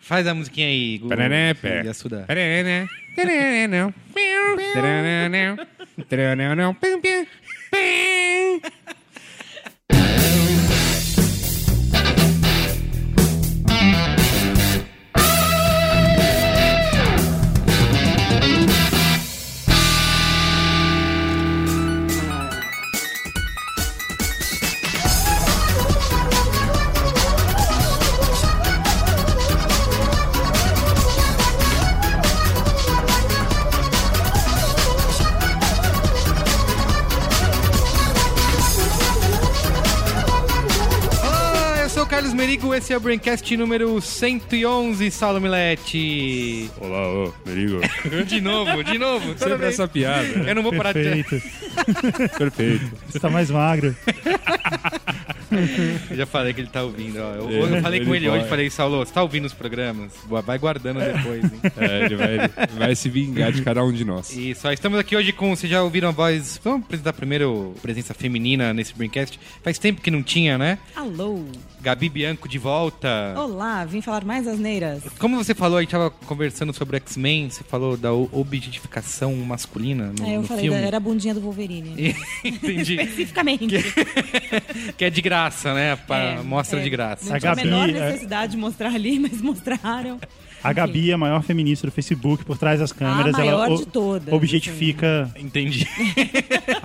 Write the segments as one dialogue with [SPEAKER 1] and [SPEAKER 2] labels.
[SPEAKER 1] Faz a musiquinha aí, Gugu.
[SPEAKER 2] Paraná, pé.
[SPEAKER 1] E Assuda.
[SPEAKER 2] Paraná, taraná, não. Miau, taraná, não. Taraná, não. Pim, pim, pim.
[SPEAKER 1] Olá, eu sou o Carlos Merigo, esse é o Braincast número 111, Saulo Milete.
[SPEAKER 2] Olá, ô, perigo.
[SPEAKER 1] De novo, de novo. toda
[SPEAKER 2] Sempre
[SPEAKER 1] vez.
[SPEAKER 2] essa piada.
[SPEAKER 1] Eu não vou parar de ter.
[SPEAKER 3] Perfeito.
[SPEAKER 2] Perfeito.
[SPEAKER 3] Você tá mais magro.
[SPEAKER 1] Eu já falei que ele tá ouvindo. ó. Eu, eu falei com
[SPEAKER 2] É, Ele
[SPEAKER 1] ele, hoje,
[SPEAKER 2] vai.
[SPEAKER 1] falei, Saulo, você tá ouvindo os programas? Boa, Vai guardando depois, hein?
[SPEAKER 2] É, ele vai, vai se vingar de cada um de nós.
[SPEAKER 1] Isso, ó, estamos aqui hoje com. Vocês já ouviram a voz. Vamos apresentar primeiro a presença feminina nesse Braincast. Faz tempo que não tinha, né?
[SPEAKER 4] Alô!
[SPEAKER 1] Gabi Bianco de volta.
[SPEAKER 4] Olá, vim falar mais asneiras.
[SPEAKER 1] Como você falou, a gente tava conversando sobre X-Men, você falou da o- objetificação masculina no,
[SPEAKER 4] É, eu
[SPEAKER 1] no
[SPEAKER 4] falei,
[SPEAKER 1] filme.
[SPEAKER 4] da- era a bundinha do Wolverine.
[SPEAKER 1] Entendi.
[SPEAKER 4] Especificamente.
[SPEAKER 1] que é de graça, né? Pa-
[SPEAKER 4] É,
[SPEAKER 1] mostra
[SPEAKER 4] é.
[SPEAKER 1] de graça.
[SPEAKER 4] Não
[SPEAKER 3] A
[SPEAKER 4] tinha a
[SPEAKER 3] Gabi,
[SPEAKER 4] menor
[SPEAKER 3] é-
[SPEAKER 4] necessidade de mostrar ali, mas mostraram.
[SPEAKER 3] A Gabi é a maior feminista do Facebook por trás das câmeras.
[SPEAKER 4] A maior
[SPEAKER 3] ela
[SPEAKER 4] de todas, assim.
[SPEAKER 3] objetifica
[SPEAKER 1] Entendi.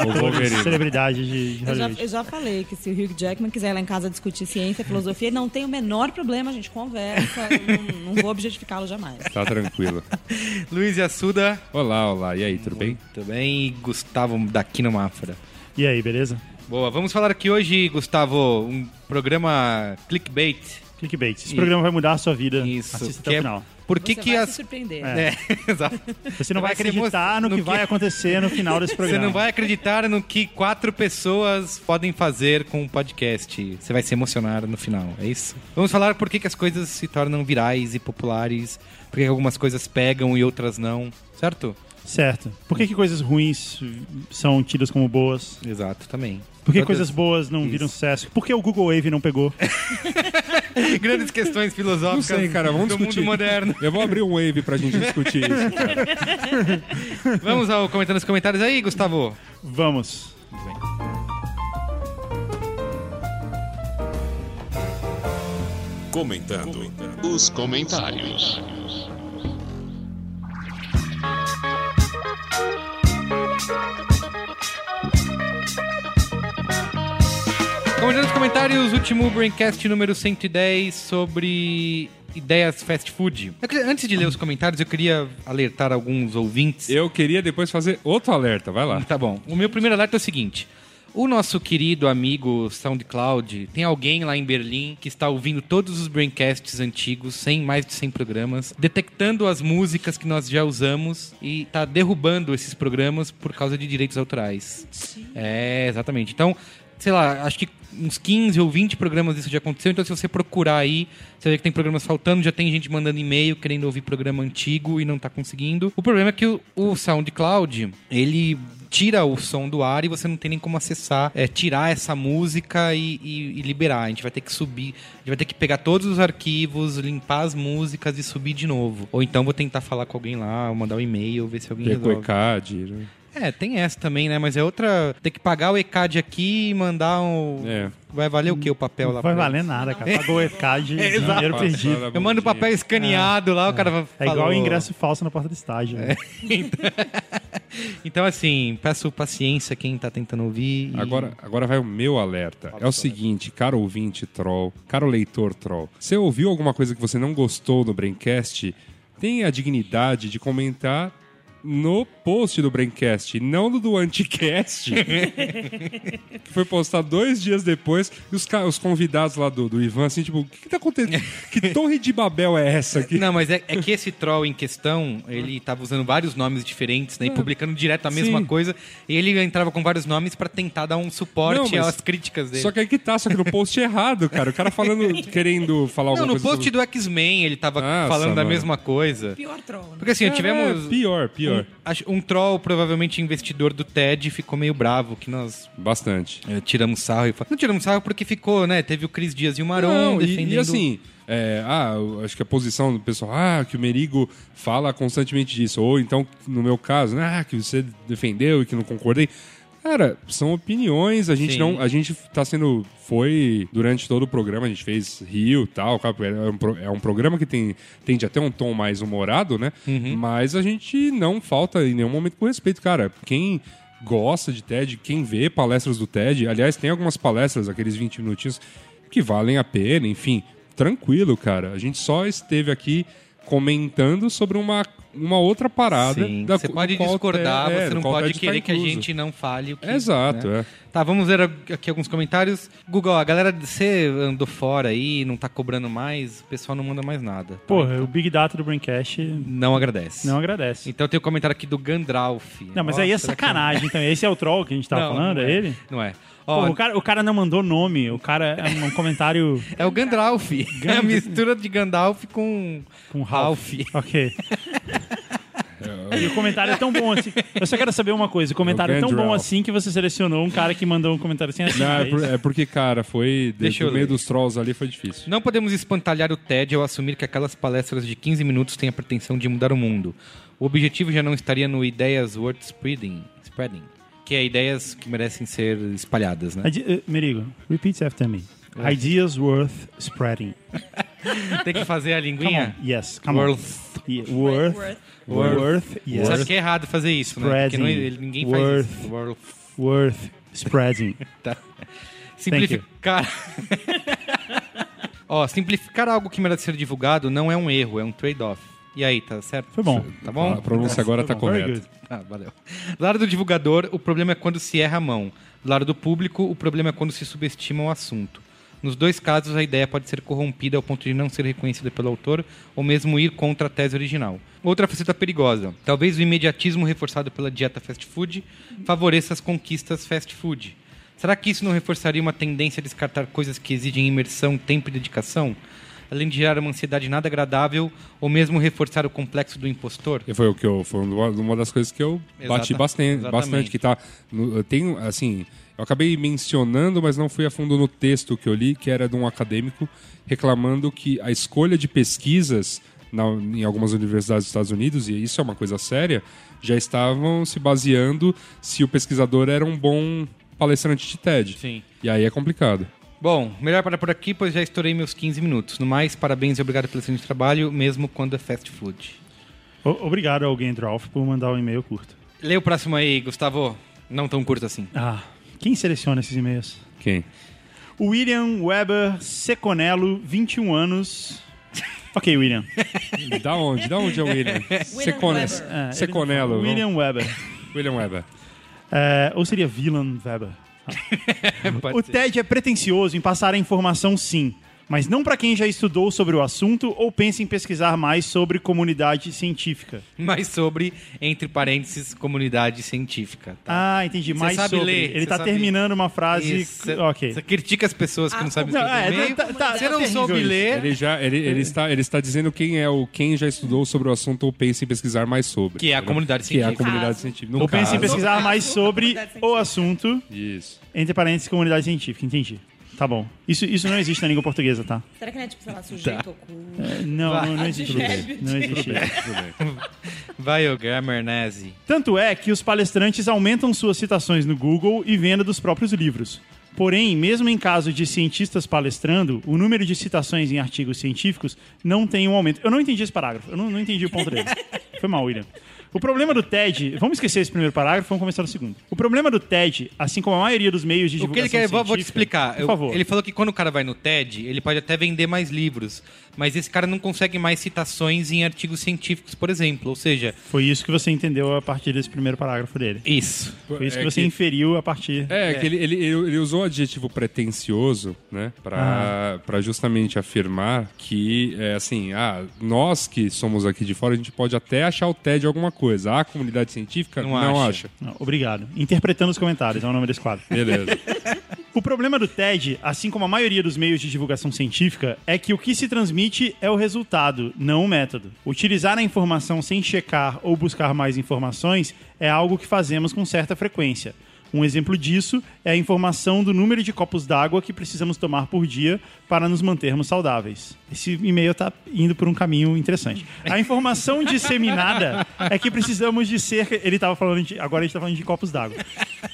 [SPEAKER 2] O Wolverine.
[SPEAKER 3] celebridades de, de
[SPEAKER 4] Eu já,
[SPEAKER 3] Hollywood.
[SPEAKER 4] eu já falei que se o Hugh Jackman quiser ir lá em casa discutir ciência, filosofia, não tem o menor problema, a gente conversa. eu não, não vou objetificá-lo jamais.
[SPEAKER 2] Tá tranquilo.
[SPEAKER 1] Luiz Assuda.
[SPEAKER 2] Olá, olá. E aí, tudo bem?
[SPEAKER 1] Muito bem. E Gustavo Daquino Mafra.
[SPEAKER 3] E aí, beleza?
[SPEAKER 1] Boa, vamos falar aqui hoje, Gustavo, um programa clickbait.
[SPEAKER 3] Clickbait. Esse
[SPEAKER 1] Isso.
[SPEAKER 3] programa vai mudar a sua vida.
[SPEAKER 1] Isso.
[SPEAKER 3] Assista até
[SPEAKER 1] que
[SPEAKER 3] o
[SPEAKER 1] é-
[SPEAKER 3] final.
[SPEAKER 1] Por que
[SPEAKER 4] Você
[SPEAKER 1] que
[SPEAKER 4] vai
[SPEAKER 1] as...
[SPEAKER 4] se surpreender.
[SPEAKER 3] É.
[SPEAKER 1] É, exato.
[SPEAKER 3] Você não
[SPEAKER 1] vai
[SPEAKER 3] vai acreditar
[SPEAKER 1] acreditar
[SPEAKER 3] no
[SPEAKER 1] no
[SPEAKER 3] que vai
[SPEAKER 1] que-
[SPEAKER 3] acontecer no final desse
[SPEAKER 1] Você
[SPEAKER 3] programa.
[SPEAKER 1] não vai acreditar no que quatro pessoas podem fazer com um podcast. Você vai se emocionar no final, é isso? Vamos falar por que, que as coisas se tornam virais e populares, por que que algumas coisas pegam e outras não, certo?
[SPEAKER 3] Certo. Por que, que coisas ruins são tidas como boas?
[SPEAKER 1] Exato, também.
[SPEAKER 3] Por que
[SPEAKER 1] Outras
[SPEAKER 3] coisas boas não
[SPEAKER 1] Isso.
[SPEAKER 3] viram sucesso? Por que o Google Wave não pegou?
[SPEAKER 1] Grandes questões
[SPEAKER 2] Não
[SPEAKER 1] filosóficas
[SPEAKER 2] sei, cara. Vamos
[SPEAKER 1] do
[SPEAKER 2] discutir.
[SPEAKER 1] mundo moderno.
[SPEAKER 2] Eu vou abrir um wave pra gente discutir isso.
[SPEAKER 1] Vamos ao comentando nos comentários aí, Gustavo.
[SPEAKER 3] Vamos.
[SPEAKER 5] Comentando os comentários.
[SPEAKER 1] Comentando nos comentários, último Braincast número 110 sobre ideias fast food. Eu queria- antes de ler os comentários, eu queria alertar alguns ouvintes.
[SPEAKER 2] Eu queria depois fazer outro alerta. Vai lá.
[SPEAKER 1] Tá bom. O meu primeiro alerta é o seguinte. O nosso querido amigo SoundCloud, tem alguém lá em Berlim que está ouvindo todos os Braincasts antigos, sem mais de 100 programas, detectando as músicas que nós já usamos e tá derrubando esses programas por causa de direitos autorais. É, exatamente. Então, sei lá, acho que uns 15 ou 20 programas isso já aconteceu. Então, se você procurar aí, você vê que tem programas faltando, já tem gente mandando e-mail querendo ouvir programa antigo e não tá conseguindo. O problema é que o, o SoundCloud, ele tira o som do ar e você não tem nem como acessar, é, tirar essa música e, e- e liberar. A gente vai ter que subir, a gente vai ter que pegar todos os arquivos, limpar as músicas e subir de novo. Ou então vou tentar falar com alguém lá, mandar um e-mail, ver se alguém resolve.
[SPEAKER 2] Decoecade. né?
[SPEAKER 1] É, tem essa também, né? Mas é outra. Tem que pagar o ECAD aqui e mandar um.
[SPEAKER 2] É.
[SPEAKER 1] Vai valer o que o papel lá
[SPEAKER 3] Não vai
[SPEAKER 1] pra
[SPEAKER 3] valer nada, cara. Pagou o ECAD,
[SPEAKER 1] É,
[SPEAKER 3] dinheiro perdido.
[SPEAKER 1] eles? Eu mando o papel escaneado lá, o cara vai.
[SPEAKER 3] É igual o ingresso falso na porta do estágio.
[SPEAKER 1] É.
[SPEAKER 3] né?
[SPEAKER 1] Então, assim, peço paciência quem tá tentando ouvir. e-
[SPEAKER 2] Uhum. Agora, agora vai o meu alerta. é o seguinte, caro ouvinte troll, caro leitor troll. Você ouviu alguma coisa que você não gostou no Braincast? Tenha a dignidade de comentar no post do Braincast, não no do Anticast. que foi postado dois dias depois. E os, ca- os convidados lá do, do Ivan, assim, tipo, o que, que tá acontecendo? que torre de Babel é essa aqui?
[SPEAKER 1] Não, mas é, é que esse troll em questão, ele tava usando vários nomes diferentes, né? E publicando direto a mesma
[SPEAKER 2] É. Sim.
[SPEAKER 1] coisa. E ele entrava com vários nomes pra tentar dar um
[SPEAKER 2] Não,
[SPEAKER 1] suporte
[SPEAKER 2] mas-
[SPEAKER 1] às críticas dele.
[SPEAKER 2] Só que aí que tá, só que no post errado, cara. O cara falando, querendo falar
[SPEAKER 1] Não,
[SPEAKER 2] alguma
[SPEAKER 1] no
[SPEAKER 2] coisa. Ah,
[SPEAKER 1] post do X-Men ele tava
[SPEAKER 2] Nossa,
[SPEAKER 1] falando da
[SPEAKER 2] mano.
[SPEAKER 1] mesma coisa.
[SPEAKER 4] Pior troll, né?
[SPEAKER 1] Porque assim,
[SPEAKER 2] sobre-
[SPEAKER 1] tivemos.
[SPEAKER 2] É, pior, pior.
[SPEAKER 1] Acho- Um troll, provavelmente investidor do TED, ficou meio bravo que nós
[SPEAKER 2] Bastante.
[SPEAKER 1] eh, tiramos sarro. E fa- Não tiramos sarro porque ficou, né? Teve o Cris Dias e o Maron
[SPEAKER 2] Não, e-
[SPEAKER 1] defendendo...
[SPEAKER 2] E, assim, é, ah, eu acho que a posição do pessoal, ah, que o Merigo fala constantemente disso, ou então, no meu caso, né, ah, que você defendeu e que não concordei. Cara, são opiniões, a gente
[SPEAKER 1] Sim.
[SPEAKER 2] não. A gente tá sendo. Foi durante todo o programa, a gente fez Rio e tal. claro, É um, pro- é um programa que tem, tende até um tom mais humorado, né?
[SPEAKER 1] Uhum.
[SPEAKER 2] Mas a gente não falta em nenhum momento com respeito, cara. Quem gosta de TED, quem vê palestras do TED, aliás, tem algumas palestras, aqueles 20 minutinhos, que valem a pena, enfim, tranquilo, cara. A gente só esteve aqui comentando sobre uma, uma outra parada.
[SPEAKER 1] Sim,
[SPEAKER 2] da
[SPEAKER 1] você
[SPEAKER 2] co-
[SPEAKER 1] pode
[SPEAKER 2] do qual
[SPEAKER 1] discordar,
[SPEAKER 2] TED é,
[SPEAKER 1] você não
[SPEAKER 2] do qual
[SPEAKER 1] pode
[SPEAKER 2] TED tá
[SPEAKER 1] querer que a
[SPEAKER 2] incluso.
[SPEAKER 1] gente não fale o que.
[SPEAKER 2] Exato,
[SPEAKER 1] né?
[SPEAKER 2] é.
[SPEAKER 1] Tá, vamos ver aqui alguns comentários. Google, a galera, você andou fora aí, não tá cobrando mais, o pessoal não manda mais nada. tá?
[SPEAKER 3] Porra, o Big Data do Braincast
[SPEAKER 1] Não agradece.
[SPEAKER 3] não agradece.
[SPEAKER 1] Então tem o comentário aqui do Gandalf.
[SPEAKER 3] Não, mas aí é
[SPEAKER 1] Nossa, será que-
[SPEAKER 3] sacanagem também. Esse é o troll que a gente tava
[SPEAKER 1] Não,
[SPEAKER 3] falando,
[SPEAKER 1] não
[SPEAKER 3] é ele?
[SPEAKER 1] Não é. Ó,
[SPEAKER 3] Porra, o, cara, o cara não mandou nome, o cara é um comentário
[SPEAKER 1] é o Gandalf. É a mistura de Gandalf com,
[SPEAKER 3] com Ralph.
[SPEAKER 1] Ralph.
[SPEAKER 3] Ok. E o comentário é tão bom assim. Eu só quero saber uma coisa: o comentário é tão bom
[SPEAKER 2] Gandalf.
[SPEAKER 3] assim que você selecionou um cara que mandou um comentário assim assim.
[SPEAKER 2] Não,
[SPEAKER 3] é
[SPEAKER 2] é, por-
[SPEAKER 3] isso?
[SPEAKER 2] é porque, cara, foi.
[SPEAKER 1] Deixa
[SPEAKER 2] Deixa
[SPEAKER 1] eu
[SPEAKER 2] no meio
[SPEAKER 1] ler.
[SPEAKER 2] dos trolls ali foi difícil.
[SPEAKER 1] Não podemos espantalhar o TED ao assumir que aquelas palestras de 15 minutos têm a pretensão de mudar o mundo. O objetivo já não estaria no ideias worth spreading, spreading que é ideias que merecem ser espalhadas, né?
[SPEAKER 3] Ide- eh, Merigo, repeat after me. Ideas worth spreading.
[SPEAKER 1] Tem É que fazer a
[SPEAKER 3] Come
[SPEAKER 1] linguinha.
[SPEAKER 3] on. Yes, come on.
[SPEAKER 1] é? Worth.
[SPEAKER 3] Yeah, Worth.
[SPEAKER 4] Worth.
[SPEAKER 3] Worth.
[SPEAKER 1] Você
[SPEAKER 3] Yes.
[SPEAKER 1] Sabe que é errado fazer isso, né? Porque não,
[SPEAKER 3] Spreading.
[SPEAKER 1] ele- ninguém
[SPEAKER 3] Worth.
[SPEAKER 1] faz isso. Worth.
[SPEAKER 3] Worth spreading.
[SPEAKER 1] Tá. Simplificar. Ó, simplificar algo que merece ser divulgado não é um erro, é um trade-off. E aí, tá certo?
[SPEAKER 3] Foi bom.
[SPEAKER 1] Tá bom?
[SPEAKER 2] A pronúncia agora tá
[SPEAKER 3] Foi bom. Very
[SPEAKER 2] correta.
[SPEAKER 3] good.
[SPEAKER 1] Ah, valeu. Do lado do divulgador, o problema é quando se erra a mão. Do lado do público, o problema é quando se subestima o assunto. Nos dois casos, a ideia pode ser corrompida ao ponto de não ser reconhecida pelo autor ou mesmo ir contra a tese original. Outra faceta perigosa. Talvez o imediatismo reforçado pela dieta fast food favoreça as conquistas fast food. Será que isso não reforçaria uma tendência a descartar coisas que exigem imersão, tempo e dedicação? Além de gerar uma ansiedade nada agradável ou mesmo reforçar o complexo do impostor?
[SPEAKER 2] E foi o que eu. Foi uma, uma das coisas que eu bati
[SPEAKER 1] Exata-
[SPEAKER 2] bastante,
[SPEAKER 1] exatamente.
[SPEAKER 2] bastante. Que tá. no- eu tenho, assim. Eu acabei mencionando, mas não fui a fundo no texto que eu li, que era de um acadêmico reclamando que a escolha de pesquisas na- em algumas universidades dos Estados Unidos, e isso é uma coisa séria, já estavam se baseando se o pesquisador era um bom palestrante de TED.
[SPEAKER 1] Sim.
[SPEAKER 2] E aí é complicado.
[SPEAKER 1] Bom, melhor parar por aqui, pois já estourei meus 15 minutos. No mais, parabéns e obrigado pelo seu trabalho, mesmo quando é fast food.
[SPEAKER 3] O- Obrigado ao Gandalf por mandar um e-mail curto.
[SPEAKER 1] Lê o próximo aí, Gustavo. Não tão curto assim.
[SPEAKER 3] Ah, quem seleciona esses e-mails?
[SPEAKER 2] Quem?
[SPEAKER 3] William Weber Seconello, 21 anos. Ok, William.
[SPEAKER 2] Da onde? Da onde é o William? Secone-
[SPEAKER 4] Weber.
[SPEAKER 3] É, ele-
[SPEAKER 2] Seconello. não?
[SPEAKER 3] William Weber.
[SPEAKER 2] William Weber.
[SPEAKER 3] É, ou seria Willan Weber.
[SPEAKER 1] Pode
[SPEAKER 3] O
[SPEAKER 1] ser.
[SPEAKER 3] TED é pretensioso em passar a informação, sim, mas não para quem já estudou sobre o assunto ou pensa em pesquisar mais sobre comunidade científica.
[SPEAKER 1] Mas sobre, entre parênteses, comunidade científica. Tá?
[SPEAKER 3] Ah, entendi.
[SPEAKER 1] Você
[SPEAKER 3] mais
[SPEAKER 1] sabe
[SPEAKER 3] sobre.
[SPEAKER 1] ler,
[SPEAKER 3] Ele
[SPEAKER 1] você
[SPEAKER 3] tá
[SPEAKER 1] sabe-
[SPEAKER 3] terminando uma frase.
[SPEAKER 1] Isso, cê-
[SPEAKER 3] ok.
[SPEAKER 1] Você critica as pessoas que não
[SPEAKER 4] Ah,
[SPEAKER 1] sabem
[SPEAKER 3] não,
[SPEAKER 1] escrever um
[SPEAKER 3] é,
[SPEAKER 1] e-mail.
[SPEAKER 3] tá- tá-
[SPEAKER 1] Você
[SPEAKER 3] tá
[SPEAKER 1] não
[SPEAKER 3] terrível
[SPEAKER 1] soube
[SPEAKER 3] isso.
[SPEAKER 1] ler,
[SPEAKER 2] Ele já ele, ele está, ele está dizendo quem é o quem já estudou sobre o assunto ou pensa em pesquisar mais sobre.
[SPEAKER 1] que é a
[SPEAKER 2] entendeu?
[SPEAKER 1] comunidade
[SPEAKER 2] Que é a
[SPEAKER 1] científica.
[SPEAKER 2] comunidade científica. No
[SPEAKER 3] Ou pensa em
[SPEAKER 2] caso.
[SPEAKER 3] pesquisar
[SPEAKER 4] No
[SPEAKER 3] mais
[SPEAKER 4] caso,
[SPEAKER 3] sobre
[SPEAKER 4] comunidade científica.
[SPEAKER 3] o assunto,
[SPEAKER 2] Isso.
[SPEAKER 3] entre parênteses, comunidade científica. Entendi. Tá bom. Isso, isso não existe na língua portuguesa, tá? É.
[SPEAKER 4] Será que não é tipo, sei lá, sujeito ou cu?
[SPEAKER 3] Não, não, não existe.
[SPEAKER 4] Advérbio
[SPEAKER 3] Não
[SPEAKER 4] de-
[SPEAKER 3] existe. é
[SPEAKER 1] Vai, ô Grammarnese.
[SPEAKER 3] Tanto é que os palestrantes aumentam suas citações no Google e venda dos próprios livros. Porém, mesmo em caso de cientistas palestrando, o número de citações em artigos científicos não tem um aumento. Eu não entendi esse parágrafo, eu não, não entendi o ponto dele. Foi mal, William. O problema do TED, vamos esquecer esse primeiro parágrafo, vamos começar no segundo. O problema do TED, assim como a maioria dos meios de
[SPEAKER 1] O que
[SPEAKER 3] divulgação
[SPEAKER 1] ele quer, vou, vou te
[SPEAKER 3] científica-
[SPEAKER 1] explicar.
[SPEAKER 3] Por
[SPEAKER 1] Eu-
[SPEAKER 3] favor.
[SPEAKER 1] Ele falou que quando o cara vai no TED, ele pode até vender mais livros. Mas esse cara não consegue mais citações em artigos científicos, por exemplo. Ou seja,
[SPEAKER 3] Foi isso que você entendeu a partir desse primeiro parágrafo dele.
[SPEAKER 1] isso.
[SPEAKER 3] Foi isso
[SPEAKER 2] É
[SPEAKER 3] que você
[SPEAKER 2] que-
[SPEAKER 3] inferiu a partir.
[SPEAKER 2] É, que ele, ele, ele- ele usou o adjetivo pretencioso, né? Pra, pra justamente afirmar que, é, assim, ah, nós que somos aqui de fora, a gente pode até achar o TED alguma coisa. A comunidade científica
[SPEAKER 1] Não
[SPEAKER 2] não,
[SPEAKER 1] acha.
[SPEAKER 2] acha.
[SPEAKER 3] Não, obrigado. Interpretando os comentários, é o nome desse quadro.
[SPEAKER 2] Beleza.
[SPEAKER 3] O problema do TED, assim como a maioria dos meios de divulgação científica, é que o que se transmite é o resultado, não o método. Utilizar a informação sem checar ou buscar mais informações é algo que fazemos com certa frequência. Um exemplo disso é a informação do número de copos d'água que precisamos tomar por dia para nos mantermos saudáveis. Esse e-mail está indo por um caminho interessante. A informação disseminada é que precisamos de cerca. Ele estava falando de. Agora a gente está falando de copos d'água.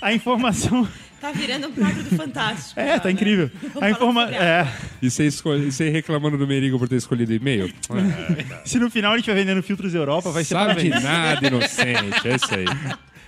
[SPEAKER 3] A informação.
[SPEAKER 4] Tá virando um quadro do Fantástico. né?
[SPEAKER 3] É, tá incrível. A
[SPEAKER 4] Vamos
[SPEAKER 3] informa...
[SPEAKER 4] falar sobre
[SPEAKER 3] é,
[SPEAKER 2] E você escol- e você reclamando do Merigo por ter escolhido e-mail?
[SPEAKER 3] é, se no final ele estiver vendendo filtros Europa, vai ser
[SPEAKER 2] Sabe Ah, de
[SPEAKER 3] parabéns.
[SPEAKER 2] nada, inocente. É isso aí.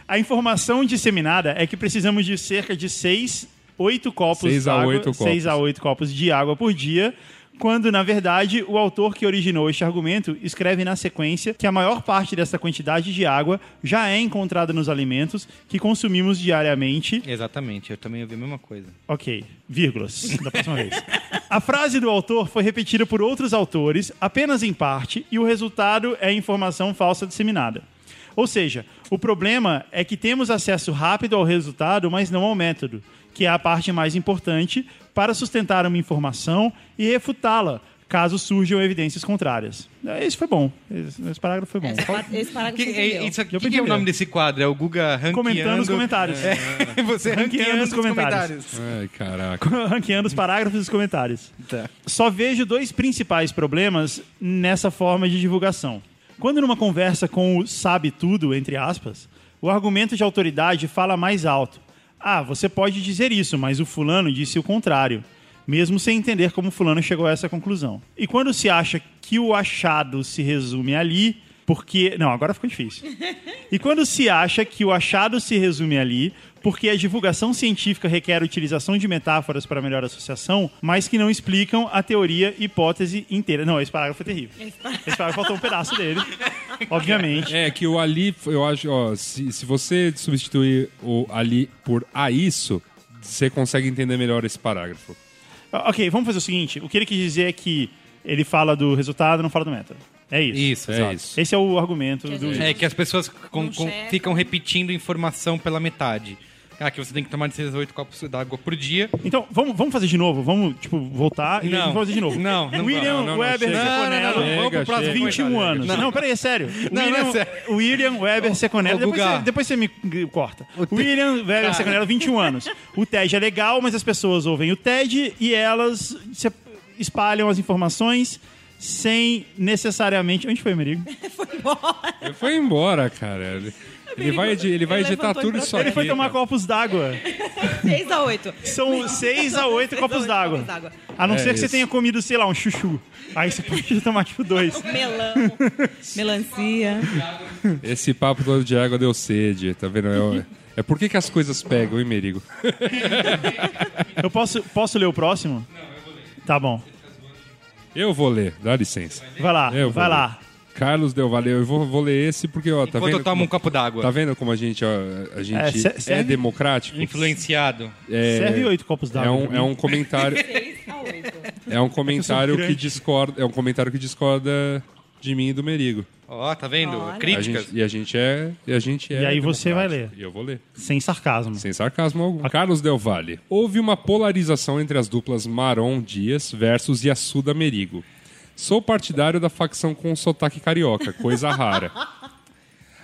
[SPEAKER 3] A informação disseminada é que precisamos de cerca de 6, 8 copos
[SPEAKER 2] Seis a
[SPEAKER 3] d'água-
[SPEAKER 2] oito copos.
[SPEAKER 3] seis a 8 copos de água por dia. Quando, na verdade, o autor que originou este argumento escreve na sequência que a maior parte dessa quantidade de água já é encontrada nos alimentos que consumimos diariamente
[SPEAKER 1] Exatamente, eu também ouvi a mesma coisa.
[SPEAKER 3] Ok, vírgulas, da próxima vez. A frase do autor foi repetida por outros autores, apenas em parte, e o resultado é a informação falsa disseminada. Ou seja, o problema é que temos acesso rápido ao resultado, mas não ao método, que é a parte mais importante para sustentar uma informação e refutá-la, caso surjam evidências contrárias. É, Esse foi bom. Esse, esse parágrafo foi bom.
[SPEAKER 4] Esse par- Esse parágrafo
[SPEAKER 1] Que,
[SPEAKER 4] você entendeu.
[SPEAKER 1] é, isso aqui,
[SPEAKER 3] Eu
[SPEAKER 1] que que é o
[SPEAKER 3] entendi.
[SPEAKER 1] nome desse quadro? É o Guga ranqueando...
[SPEAKER 3] Comentando os comentários.
[SPEAKER 1] É, você ranqueando,
[SPEAKER 3] Ranqueando
[SPEAKER 1] os
[SPEAKER 3] os
[SPEAKER 1] comentários.
[SPEAKER 3] comentários.
[SPEAKER 2] Ai, É, caraca.
[SPEAKER 3] Ranqueando os parágrafos e os comentários.
[SPEAKER 1] Tá.
[SPEAKER 3] Só vejo dois principais problemas nessa forma de divulgação. Quando numa conversa com o sabe tudo, entre aspas, o argumento de autoridade fala mais alto. Ah, você pode dizer isso, mas o fulano disse o contrário, mesmo sem entender como o fulano chegou a essa conclusão. E quando se acha que o achado se resume ali, porque. Não, agora ficou difícil. E quando se acha que o achado se resume ali, porque a divulgação científica requer a utilização de metáforas para melhor associação, mas que não explicam a teoria e hipótese inteira. Não, esse parágrafo foi terrível. Esse parágrafo faltou um pedaço dele, obviamente.
[SPEAKER 2] É que o ali, eu acho, ó, se, se você substituir o ali por a isso, você consegue entender melhor esse parágrafo.
[SPEAKER 3] Ok, vamos fazer o seguinte. O que ele quis dizer é que ele fala do resultado, não fala do método. É isso.
[SPEAKER 1] Isso,
[SPEAKER 2] É
[SPEAKER 1] exato.
[SPEAKER 2] isso.
[SPEAKER 3] Esse é o argumento
[SPEAKER 4] Quer
[SPEAKER 3] do...
[SPEAKER 4] dizer,
[SPEAKER 1] É que as pessoas com-
[SPEAKER 4] Não
[SPEAKER 1] com-
[SPEAKER 4] checa.
[SPEAKER 1] ficam repetindo informação pela metade. Ah, que você tem que tomar de 6 a 8 copos d'água por dia.
[SPEAKER 3] Então, vamos, vamos fazer de novo. Vamos, tipo, voltar e
[SPEAKER 1] Não.
[SPEAKER 3] vamos fazer de novo.
[SPEAKER 1] Não, não
[SPEAKER 3] William
[SPEAKER 2] não, não, não,
[SPEAKER 3] Weber
[SPEAKER 2] chega.
[SPEAKER 3] Seconello,
[SPEAKER 2] não, não.
[SPEAKER 1] Vamos pro
[SPEAKER 2] Chega,
[SPEAKER 1] próximo.
[SPEAKER 2] chega.
[SPEAKER 3] 21 anos. Não, peraí, é sério.
[SPEAKER 1] Não,
[SPEAKER 3] William,
[SPEAKER 1] não é sério.
[SPEAKER 3] William Weber Seconello.
[SPEAKER 1] ô,
[SPEAKER 3] Depois,
[SPEAKER 1] Guga.
[SPEAKER 3] você- depois você me eh, corta.
[SPEAKER 1] te-
[SPEAKER 3] William Weber Seconello, 21 anos. O TED é legal, mas as pessoas ouvem o TED e elas se espalham as informações sem necessariamente... Onde foi, Merigo?
[SPEAKER 2] Ele foi embora, cara. Ele, ele vai, edi- ele vai
[SPEAKER 4] Ele
[SPEAKER 2] editar
[SPEAKER 4] levantou
[SPEAKER 2] tudo
[SPEAKER 4] e
[SPEAKER 2] isso aqui.
[SPEAKER 4] levantou.
[SPEAKER 3] Ele foi tomar
[SPEAKER 2] cara.
[SPEAKER 3] copos d'água.
[SPEAKER 4] 6 a 8.
[SPEAKER 3] São 6 a 8 copos
[SPEAKER 4] oito
[SPEAKER 3] d'água.
[SPEAKER 4] copos d'água.
[SPEAKER 3] A não
[SPEAKER 2] É
[SPEAKER 3] ser que você
[SPEAKER 2] isso.
[SPEAKER 3] tenha comido, sei lá, um chuchu. Aí você pode tomar, tipo, dois.
[SPEAKER 4] Melão. Melancia.
[SPEAKER 2] Esse papo todo de água deu sede, tá vendo? É, é por que, que as coisas pegam, hein, Merigo?
[SPEAKER 3] Eu posso, posso ler o próximo? Não, eu vou ler. Tá bom.
[SPEAKER 2] Eu vou ler, dá licença.
[SPEAKER 3] Vai lá,
[SPEAKER 2] Eu vou
[SPEAKER 3] vai
[SPEAKER 2] ler.
[SPEAKER 3] lá.
[SPEAKER 2] Carlos Del Valle, eu vou, vou ler esse porque, ó, tá
[SPEAKER 1] Enquanto
[SPEAKER 2] vendo?
[SPEAKER 1] eu tomo um
[SPEAKER 2] como-
[SPEAKER 1] copo d'água.
[SPEAKER 2] Tá vendo como a gente, ó, a
[SPEAKER 3] É,
[SPEAKER 2] gente
[SPEAKER 3] sé-
[SPEAKER 2] é,
[SPEAKER 3] sério?
[SPEAKER 2] democrático?
[SPEAKER 1] Influenciado.
[SPEAKER 2] É,
[SPEAKER 3] Serve oito copos d'água.
[SPEAKER 2] é um, é um comentário,
[SPEAKER 4] 6 a 8.
[SPEAKER 2] é um comentário que
[SPEAKER 3] grande.
[SPEAKER 2] discorda, é um comentário que discorda de mim e do Merigo.
[SPEAKER 1] Ó, tá vendo?
[SPEAKER 4] Olha.
[SPEAKER 2] A
[SPEAKER 1] Críticas.
[SPEAKER 2] gente- e a gente é, e a gente é
[SPEAKER 3] E aí você vai
[SPEAKER 2] democrático. E eu vou ler.
[SPEAKER 3] Sem sarcasmo.
[SPEAKER 2] Sem sarcasmo algum. Carlos Del Valle. Houve uma polarização entre as duplas Maron Dias versus Yassuda Merigo. Sou partidário da facção com sotaque carioca, coisa rara.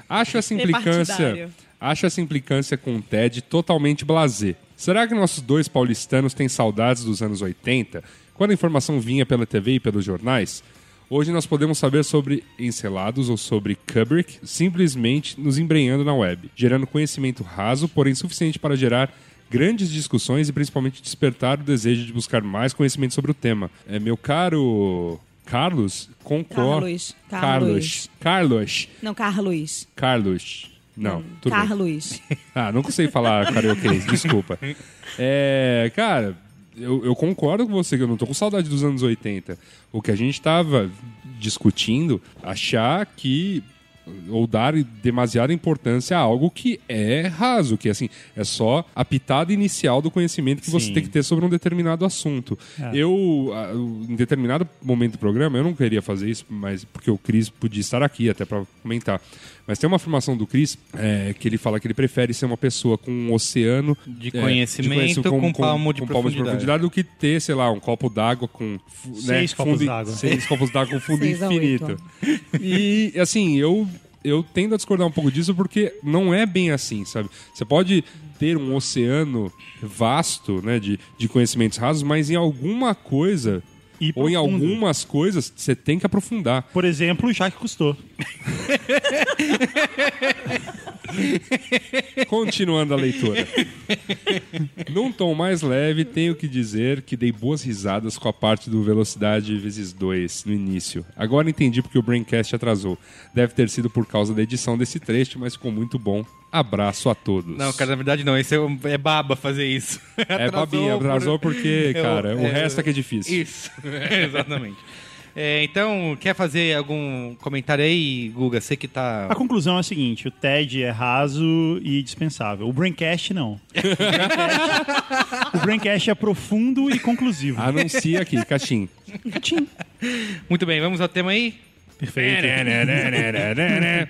[SPEAKER 2] Acho essa implicância,
[SPEAKER 4] partidário.
[SPEAKER 2] acho essa implicância com o Ted totalmente blasé. Será que nossos dois paulistanos têm saudades dos anos 80, quando a informação vinha pela TV e pelos jornais? Hoje nós podemos saber sobre encelados ou sobre Kubrick simplesmente nos embrenhando na web, gerando conhecimento raso, porém suficiente para gerar grandes discussões e principalmente despertar o desejo de buscar mais conhecimento sobre o tema. É, meu caro Carlos, concordo.
[SPEAKER 4] Carlos.
[SPEAKER 2] Carlos. Carlos.
[SPEAKER 4] Não, Carlos.
[SPEAKER 2] Carlos. Não, tudo bem.
[SPEAKER 4] Carlos.
[SPEAKER 2] Ah, não consigo falar carioquês, desculpa. É, cara, eu, eu concordo com você que eu não tô com saudade dos anos 80. O que a gente tava discutindo, achar que ou dar demasiada importância a algo que é raso, que assim, é só a pitada inicial do conhecimento que você
[SPEAKER 3] Sim.
[SPEAKER 2] tem que ter sobre um determinado assunto. Eu, ah, em determinado momento do programa, eu não queria fazer isso, mas porque o Cris podia estar aqui até para comentar. Mas tem uma afirmação do Cris é, que ele fala que ele prefere ser uma pessoa com um oceano
[SPEAKER 1] De
[SPEAKER 2] é,
[SPEAKER 1] conhecimento com palmo de profundidade.
[SPEAKER 2] do que ter, sei lá, um copo d'água com fu- né,
[SPEAKER 3] Seis copos
[SPEAKER 2] fundo-
[SPEAKER 3] d'água.
[SPEAKER 2] Seis copos d'água com fundo
[SPEAKER 4] Seis a
[SPEAKER 2] infinito. E assim, eu eu tendo a discordar um pouco disso porque não é bem assim, sabe? Você pode ter um oceano vasto né, de, de conhecimentos rasos, mas em alguma coisa,
[SPEAKER 3] E
[SPEAKER 2] ou em
[SPEAKER 3] profundo.
[SPEAKER 2] algumas coisas, você tem que aprofundar.
[SPEAKER 3] Por exemplo, o Jacques Cousteau.
[SPEAKER 2] Tá. Continuando a leitura. Num tom mais leve, tenho que dizer que dei boas risadas com a parte do Velocidade vezes 2 no início. Agora entendi porque o Braincast atrasou. Deve ter sido por causa da edição desse trecho, mas ficou muito bom. Abraço a todos.
[SPEAKER 1] Não, cara, na verdade não. Esse é, um- é baba fazer isso.
[SPEAKER 2] É babinha, atrasou porque,
[SPEAKER 1] Eu-
[SPEAKER 2] cara, o
[SPEAKER 1] é,
[SPEAKER 2] resto é que é difícil.
[SPEAKER 1] Isso, exatamente. É, então, quer fazer algum comentário aí, Guga? Você que tá.
[SPEAKER 3] A conclusão é a seguinte: o TED é raso e dispensável. O Braincast não. O Braincast, o Braincast é profundo e conclusivo.
[SPEAKER 2] Ah, Anuncia aqui, Caxim.
[SPEAKER 1] Muito bem, vamos ao tema aí?
[SPEAKER 3] Perfeito.
[SPEAKER 2] né,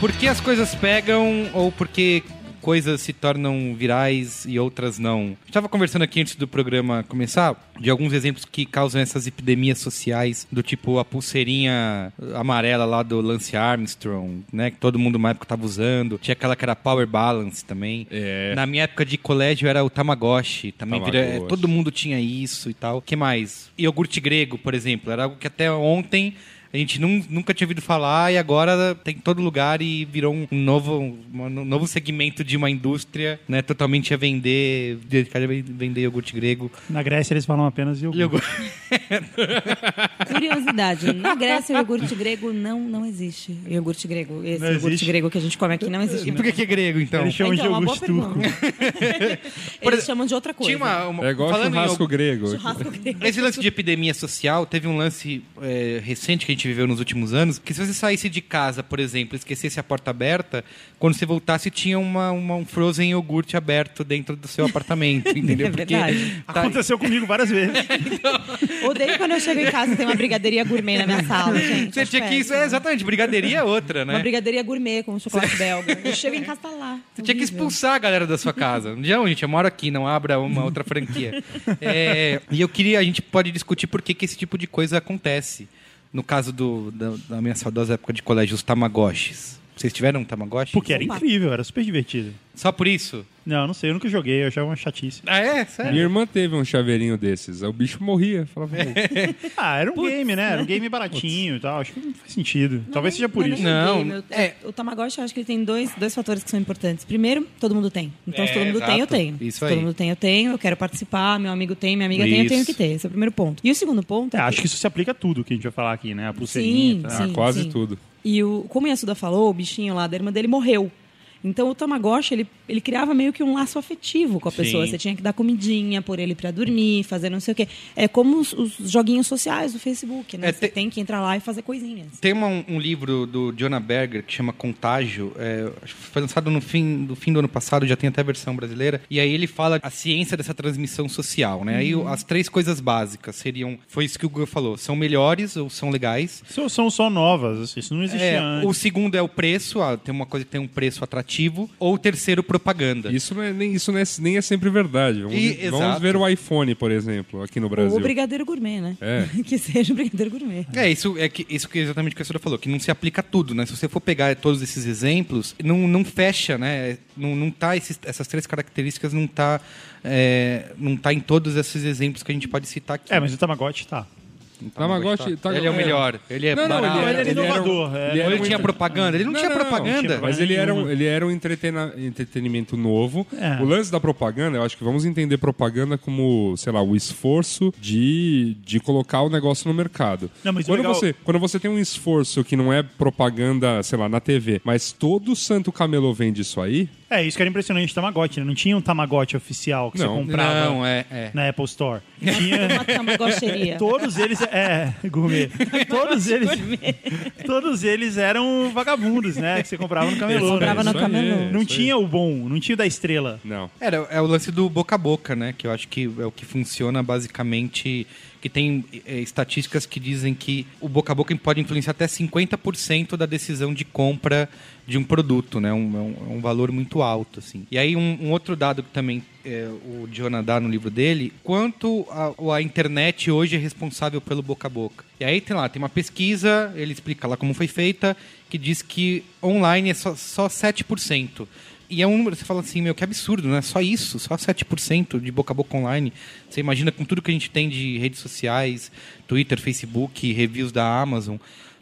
[SPEAKER 1] Por que as coisas pegam ou por que coisas se tornam virais e outras não? Estava conversando aqui antes do programa começar de alguns exemplos que causam essas epidemias sociais, do tipo a pulseirinha amarela lá do Lance Armstrong, né, que todo mundo na época estava usando. Tinha aquela que era Power Balance também.
[SPEAKER 2] É.
[SPEAKER 1] Na minha época de colégio era o Tamagotchi, também vira- é,
[SPEAKER 2] Tamagotchi.
[SPEAKER 1] todo mundo tinha isso e tal. que mais? Iogurte grego, por exemplo, era algo que até ontem a gente nun- nunca tinha ouvido falar e agora tem em todo lugar e virou um novo, um novo segmento de uma indústria, né, totalmente a vender, dedicada a vender iogurte grego.
[SPEAKER 3] Na Grécia eles falam apenas iogurte.
[SPEAKER 4] Curiosidade, na Grécia o iogurte grego não, não existe. Iogurte grego, esse
[SPEAKER 3] Não
[SPEAKER 4] iogurte
[SPEAKER 3] existe?
[SPEAKER 4] grego que a gente come aqui não existe.
[SPEAKER 1] E
[SPEAKER 4] na
[SPEAKER 1] por que, que é grego então?
[SPEAKER 3] Eles chamam
[SPEAKER 4] Então,
[SPEAKER 3] de
[SPEAKER 4] é uma boa
[SPEAKER 3] iogurte turco.
[SPEAKER 1] Por
[SPEAKER 4] Eles
[SPEAKER 1] exemplo,
[SPEAKER 4] chamam de outra coisa.
[SPEAKER 1] Tinha uma, uma
[SPEAKER 2] É igual
[SPEAKER 1] falando em
[SPEAKER 2] churrasco grego.
[SPEAKER 4] Churrasco grego.
[SPEAKER 1] Esse lance de epidemia social teve um lance é, recente que a gente viveu nos últimos anos, que se você saísse de casa, por exemplo, e esquecesse a porta aberta, quando você voltasse tinha uma, uma- um frozen iogurte aberto dentro do seu apartamento, entendeu?
[SPEAKER 4] É verdade.
[SPEAKER 1] tá-
[SPEAKER 3] Aconteceu comigo várias vezes.
[SPEAKER 4] Odeio quando eu chego em casa e tem uma brigadeiria gourmet na minha sala, gente.
[SPEAKER 1] você
[SPEAKER 4] Acho
[SPEAKER 1] tinha que isso é exatamente brigadeiria é outra,
[SPEAKER 4] né? Uma
[SPEAKER 1] né?
[SPEAKER 4] brigadeiria gourmet com chocolate belga. Eu chego em casa tá lá.
[SPEAKER 1] Você tinha que
[SPEAKER 4] Horrível.
[SPEAKER 1] expulsar a galera da sua casa. Não, gente, eu moro aqui, não abra uma outra franquia. É, e eu queria, a gente pode discutir por que, que esse tipo de coisa acontece. No caso do, da, da minha saudosa época de colégio, os tamagotchis. Vocês tiveram um tamagotchi?
[SPEAKER 3] Porque era incrível, era super divertido.
[SPEAKER 1] Só por isso?
[SPEAKER 3] Não, não sei, eu nunca joguei, eu achava uma chatice.
[SPEAKER 1] Ah, é? Sério?
[SPEAKER 2] Minha irmã teve um chaveirinho desses. aí O bicho morria. Falava,
[SPEAKER 3] Ah, era um game, né? Era um game baratinho e tal. Acho que não faz sentido. Talvez seja por
[SPEAKER 4] Mas
[SPEAKER 3] isso.
[SPEAKER 1] né? Não,
[SPEAKER 4] tem game. Eu-
[SPEAKER 1] é.
[SPEAKER 4] O Tamagotchi, eu acho que ele tem dois, dois fatores que são importantes. Primeiro, todo mundo tem. Então,
[SPEAKER 1] É,
[SPEAKER 4] se todo mundo
[SPEAKER 1] exato.
[SPEAKER 4] tem, eu tenho.
[SPEAKER 1] Isso
[SPEAKER 4] se
[SPEAKER 1] aí.
[SPEAKER 4] todo mundo tem, eu tenho. Eu quero participar, meu amigo tem, minha amiga tem, eu tenho
[SPEAKER 1] Isso.
[SPEAKER 4] que ter. Esse é o primeiro ponto. E o segundo ponto
[SPEAKER 3] É,
[SPEAKER 4] é,
[SPEAKER 3] acho que isso se aplica a tudo que a gente vai falar aqui, né? A pulseirinha. e tal.
[SPEAKER 2] ah,
[SPEAKER 4] Sim,
[SPEAKER 2] quase
[SPEAKER 4] sim.
[SPEAKER 2] tudo.
[SPEAKER 4] E o, como a Yasuda falou, o bichinho lá da irmã dele morreu. Então o Tamagotchi, ele, ele criava meio que um laço afetivo com a pessoa. Você tinha que dar comidinha por ele pra dormir, fazer não sei o quê. É como os, os joguinhos sociais do Facebook, né?
[SPEAKER 1] É,
[SPEAKER 4] Você
[SPEAKER 1] te-
[SPEAKER 4] tem que entrar lá e fazer coisinhas.
[SPEAKER 1] Tem uma- um livro do Jonah Berger que chama Contágio. é, acho que foi lançado no fim, do fim do ano passado, já tem até a versão brasileira. E aí ele fala a ciência dessa transmissão social, né? Aí o- as três coisas básicas seriam... Foi isso que o Google falou. São melhores ou são legais.
[SPEAKER 3] São- São só novas, assim, isso não existia
[SPEAKER 1] É,
[SPEAKER 3] antes.
[SPEAKER 1] o segundo é o preço. ah, tem uma coisa que tem um preço atrativo. Ou o terceiro, propaganda.
[SPEAKER 2] Isso, não é, nem, isso não é- nem é sempre verdade. Vamos,
[SPEAKER 1] E-
[SPEAKER 2] vamos
[SPEAKER 1] exato.
[SPEAKER 2] ver o iPhone, por exemplo, aqui no Brasil.
[SPEAKER 4] Ou brigadeiro gourmet, né?
[SPEAKER 2] É.
[SPEAKER 4] que seja o brigadeiro gourmet.
[SPEAKER 1] É, isso é que, isso que exatamente o que a senhora falou, que não se aplica a tudo, né? Se você for pegar todos esses exemplos, não, não fecha, né? Não, não tá esses- essas três características não tá, é, não tá em todos esses exemplos que a gente pode citar aqui. Então,
[SPEAKER 3] É, mas o Tamagotchi tá.
[SPEAKER 2] Tamagotchi, tá-
[SPEAKER 1] ele é o melhor, ele é
[SPEAKER 2] Não, não,
[SPEAKER 1] barato.
[SPEAKER 2] ele,
[SPEAKER 3] Ele
[SPEAKER 2] era,
[SPEAKER 3] era
[SPEAKER 2] ele era um-
[SPEAKER 3] inovador, é.
[SPEAKER 2] ele
[SPEAKER 1] Ou
[SPEAKER 2] era
[SPEAKER 1] ele
[SPEAKER 2] um
[SPEAKER 1] tinha
[SPEAKER 2] entre-
[SPEAKER 1] propaganda, ele não,
[SPEAKER 2] Não,
[SPEAKER 1] tinha
[SPEAKER 2] não, não,
[SPEAKER 1] propaganda.
[SPEAKER 3] tinha
[SPEAKER 2] Mas ele era um, ele era um entretena- entretenimento novo.
[SPEAKER 3] É.
[SPEAKER 2] O lance da propaganda, eu acho que vamos entender propaganda como, sei lá, o esforço de, de colocar o negócio no mercado.
[SPEAKER 3] Não, mas o
[SPEAKER 2] quando,
[SPEAKER 3] legal-
[SPEAKER 2] você, quando você tem um esforço que não é propaganda, sei lá, na TV, mas todo santo camelô vende isso aí,
[SPEAKER 3] É, isso que era impressionante, Tamagotchi, né? Não tinha um Tamagotchi oficial que
[SPEAKER 2] Não.
[SPEAKER 3] você comprava
[SPEAKER 1] Não, é, é.
[SPEAKER 3] na Apple Store. Tinha...
[SPEAKER 4] Uma tamagotcheria.
[SPEAKER 3] Todos eles... É, gourmet. Todos eles... Todos eles eram vagabundos, né? Que você comprava no camelô.
[SPEAKER 4] comprava
[SPEAKER 3] né?
[SPEAKER 4] no
[SPEAKER 2] Isso aí,
[SPEAKER 4] camelô.
[SPEAKER 2] isso
[SPEAKER 3] Não
[SPEAKER 2] aí.
[SPEAKER 3] tinha o bom, não tinha o da estrela.
[SPEAKER 2] Não.
[SPEAKER 1] é Era, é o lance do boca a boca, né? Que eu acho que é o que funciona basicamente. que que tem é, estatísticas que dizem que o boca a boca pode influenciar até 50% da decisão de compra de um produto, né? Um, é um, é um valor muito alto, assim. E aí um, um outro dado que também é, o Jonah dá no livro dele, quanto a, a internet hoje é responsável pelo boca a boca. E aí tem lá, tem uma pesquisa, ele explica lá como foi feita, que diz que online é só, só 7%. E é um número, você fala assim, meu, que absurdo, né? Só isso, só 7% de boca a boca online. Você imagina com tudo que a gente tem de redes sociais, Twitter, Facebook, reviews da Amazon.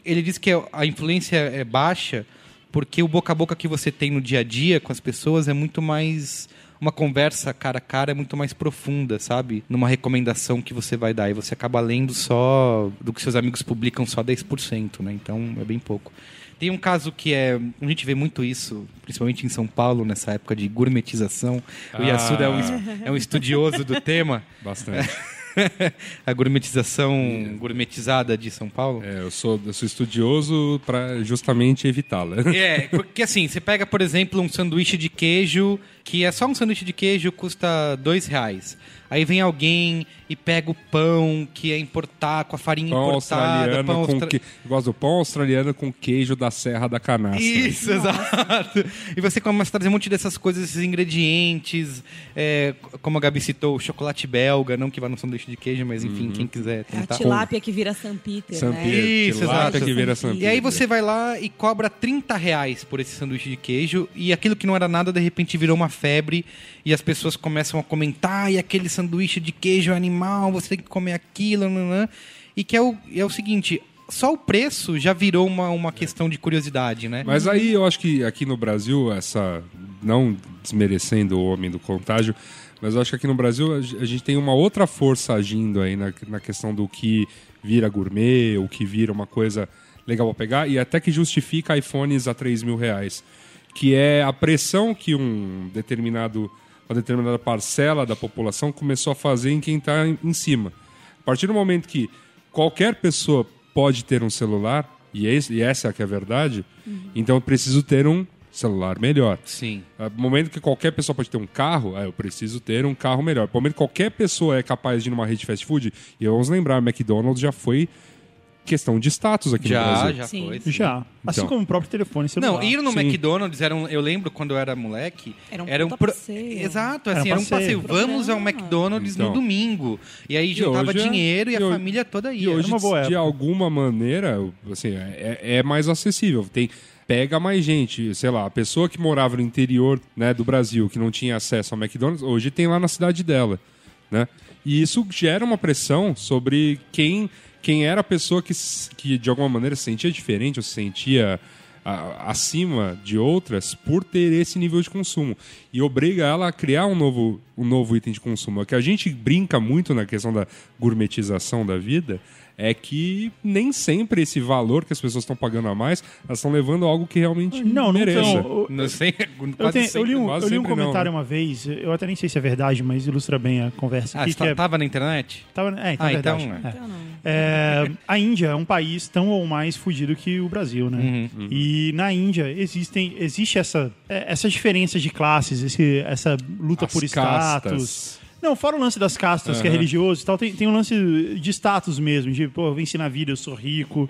[SPEAKER 1] Ele diz que a influência é baixa porque o boca a boca que você tem no dia a dia com as pessoas é muito mais uma conversa cara a cara é muito mais profunda, sabe? Numa recomendação que você vai dar. E você acaba lendo só do que seus amigos publicam, só 10%, né? Então é bem pouco. Tem um caso que é. A gente vê muito isso, principalmente em São Paulo, nessa época de gourmetização. O
[SPEAKER 2] Ah.
[SPEAKER 1] Yasuda é um, es- é um estudioso do tema.
[SPEAKER 2] Bastante.
[SPEAKER 1] a gourmetização gourmetizada de São Paulo.
[SPEAKER 2] É, eu, sou, eu sou estudioso para justamente evitá-la.
[SPEAKER 1] É, porque assim, você pega, por exemplo, um sanduíche de queijo, que é só um sanduíche de queijo, custa dois reais. Aí vem alguém e pega o pão que é importar, com a farinha
[SPEAKER 2] Pão
[SPEAKER 1] importada,
[SPEAKER 2] australiano com
[SPEAKER 1] austra-
[SPEAKER 2] que... Eu gosto do pão australiano com queijo da Serra da Canastra.
[SPEAKER 1] Isso, exato. E você começa a trazer um monte dessas coisas, esses ingredientes, é, como a Gabi citou, o chocolate belga, não que vá no sanduíche de queijo, mas
[SPEAKER 2] Uhum.
[SPEAKER 1] enfim, quem quiser
[SPEAKER 4] É a
[SPEAKER 1] tentar.
[SPEAKER 4] tilápia que vira San Peter,
[SPEAKER 2] San
[SPEAKER 4] né?
[SPEAKER 2] Tá. Peter,
[SPEAKER 1] Isso,
[SPEAKER 2] tilápia
[SPEAKER 1] exato.
[SPEAKER 2] que vira San
[SPEAKER 1] E aí
[SPEAKER 2] Peter.
[SPEAKER 1] você vai lá e cobra 30 reais por esse sanduíche de queijo e aquilo que não era nada de repente virou uma febre e as pessoas começam a comentar e aquele sanduíche de queijo é animal, você tem que comer aquilo, nanã. e que é o, é o seguinte, só o preço já virou uma, uma questão de curiosidade, né?
[SPEAKER 2] Mas aí eu acho que aqui no Brasil, essa. Não desmerecendo o homem do contágio, mas eu acho que aqui no Brasil a ge- a gente tem uma outra força agindo aí na, na questão do que vira gourmet, o que vira uma coisa legal pra pegar, e até que justifica iPhones a 3 mil reais. Que é a pressão que um determinado, uma determinada parcela da população começou a fazer em quem está em cima. A partir do momento que qualquer pessoa pode ter um celular, e, esse- e essa é que é a verdade, então eu preciso ter um celular melhor.
[SPEAKER 1] Sim.
[SPEAKER 2] Ah, No momento que qualquer pessoa pode ter um carro, ah, eu preciso ter um carro melhor. No momento que qualquer pessoa é capaz de ir numa rede fast food, e vamos lembrar, McDonald's já foi questão de status aqui no
[SPEAKER 1] Já,
[SPEAKER 2] Brasil.
[SPEAKER 1] já
[SPEAKER 4] Sim.
[SPEAKER 1] foi. sim.
[SPEAKER 3] Já. Assim
[SPEAKER 2] Então.
[SPEAKER 3] como o próprio telefone celular.
[SPEAKER 1] Não, ir no
[SPEAKER 2] Sim.
[SPEAKER 1] McDonald's era um, eu lembro quando eu era moleque,
[SPEAKER 4] Era um puta
[SPEAKER 1] pro-
[SPEAKER 4] passeio.
[SPEAKER 1] Exato,
[SPEAKER 3] Era
[SPEAKER 1] assim, era um passeio.
[SPEAKER 3] passeio.
[SPEAKER 1] Vamos ao McDonald's
[SPEAKER 2] Então.
[SPEAKER 1] no domingo. E aí juntava
[SPEAKER 2] hoje é-
[SPEAKER 1] dinheiro e,
[SPEAKER 2] e
[SPEAKER 1] a
[SPEAKER 2] hoje-
[SPEAKER 1] família toda ia.
[SPEAKER 2] E hoje,
[SPEAKER 3] uma boa
[SPEAKER 2] de
[SPEAKER 3] época.
[SPEAKER 2] alguma maneira, assim, é, é mais acessível. Tem, pega mais gente. Sei lá, a pessoa que morava no interior né, do Brasil, que não tinha acesso ao McDonald's, hoje tem lá na cidade dela. Né? E isso gera uma pressão sobre quem, quem era a pessoa que, s- que, de alguma maneira, se sentia diferente ou se sentia a- acima de outras por ter esse nível de consumo e obriga ela a criar um novo, um novo item de consumo. O que a gente brinca muito na questão da gourmetização da vida é que nem sempre esse valor que as pessoas estão pagando a mais, elas estão levando algo que realmente
[SPEAKER 3] Não, não
[SPEAKER 2] merece.
[SPEAKER 3] são.
[SPEAKER 1] Não sei,
[SPEAKER 3] Eu,
[SPEAKER 1] quase
[SPEAKER 3] tenho- eu
[SPEAKER 1] sempre.
[SPEAKER 3] li um,
[SPEAKER 2] quase
[SPEAKER 3] eu li um
[SPEAKER 2] sempre não,
[SPEAKER 3] comentário
[SPEAKER 2] né?
[SPEAKER 3] uma vez, eu até nem sei se é verdade, mas ilustra bem a conversa
[SPEAKER 1] Ah,
[SPEAKER 3] aqui.
[SPEAKER 1] você
[SPEAKER 3] Que é,
[SPEAKER 1] tava na internet?
[SPEAKER 3] tava- é, então
[SPEAKER 1] Ah,
[SPEAKER 3] é verdade.
[SPEAKER 1] então, é.
[SPEAKER 3] É. É, a Índia é um país tão ou mais fudido que o Brasil, né? E na Índia existem, existe essa, é, essa diferença de classes, esse- essa luta
[SPEAKER 2] As
[SPEAKER 3] por
[SPEAKER 2] castas.
[SPEAKER 3] status. Não, fora o lance das castas, que é
[SPEAKER 2] Aham.
[SPEAKER 3] religioso e tal, tem, tem um lance de status mesmo, de, pô, eu venci na vida, eu sou rico,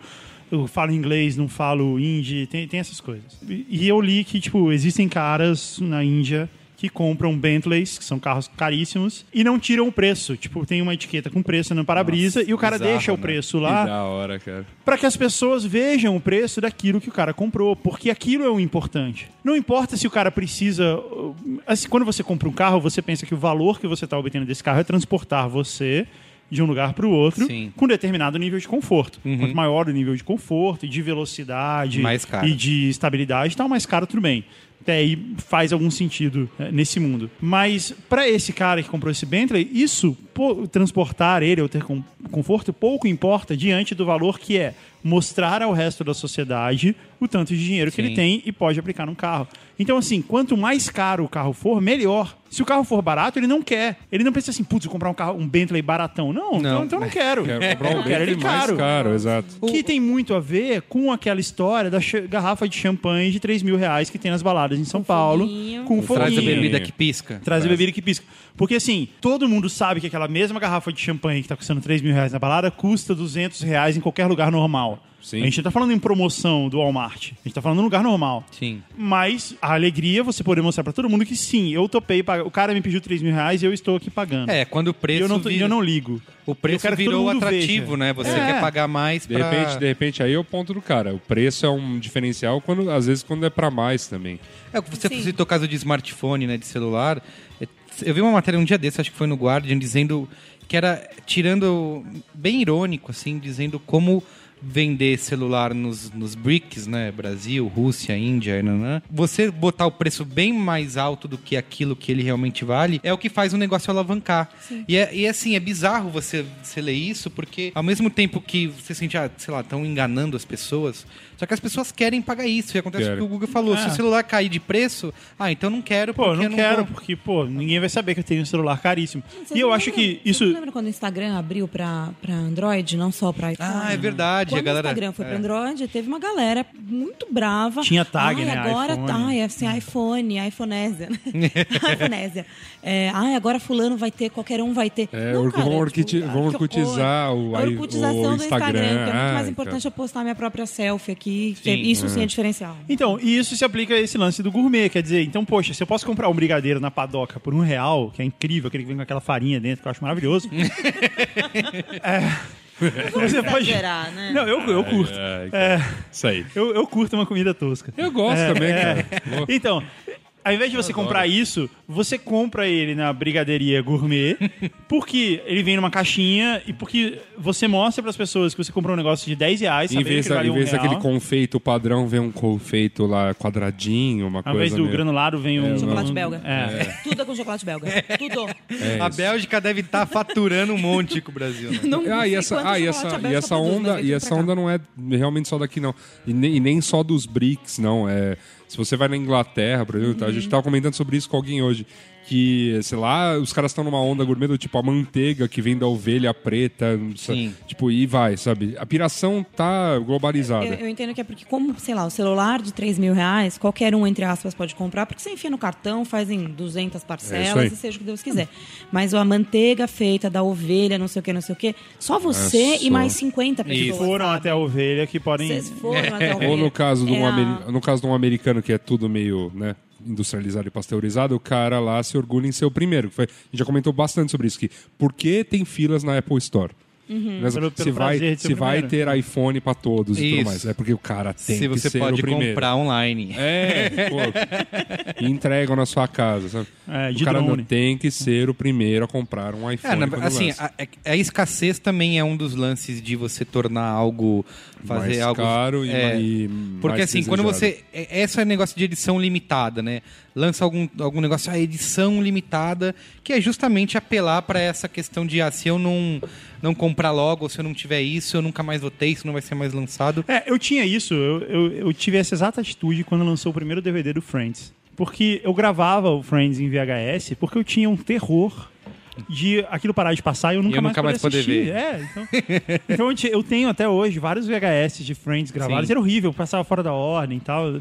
[SPEAKER 3] eu falo inglês, não falo hindi, tem, tem essas coisas. E, e eu li que, tipo, existem caras na Índia que compram Bentleys, que são carros caríssimos, e não tiram o preço. Tipo, tem uma etiqueta com preço no para-brisa e o cara
[SPEAKER 2] Bizarro,
[SPEAKER 3] deixa o
[SPEAKER 2] né?
[SPEAKER 3] preço
[SPEAKER 2] Que
[SPEAKER 3] lá
[SPEAKER 2] da hora, cara.
[SPEAKER 3] para que as pessoas vejam o preço daquilo que o cara comprou, porque aquilo é o importante. Não importa se o cara precisa. uh, assim, quando você compra um carro, você pensa que o valor que você está obtendo desse carro é transportar você de um lugar para o outro
[SPEAKER 1] Sim. Uhum.
[SPEAKER 3] com determinado nível de conforto. Quanto maior o nível de conforto e de velocidade
[SPEAKER 1] Mais caro.
[SPEAKER 3] e de estabilidade, tal, mais caro tudo bem. Até aí faz algum sentido eh, nesse mundo. Mas para esse cara que comprou esse Bentley, isso, pô, transportar ele ou ter com- conforto, pouco importa diante do valor que é mostrar ao resto da sociedade o tanto de dinheiro que
[SPEAKER 1] Sim.
[SPEAKER 3] ele tem e pode aplicar num carro. Então, assim, quanto mais caro o carro for, melhor. Se o carro for barato, ele não quer. Ele não pensa assim, putz, vou comprar um carro, um Bentley baratão. Não, então, então não quero.
[SPEAKER 2] Quero comprar um
[SPEAKER 3] não quero
[SPEAKER 2] bem
[SPEAKER 3] ele
[SPEAKER 2] mais
[SPEAKER 3] é caro.
[SPEAKER 2] caro, exato.
[SPEAKER 3] Que tem muito a ver com aquela história da cha- garrafa de champanhe de 3 mil reais que tem nas baladas bares em São Paulo
[SPEAKER 4] foguinho.
[SPEAKER 3] com um
[SPEAKER 1] Traz a
[SPEAKER 3] foguinho.
[SPEAKER 1] bebida que pisca.
[SPEAKER 3] Traz a bebida que pisca. Porque assim, todo mundo sabe que aquela mesma garrafa de champanhe que tá custando 3 mil reais na balada custa 200 reais em qualquer lugar normal.
[SPEAKER 2] Sim.
[SPEAKER 3] A gente não tá falando em promoção do Walmart. A gente tá falando em lugar normal.
[SPEAKER 1] Sim.
[SPEAKER 3] Mas a alegria é você poder mostrar pra todo mundo que sim, eu topei pagar. O cara me pediu 3 mil reais e eu estou aqui pagando.
[SPEAKER 1] É, quando o
[SPEAKER 3] E
[SPEAKER 1] preço
[SPEAKER 3] eu não, tô- e
[SPEAKER 1] vira-
[SPEAKER 3] eu não ligo.
[SPEAKER 1] o
[SPEAKER 3] eu
[SPEAKER 1] preço
[SPEAKER 3] quero que todo
[SPEAKER 1] virou
[SPEAKER 3] mundo
[SPEAKER 1] atrativo,
[SPEAKER 3] veja.
[SPEAKER 1] né? Você
[SPEAKER 3] É.
[SPEAKER 1] quer pagar mais
[SPEAKER 2] De
[SPEAKER 1] pra...
[SPEAKER 2] repente, de repente, aí é o ponto do cara. O preço é um diferencial, quando, às vezes, quando é pra mais também.
[SPEAKER 1] É, você
[SPEAKER 4] Sim.
[SPEAKER 1] citou o caso de smartphone, né, de celular. É, Eu vi uma matéria um dia desse, acho que foi no Guardian, dizendo que era tirando bem irônico assim, dizendo como vender celular nos, nos BRICS, né, Brasil, Rússia, Índia, nanã. Você botar o preço bem mais alto do que aquilo que ele realmente vale é o que faz o negócio alavancar. E, é, e assim, é bizarro você, você ler isso, porque ao mesmo tempo que você sente, ah, sei lá, estão enganando as pessoas, só que as pessoas querem pagar isso. E acontece
[SPEAKER 2] Querem.
[SPEAKER 1] o que o Google falou,
[SPEAKER 2] Ah.
[SPEAKER 1] se o
[SPEAKER 3] É.
[SPEAKER 1] celular cair de preço, ah, então não quero,
[SPEAKER 3] Pô, eu
[SPEAKER 1] porque
[SPEAKER 3] não quero,
[SPEAKER 1] vou-
[SPEAKER 3] porque, pô, ninguém vai saber que eu tenho um celular caríssimo.
[SPEAKER 4] Vocês
[SPEAKER 3] E eu
[SPEAKER 4] não
[SPEAKER 3] acho
[SPEAKER 4] lembram-
[SPEAKER 3] que
[SPEAKER 4] vocês
[SPEAKER 3] isso.
[SPEAKER 4] não lembram quando o Instagram abriu pra, pra Android, não só pra iPhone?
[SPEAKER 1] Ah, é verdade,
[SPEAKER 4] Quando
[SPEAKER 1] a galera-
[SPEAKER 4] o Instagram foi
[SPEAKER 1] é.
[SPEAKER 4] pra Android, teve uma galera muito brava.
[SPEAKER 3] Tinha tag,
[SPEAKER 4] Ai,
[SPEAKER 3] né?
[SPEAKER 4] agora,
[SPEAKER 3] iPhone.
[SPEAKER 4] Ai, assim, iPhone, iPhonésia. né? iPhonésia. É, ai, agora fulano vai ter, qualquer um vai ter.
[SPEAKER 2] É,
[SPEAKER 4] não,
[SPEAKER 2] orgu-
[SPEAKER 4] cara,
[SPEAKER 2] vão orquiti-
[SPEAKER 4] ah,
[SPEAKER 2] vão
[SPEAKER 4] que
[SPEAKER 2] orcutizar
[SPEAKER 4] horror.
[SPEAKER 2] o
[SPEAKER 4] A
[SPEAKER 2] i-
[SPEAKER 4] orcutização
[SPEAKER 2] o
[SPEAKER 4] do Instagram, que é muito
[SPEAKER 2] Instagram.
[SPEAKER 4] mais
[SPEAKER 2] Ah,
[SPEAKER 4] importante
[SPEAKER 2] então.
[SPEAKER 4] eu postar minha própria selfie aqui. que
[SPEAKER 1] Sim.
[SPEAKER 4] isso sim é diferencial.
[SPEAKER 3] Então, e isso se aplica a esse lance do gourmet, quer dizer, então, poxa, se eu posso comprar um brigadeiro na padoca por um real, que é incrível, aquele que vem com aquela farinha dentro, que eu acho maravilhoso. é, você pode...
[SPEAKER 4] exagerar, né?
[SPEAKER 3] Não, eu, eu curto.
[SPEAKER 2] Ai,
[SPEAKER 3] É,
[SPEAKER 2] Isso aí.
[SPEAKER 3] eu, eu curto uma comida tosca.
[SPEAKER 2] Eu gosto também, cara. Vou-
[SPEAKER 3] Então, ao invés de você comprar isso, você compra ele na brigadeiria gourmet, porque ele vem numa caixinha e porque você mostra para as pessoas que você comprou um negócio de 10 reais,
[SPEAKER 2] Em
[SPEAKER 3] sabendo
[SPEAKER 2] vez,
[SPEAKER 3] que ele
[SPEAKER 2] da-
[SPEAKER 3] vale
[SPEAKER 2] em
[SPEAKER 3] um
[SPEAKER 2] vez
[SPEAKER 3] real.
[SPEAKER 2] daquele confeito padrão, vem um confeito lá quadradinho, uma
[SPEAKER 3] Ao
[SPEAKER 2] coisa.
[SPEAKER 3] invés do
[SPEAKER 2] meio-
[SPEAKER 3] granulado vem um...
[SPEAKER 4] Chocolate
[SPEAKER 3] um-
[SPEAKER 4] belga.
[SPEAKER 3] É.
[SPEAKER 4] Tudo é com chocolate belga. Tudo.
[SPEAKER 2] É
[SPEAKER 1] a
[SPEAKER 2] isso.
[SPEAKER 1] Bélgica deve estar faturando um monte com o Brasil. né?
[SPEAKER 4] Não,
[SPEAKER 2] Ah,
[SPEAKER 4] sei
[SPEAKER 2] e essa,
[SPEAKER 4] quanto
[SPEAKER 2] ah, e
[SPEAKER 4] chocolate
[SPEAKER 2] essa,
[SPEAKER 4] aberto
[SPEAKER 2] e essa
[SPEAKER 4] só produz, mas
[SPEAKER 2] onda,
[SPEAKER 4] vem
[SPEAKER 2] e
[SPEAKER 4] tudo
[SPEAKER 2] essa
[SPEAKER 4] pra cá.
[SPEAKER 2] onda não é realmente só daqui, não. E nem, e nem só dos BRICS, não. É, se você vai na Inglaterra, por exemplo, tá, a
[SPEAKER 4] Uhum.
[SPEAKER 2] gente estava comentando sobre isso com alguém hoje. Que, sei lá, os caras estão numa onda gourmet do tipo a manteiga que vem da ovelha preta, sa-
[SPEAKER 1] Sim.
[SPEAKER 2] tipo, e vai, sabe? A piração tá globalizada.
[SPEAKER 4] Eu, eu entendo que é porque, como, sei lá, o celular de 3 mil reais, qualquer um, entre aspas, pode comprar, porque você enfia no cartão, faz em 200
[SPEAKER 2] É isso aí.
[SPEAKER 4] parcelas, e seja o que Deus quiser. Mas a manteiga feita da ovelha, não sei o que, não sei o que, só você
[SPEAKER 2] É só.
[SPEAKER 4] e mais 50
[SPEAKER 3] Que
[SPEAKER 4] pessoas.
[SPEAKER 3] foram até a ovelha que podem...
[SPEAKER 4] Vocês
[SPEAKER 3] É.
[SPEAKER 4] foram até a ovelha.
[SPEAKER 2] Ou no caso, de um
[SPEAKER 4] É a-
[SPEAKER 2] ameri- no caso de um americano que é tudo meio, né? industrializado e pasteurizado, o cara lá se orgulha em ser o primeiro. que foi- a gente já comentou bastante sobre isso, que por que tem filas na Apple Store?
[SPEAKER 4] Uhum.
[SPEAKER 2] Né,
[SPEAKER 3] Pelo- pelo
[SPEAKER 2] se vai,
[SPEAKER 3] prazer de ser
[SPEAKER 2] se
[SPEAKER 3] o
[SPEAKER 2] vai
[SPEAKER 3] primeiro.
[SPEAKER 2] ter iPhone pra todos e tudo
[SPEAKER 1] Isso.
[SPEAKER 2] mais. É porque o cara tem
[SPEAKER 1] Se
[SPEAKER 2] que
[SPEAKER 1] você
[SPEAKER 2] ser
[SPEAKER 1] pode
[SPEAKER 2] o primeiro.
[SPEAKER 1] comprar online.
[SPEAKER 2] É, pô. E entregam na sua casa, sabe?
[SPEAKER 3] É,
[SPEAKER 2] o
[SPEAKER 3] de
[SPEAKER 2] cara não
[SPEAKER 3] drone.
[SPEAKER 2] tem que ser o primeiro a comprar um iPhone.
[SPEAKER 1] É, na-
[SPEAKER 2] quando
[SPEAKER 1] assim,
[SPEAKER 2] lança.
[SPEAKER 1] a, a- a escassez também é um dos lances de você tornar algo fazer
[SPEAKER 2] mais
[SPEAKER 1] algo
[SPEAKER 2] caro e,
[SPEAKER 1] é,
[SPEAKER 2] e
[SPEAKER 1] porque
[SPEAKER 2] mais
[SPEAKER 1] assim, quando
[SPEAKER 2] desejado.
[SPEAKER 1] você é- essa é negócio de edição limitada, né? Lança algum algum negócio a edição limitada, que é justamente apelar para essa questão de ah, se eu não não comprar logo, ou se eu não tiver isso, eu nunca mais vou ter, isso não vai ser mais lançado.
[SPEAKER 3] É, eu tinha isso, eu, eu, eu tive essa exata atitude quando lançou o primeiro DVD do Friends. Porque eu gravava o Friends em VHS porque eu tinha um terror de aquilo parar de passar e eu nunca,
[SPEAKER 1] eu
[SPEAKER 3] mais,
[SPEAKER 1] nunca
[SPEAKER 3] poder
[SPEAKER 1] mais poder
[SPEAKER 3] assistir.
[SPEAKER 1] ver.
[SPEAKER 3] É, então, então eu ti- eu tenho até hoje vários VHS de Friends gravados.
[SPEAKER 1] Sim.
[SPEAKER 3] Era horrível, eu passava fora da ordem e tal.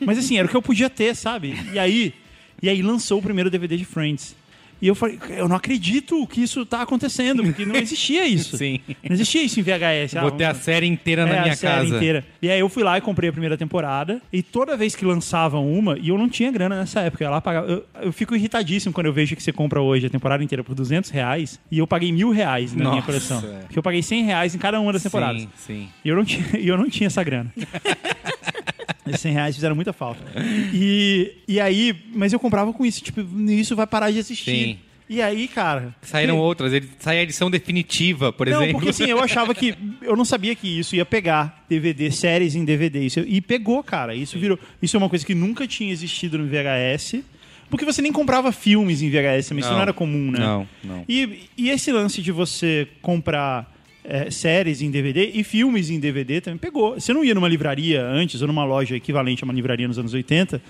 [SPEAKER 3] Mas assim, era o que eu podia ter, sabe? E aí, e aí lançou o primeiro DVD de Friends. E eu falei, eu não acredito que isso tá acontecendo, porque não existia isso.
[SPEAKER 1] Sim.
[SPEAKER 3] Não existia isso em VHS. Ah,
[SPEAKER 1] vou ter a
[SPEAKER 3] vamos-
[SPEAKER 1] série inteira
[SPEAKER 3] é,
[SPEAKER 1] na
[SPEAKER 3] a
[SPEAKER 1] minha
[SPEAKER 3] série
[SPEAKER 1] casa.
[SPEAKER 3] inteira. E aí eu fui lá e comprei a primeira temporada. E toda vez que lançavam uma, e eu não tinha grana nessa época, eu, ia lá pagava, eu, eu fico irritadíssimo quando eu vejo que você compra hoje a temporada inteira por 200 reais e eu paguei mil reais na minha
[SPEAKER 1] Nossa,
[SPEAKER 3] coleção.
[SPEAKER 1] é.
[SPEAKER 3] Porque eu paguei 100 reais em cada uma das temporadas.
[SPEAKER 1] Sim, sim.
[SPEAKER 3] E eu não tinha, e eu não tinha essa grana. Esses 100 reais fizeram muita falta. E, e aí, mas eu comprava com isso, tipo, isso vai parar de existir.
[SPEAKER 1] Sim.
[SPEAKER 3] E aí, cara.
[SPEAKER 1] Saíram outras, ele, sai a edição definitiva, por
[SPEAKER 3] Não,
[SPEAKER 1] exemplo.
[SPEAKER 3] porque assim, eu achava que. Eu não sabia que isso ia pegar DVD, séries em DVD. Isso, e pegou, cara. Isso virou. Isso é uma coisa que nunca tinha existido no VHS. Porque você nem comprava filmes em VHS, mas isso
[SPEAKER 1] Não.
[SPEAKER 3] não era comum, né?
[SPEAKER 1] Não, não.
[SPEAKER 3] E, e esse lance de você comprar é, séries em DVD e filmes em DVD também pegou. Você não ia numa livraria antes, ou numa loja equivalente a uma livraria nos anos 80,
[SPEAKER 1] É.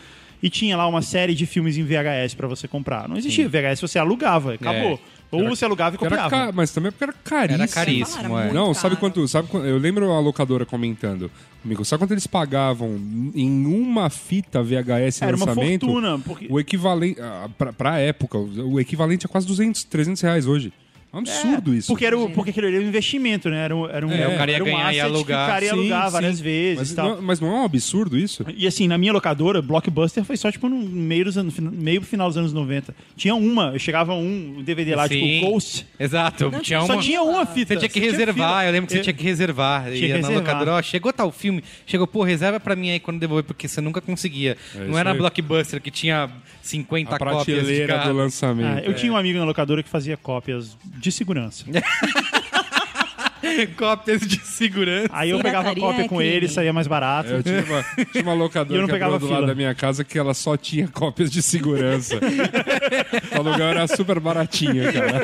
[SPEAKER 3] e tinha lá uma série de filmes em VHS pra você comprar. Não existia VHS, você alugava, acabou. Ou você alugava e
[SPEAKER 2] Porque era
[SPEAKER 3] copiava.
[SPEAKER 2] ca- Mas também porque era caríssimo.
[SPEAKER 1] Era caríssimo,
[SPEAKER 4] Falaram
[SPEAKER 1] é.
[SPEAKER 4] muito.
[SPEAKER 2] Não, sabe
[SPEAKER 4] caro.
[SPEAKER 2] quanto, sabe quan- Eu lembro a locadora comentando comigo, sabe quanto eles pagavam em uma fita VHS
[SPEAKER 3] Era uma
[SPEAKER 2] lançamento?
[SPEAKER 3] fortuna, porque-
[SPEAKER 2] O equivalente. ah, Pra, pra época, o o equivalente a quase 200, 300 reais hoje. É um absurdo isso.
[SPEAKER 3] Porque, era o, porque aquilo ali era um investimento, né? Era um, era um,
[SPEAKER 2] É, o
[SPEAKER 1] cara ia
[SPEAKER 3] era um
[SPEAKER 1] ganhar e
[SPEAKER 3] asset
[SPEAKER 1] alugar.
[SPEAKER 3] Que o cara ia
[SPEAKER 2] Sim,
[SPEAKER 3] alugar
[SPEAKER 2] sim.
[SPEAKER 3] várias vezes
[SPEAKER 2] Mas
[SPEAKER 3] e tal.
[SPEAKER 2] não, mas não é um absurdo isso?
[SPEAKER 3] E assim, na minha locadora, Blockbuster foi só tipo no meio, dos anos, meio pro final dos anos 90. Tinha uma, eu chegava um DVD lá,
[SPEAKER 1] Sim.
[SPEAKER 3] tipo Ghost.
[SPEAKER 1] Exato.
[SPEAKER 4] Não,
[SPEAKER 1] tinha
[SPEAKER 3] Só
[SPEAKER 1] uma...
[SPEAKER 3] tinha uma fita. É.
[SPEAKER 1] Você tinha que
[SPEAKER 3] só
[SPEAKER 1] reservar,
[SPEAKER 3] fila.
[SPEAKER 1] eu lembro que você tinha que reservar.
[SPEAKER 3] Tinha
[SPEAKER 1] e
[SPEAKER 3] que
[SPEAKER 1] ia na
[SPEAKER 3] reservar.
[SPEAKER 1] locadora, ó, chegou tal filme, chegou, pô, reserva pra mim aí quando devolver, porque você nunca conseguia.
[SPEAKER 2] É isso
[SPEAKER 1] Não era
[SPEAKER 2] aí.
[SPEAKER 1] Blockbuster que tinha 50
[SPEAKER 2] A
[SPEAKER 1] cópias de
[SPEAKER 2] prateleira do
[SPEAKER 1] cada.
[SPEAKER 2] lançamento.
[SPEAKER 3] Ah, eu tinha um amigo na locadora que fazia cópias de segurança.
[SPEAKER 1] cópias de segurança.
[SPEAKER 3] Aí eu pegava a
[SPEAKER 4] Pirataria
[SPEAKER 3] cópia
[SPEAKER 4] é
[SPEAKER 3] com
[SPEAKER 4] crime.
[SPEAKER 3] ele, saía mais barato.
[SPEAKER 2] É, Eu tinha uma, tinha uma
[SPEAKER 3] E
[SPEAKER 2] locadora
[SPEAKER 3] eu não
[SPEAKER 2] que abriu
[SPEAKER 3] pegava
[SPEAKER 2] do
[SPEAKER 3] fila.
[SPEAKER 2] lado da minha casa que ela só tinha cópias de segurança. o aluguel era super baratinho, cara.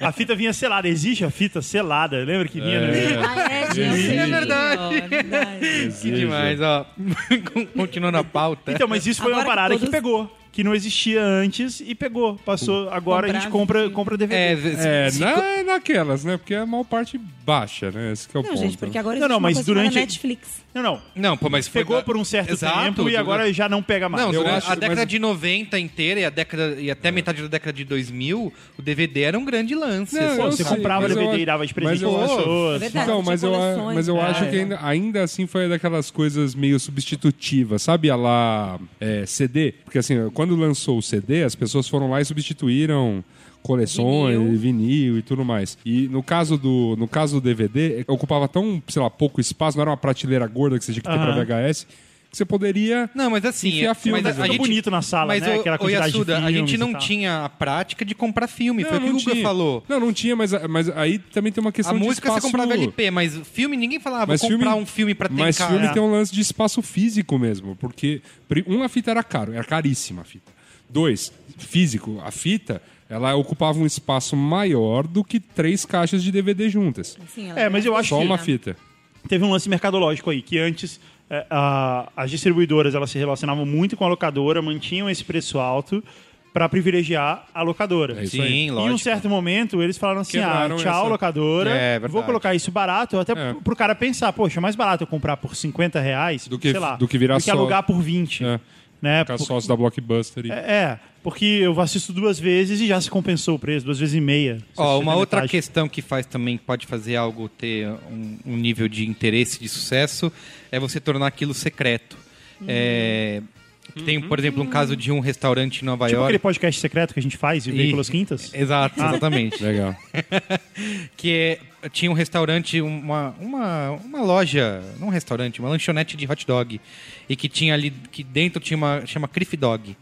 [SPEAKER 3] A fita vinha selada, existe a fita selada, lembra que vinha? né?
[SPEAKER 4] Ah, é, tinha um
[SPEAKER 2] Sim, é
[SPEAKER 4] sininho,
[SPEAKER 1] verdade.
[SPEAKER 4] ó, é verdade.
[SPEAKER 1] Que demais, ó. Continuando a pauta.
[SPEAKER 3] Então, mas isso foi uma
[SPEAKER 4] Agora
[SPEAKER 3] parada
[SPEAKER 4] todos-
[SPEAKER 3] que pegou, que não existia antes e pegou. Passou, agora a gente
[SPEAKER 4] Comprar
[SPEAKER 3] compra,
[SPEAKER 4] vídeo.
[SPEAKER 3] compra DVD.
[SPEAKER 1] é, se- se-
[SPEAKER 2] É, na, naquelas, né? Porque é a maior parte baixa, né? Esse que é o
[SPEAKER 4] Não,
[SPEAKER 2] ponto.
[SPEAKER 4] gente, porque agora
[SPEAKER 3] Não,
[SPEAKER 4] existe
[SPEAKER 3] não,
[SPEAKER 4] uma
[SPEAKER 3] mas
[SPEAKER 4] coisa chamada
[SPEAKER 3] durante-
[SPEAKER 4] Netflix. É
[SPEAKER 3] Não, não.
[SPEAKER 1] Não, pô, mas foi
[SPEAKER 3] Pegou
[SPEAKER 1] da-
[SPEAKER 3] por um certo
[SPEAKER 1] Exato,
[SPEAKER 3] tempo e
[SPEAKER 1] do-
[SPEAKER 3] agora já não pega mais.
[SPEAKER 1] Não,
[SPEAKER 2] Eu
[SPEAKER 1] durante
[SPEAKER 2] acho,
[SPEAKER 1] a década
[SPEAKER 2] mas- É.
[SPEAKER 1] de 90 inteira e a década, e até metade da década de 2000, o DVD era um grande lance.
[SPEAKER 2] Não,
[SPEAKER 1] assim,
[SPEAKER 3] Pô,
[SPEAKER 2] eu
[SPEAKER 3] você
[SPEAKER 2] sei,
[SPEAKER 3] comprava
[SPEAKER 2] mas eu
[SPEAKER 3] DVD e
[SPEAKER 2] acho-
[SPEAKER 3] dava de
[SPEAKER 2] mas
[SPEAKER 3] presente
[SPEAKER 2] eu
[SPEAKER 3] para
[SPEAKER 2] acho-
[SPEAKER 3] pessoas.
[SPEAKER 1] é
[SPEAKER 4] Verdade.
[SPEAKER 2] Então,
[SPEAKER 4] tinha
[SPEAKER 2] mas
[SPEAKER 1] tipo
[SPEAKER 2] eu, a-
[SPEAKER 4] coleções,
[SPEAKER 2] mas eu
[SPEAKER 4] né?
[SPEAKER 2] acho
[SPEAKER 4] É.
[SPEAKER 2] que ainda, ainda assim foi daquelas coisas meio substitutivas, sabe? A lá é, CD. Porque assim, quando lançou o CD, as pessoas foram lá e substituíram coleções, vinil.
[SPEAKER 4] Vinil.
[SPEAKER 2] e tudo mais. E no caso do no caso do DVD, ocupava tão, sei lá, pouco espaço, não era uma prateleira gorda que você tinha que ter
[SPEAKER 3] Aham.
[SPEAKER 2] pra VHS, que você poderia
[SPEAKER 1] Não, mas assim,
[SPEAKER 2] Enfiar filme,
[SPEAKER 1] mas
[SPEAKER 2] né? Fica
[SPEAKER 3] bonito na sala,
[SPEAKER 1] mas
[SPEAKER 3] né?
[SPEAKER 1] o-
[SPEAKER 3] Aquela
[SPEAKER 1] o
[SPEAKER 3] quantidade de
[SPEAKER 1] Yasuda, a
[SPEAKER 3] filmes
[SPEAKER 1] gente
[SPEAKER 3] e
[SPEAKER 1] não
[SPEAKER 3] tal.
[SPEAKER 1] tinha a prática de comprar filme, foi o que o Guga
[SPEAKER 2] tinha.
[SPEAKER 1] falou.
[SPEAKER 2] Não, não tinha, mas, mas aí também tem uma
[SPEAKER 1] A
[SPEAKER 2] questão de
[SPEAKER 1] música você
[SPEAKER 2] espaço...
[SPEAKER 1] comprava LP, mas filme ninguém falava, vou
[SPEAKER 2] Mas filme-
[SPEAKER 1] comprar um filme pra ter em
[SPEAKER 2] Mas
[SPEAKER 1] casa.
[SPEAKER 2] filme
[SPEAKER 3] É.
[SPEAKER 2] tem um lance de espaço físico mesmo, porque pri- um a fita era caro, era caríssima a fita. Dois, físico, a fita, ela ocupava um espaço maior do que três caixas de DVD juntas.
[SPEAKER 4] Assim, ela
[SPEAKER 3] É,
[SPEAKER 4] era
[SPEAKER 3] mas eu acho
[SPEAKER 2] Só
[SPEAKER 3] que-
[SPEAKER 2] uma fita.
[SPEAKER 3] teve um lance mercadológico aí, que antes eh, a- as distribuidoras elas se relacionavam muito com a locadora, mantinham esse preço alto para privilegiar a locadora.
[SPEAKER 2] É isso aí.
[SPEAKER 1] Sim,
[SPEAKER 3] Em um
[SPEAKER 1] lógico.
[SPEAKER 3] certo momento, eles falaram assim: ah,
[SPEAKER 2] Quebraram
[SPEAKER 3] tchau,
[SPEAKER 2] essa-
[SPEAKER 3] locadora,
[SPEAKER 1] É, verdade.
[SPEAKER 3] vou colocar isso barato, até
[SPEAKER 2] É.
[SPEAKER 3] pro cara pensar, poxa, é mais barato eu comprar por 50 reais,
[SPEAKER 2] Do que-
[SPEAKER 3] sei lá,
[SPEAKER 2] do que virar só-
[SPEAKER 3] alugar por 20.
[SPEAKER 2] É.
[SPEAKER 3] Né?
[SPEAKER 2] Ficar
[SPEAKER 3] Por-
[SPEAKER 2] sócio da Blockbuster. E...
[SPEAKER 3] é, é, porque eu assisto duas vezes e já se compensou o preço, duas vezes e meia. Se
[SPEAKER 1] Ó,
[SPEAKER 3] assistir
[SPEAKER 1] uma
[SPEAKER 3] na
[SPEAKER 1] outra
[SPEAKER 3] metade.
[SPEAKER 1] questão que faz também, pode fazer algo ter um, um nível de interesse, de sucesso, é você tornar aquilo secreto.
[SPEAKER 2] Hum.
[SPEAKER 1] É, Tem, por exemplo, um caso de um restaurante em Nova
[SPEAKER 3] Tipo aquele
[SPEAKER 1] York.
[SPEAKER 3] podcast secreto que a gente faz, e Veículos Quintas.
[SPEAKER 1] Exato, exatamente.
[SPEAKER 2] Legal.
[SPEAKER 1] que é- tinha um restaurante, uma, uma, uma loja, não um restaurante, uma lanchonete de hot dog. E que tinha ali, que dentro tinha uma, chama Criff Dog.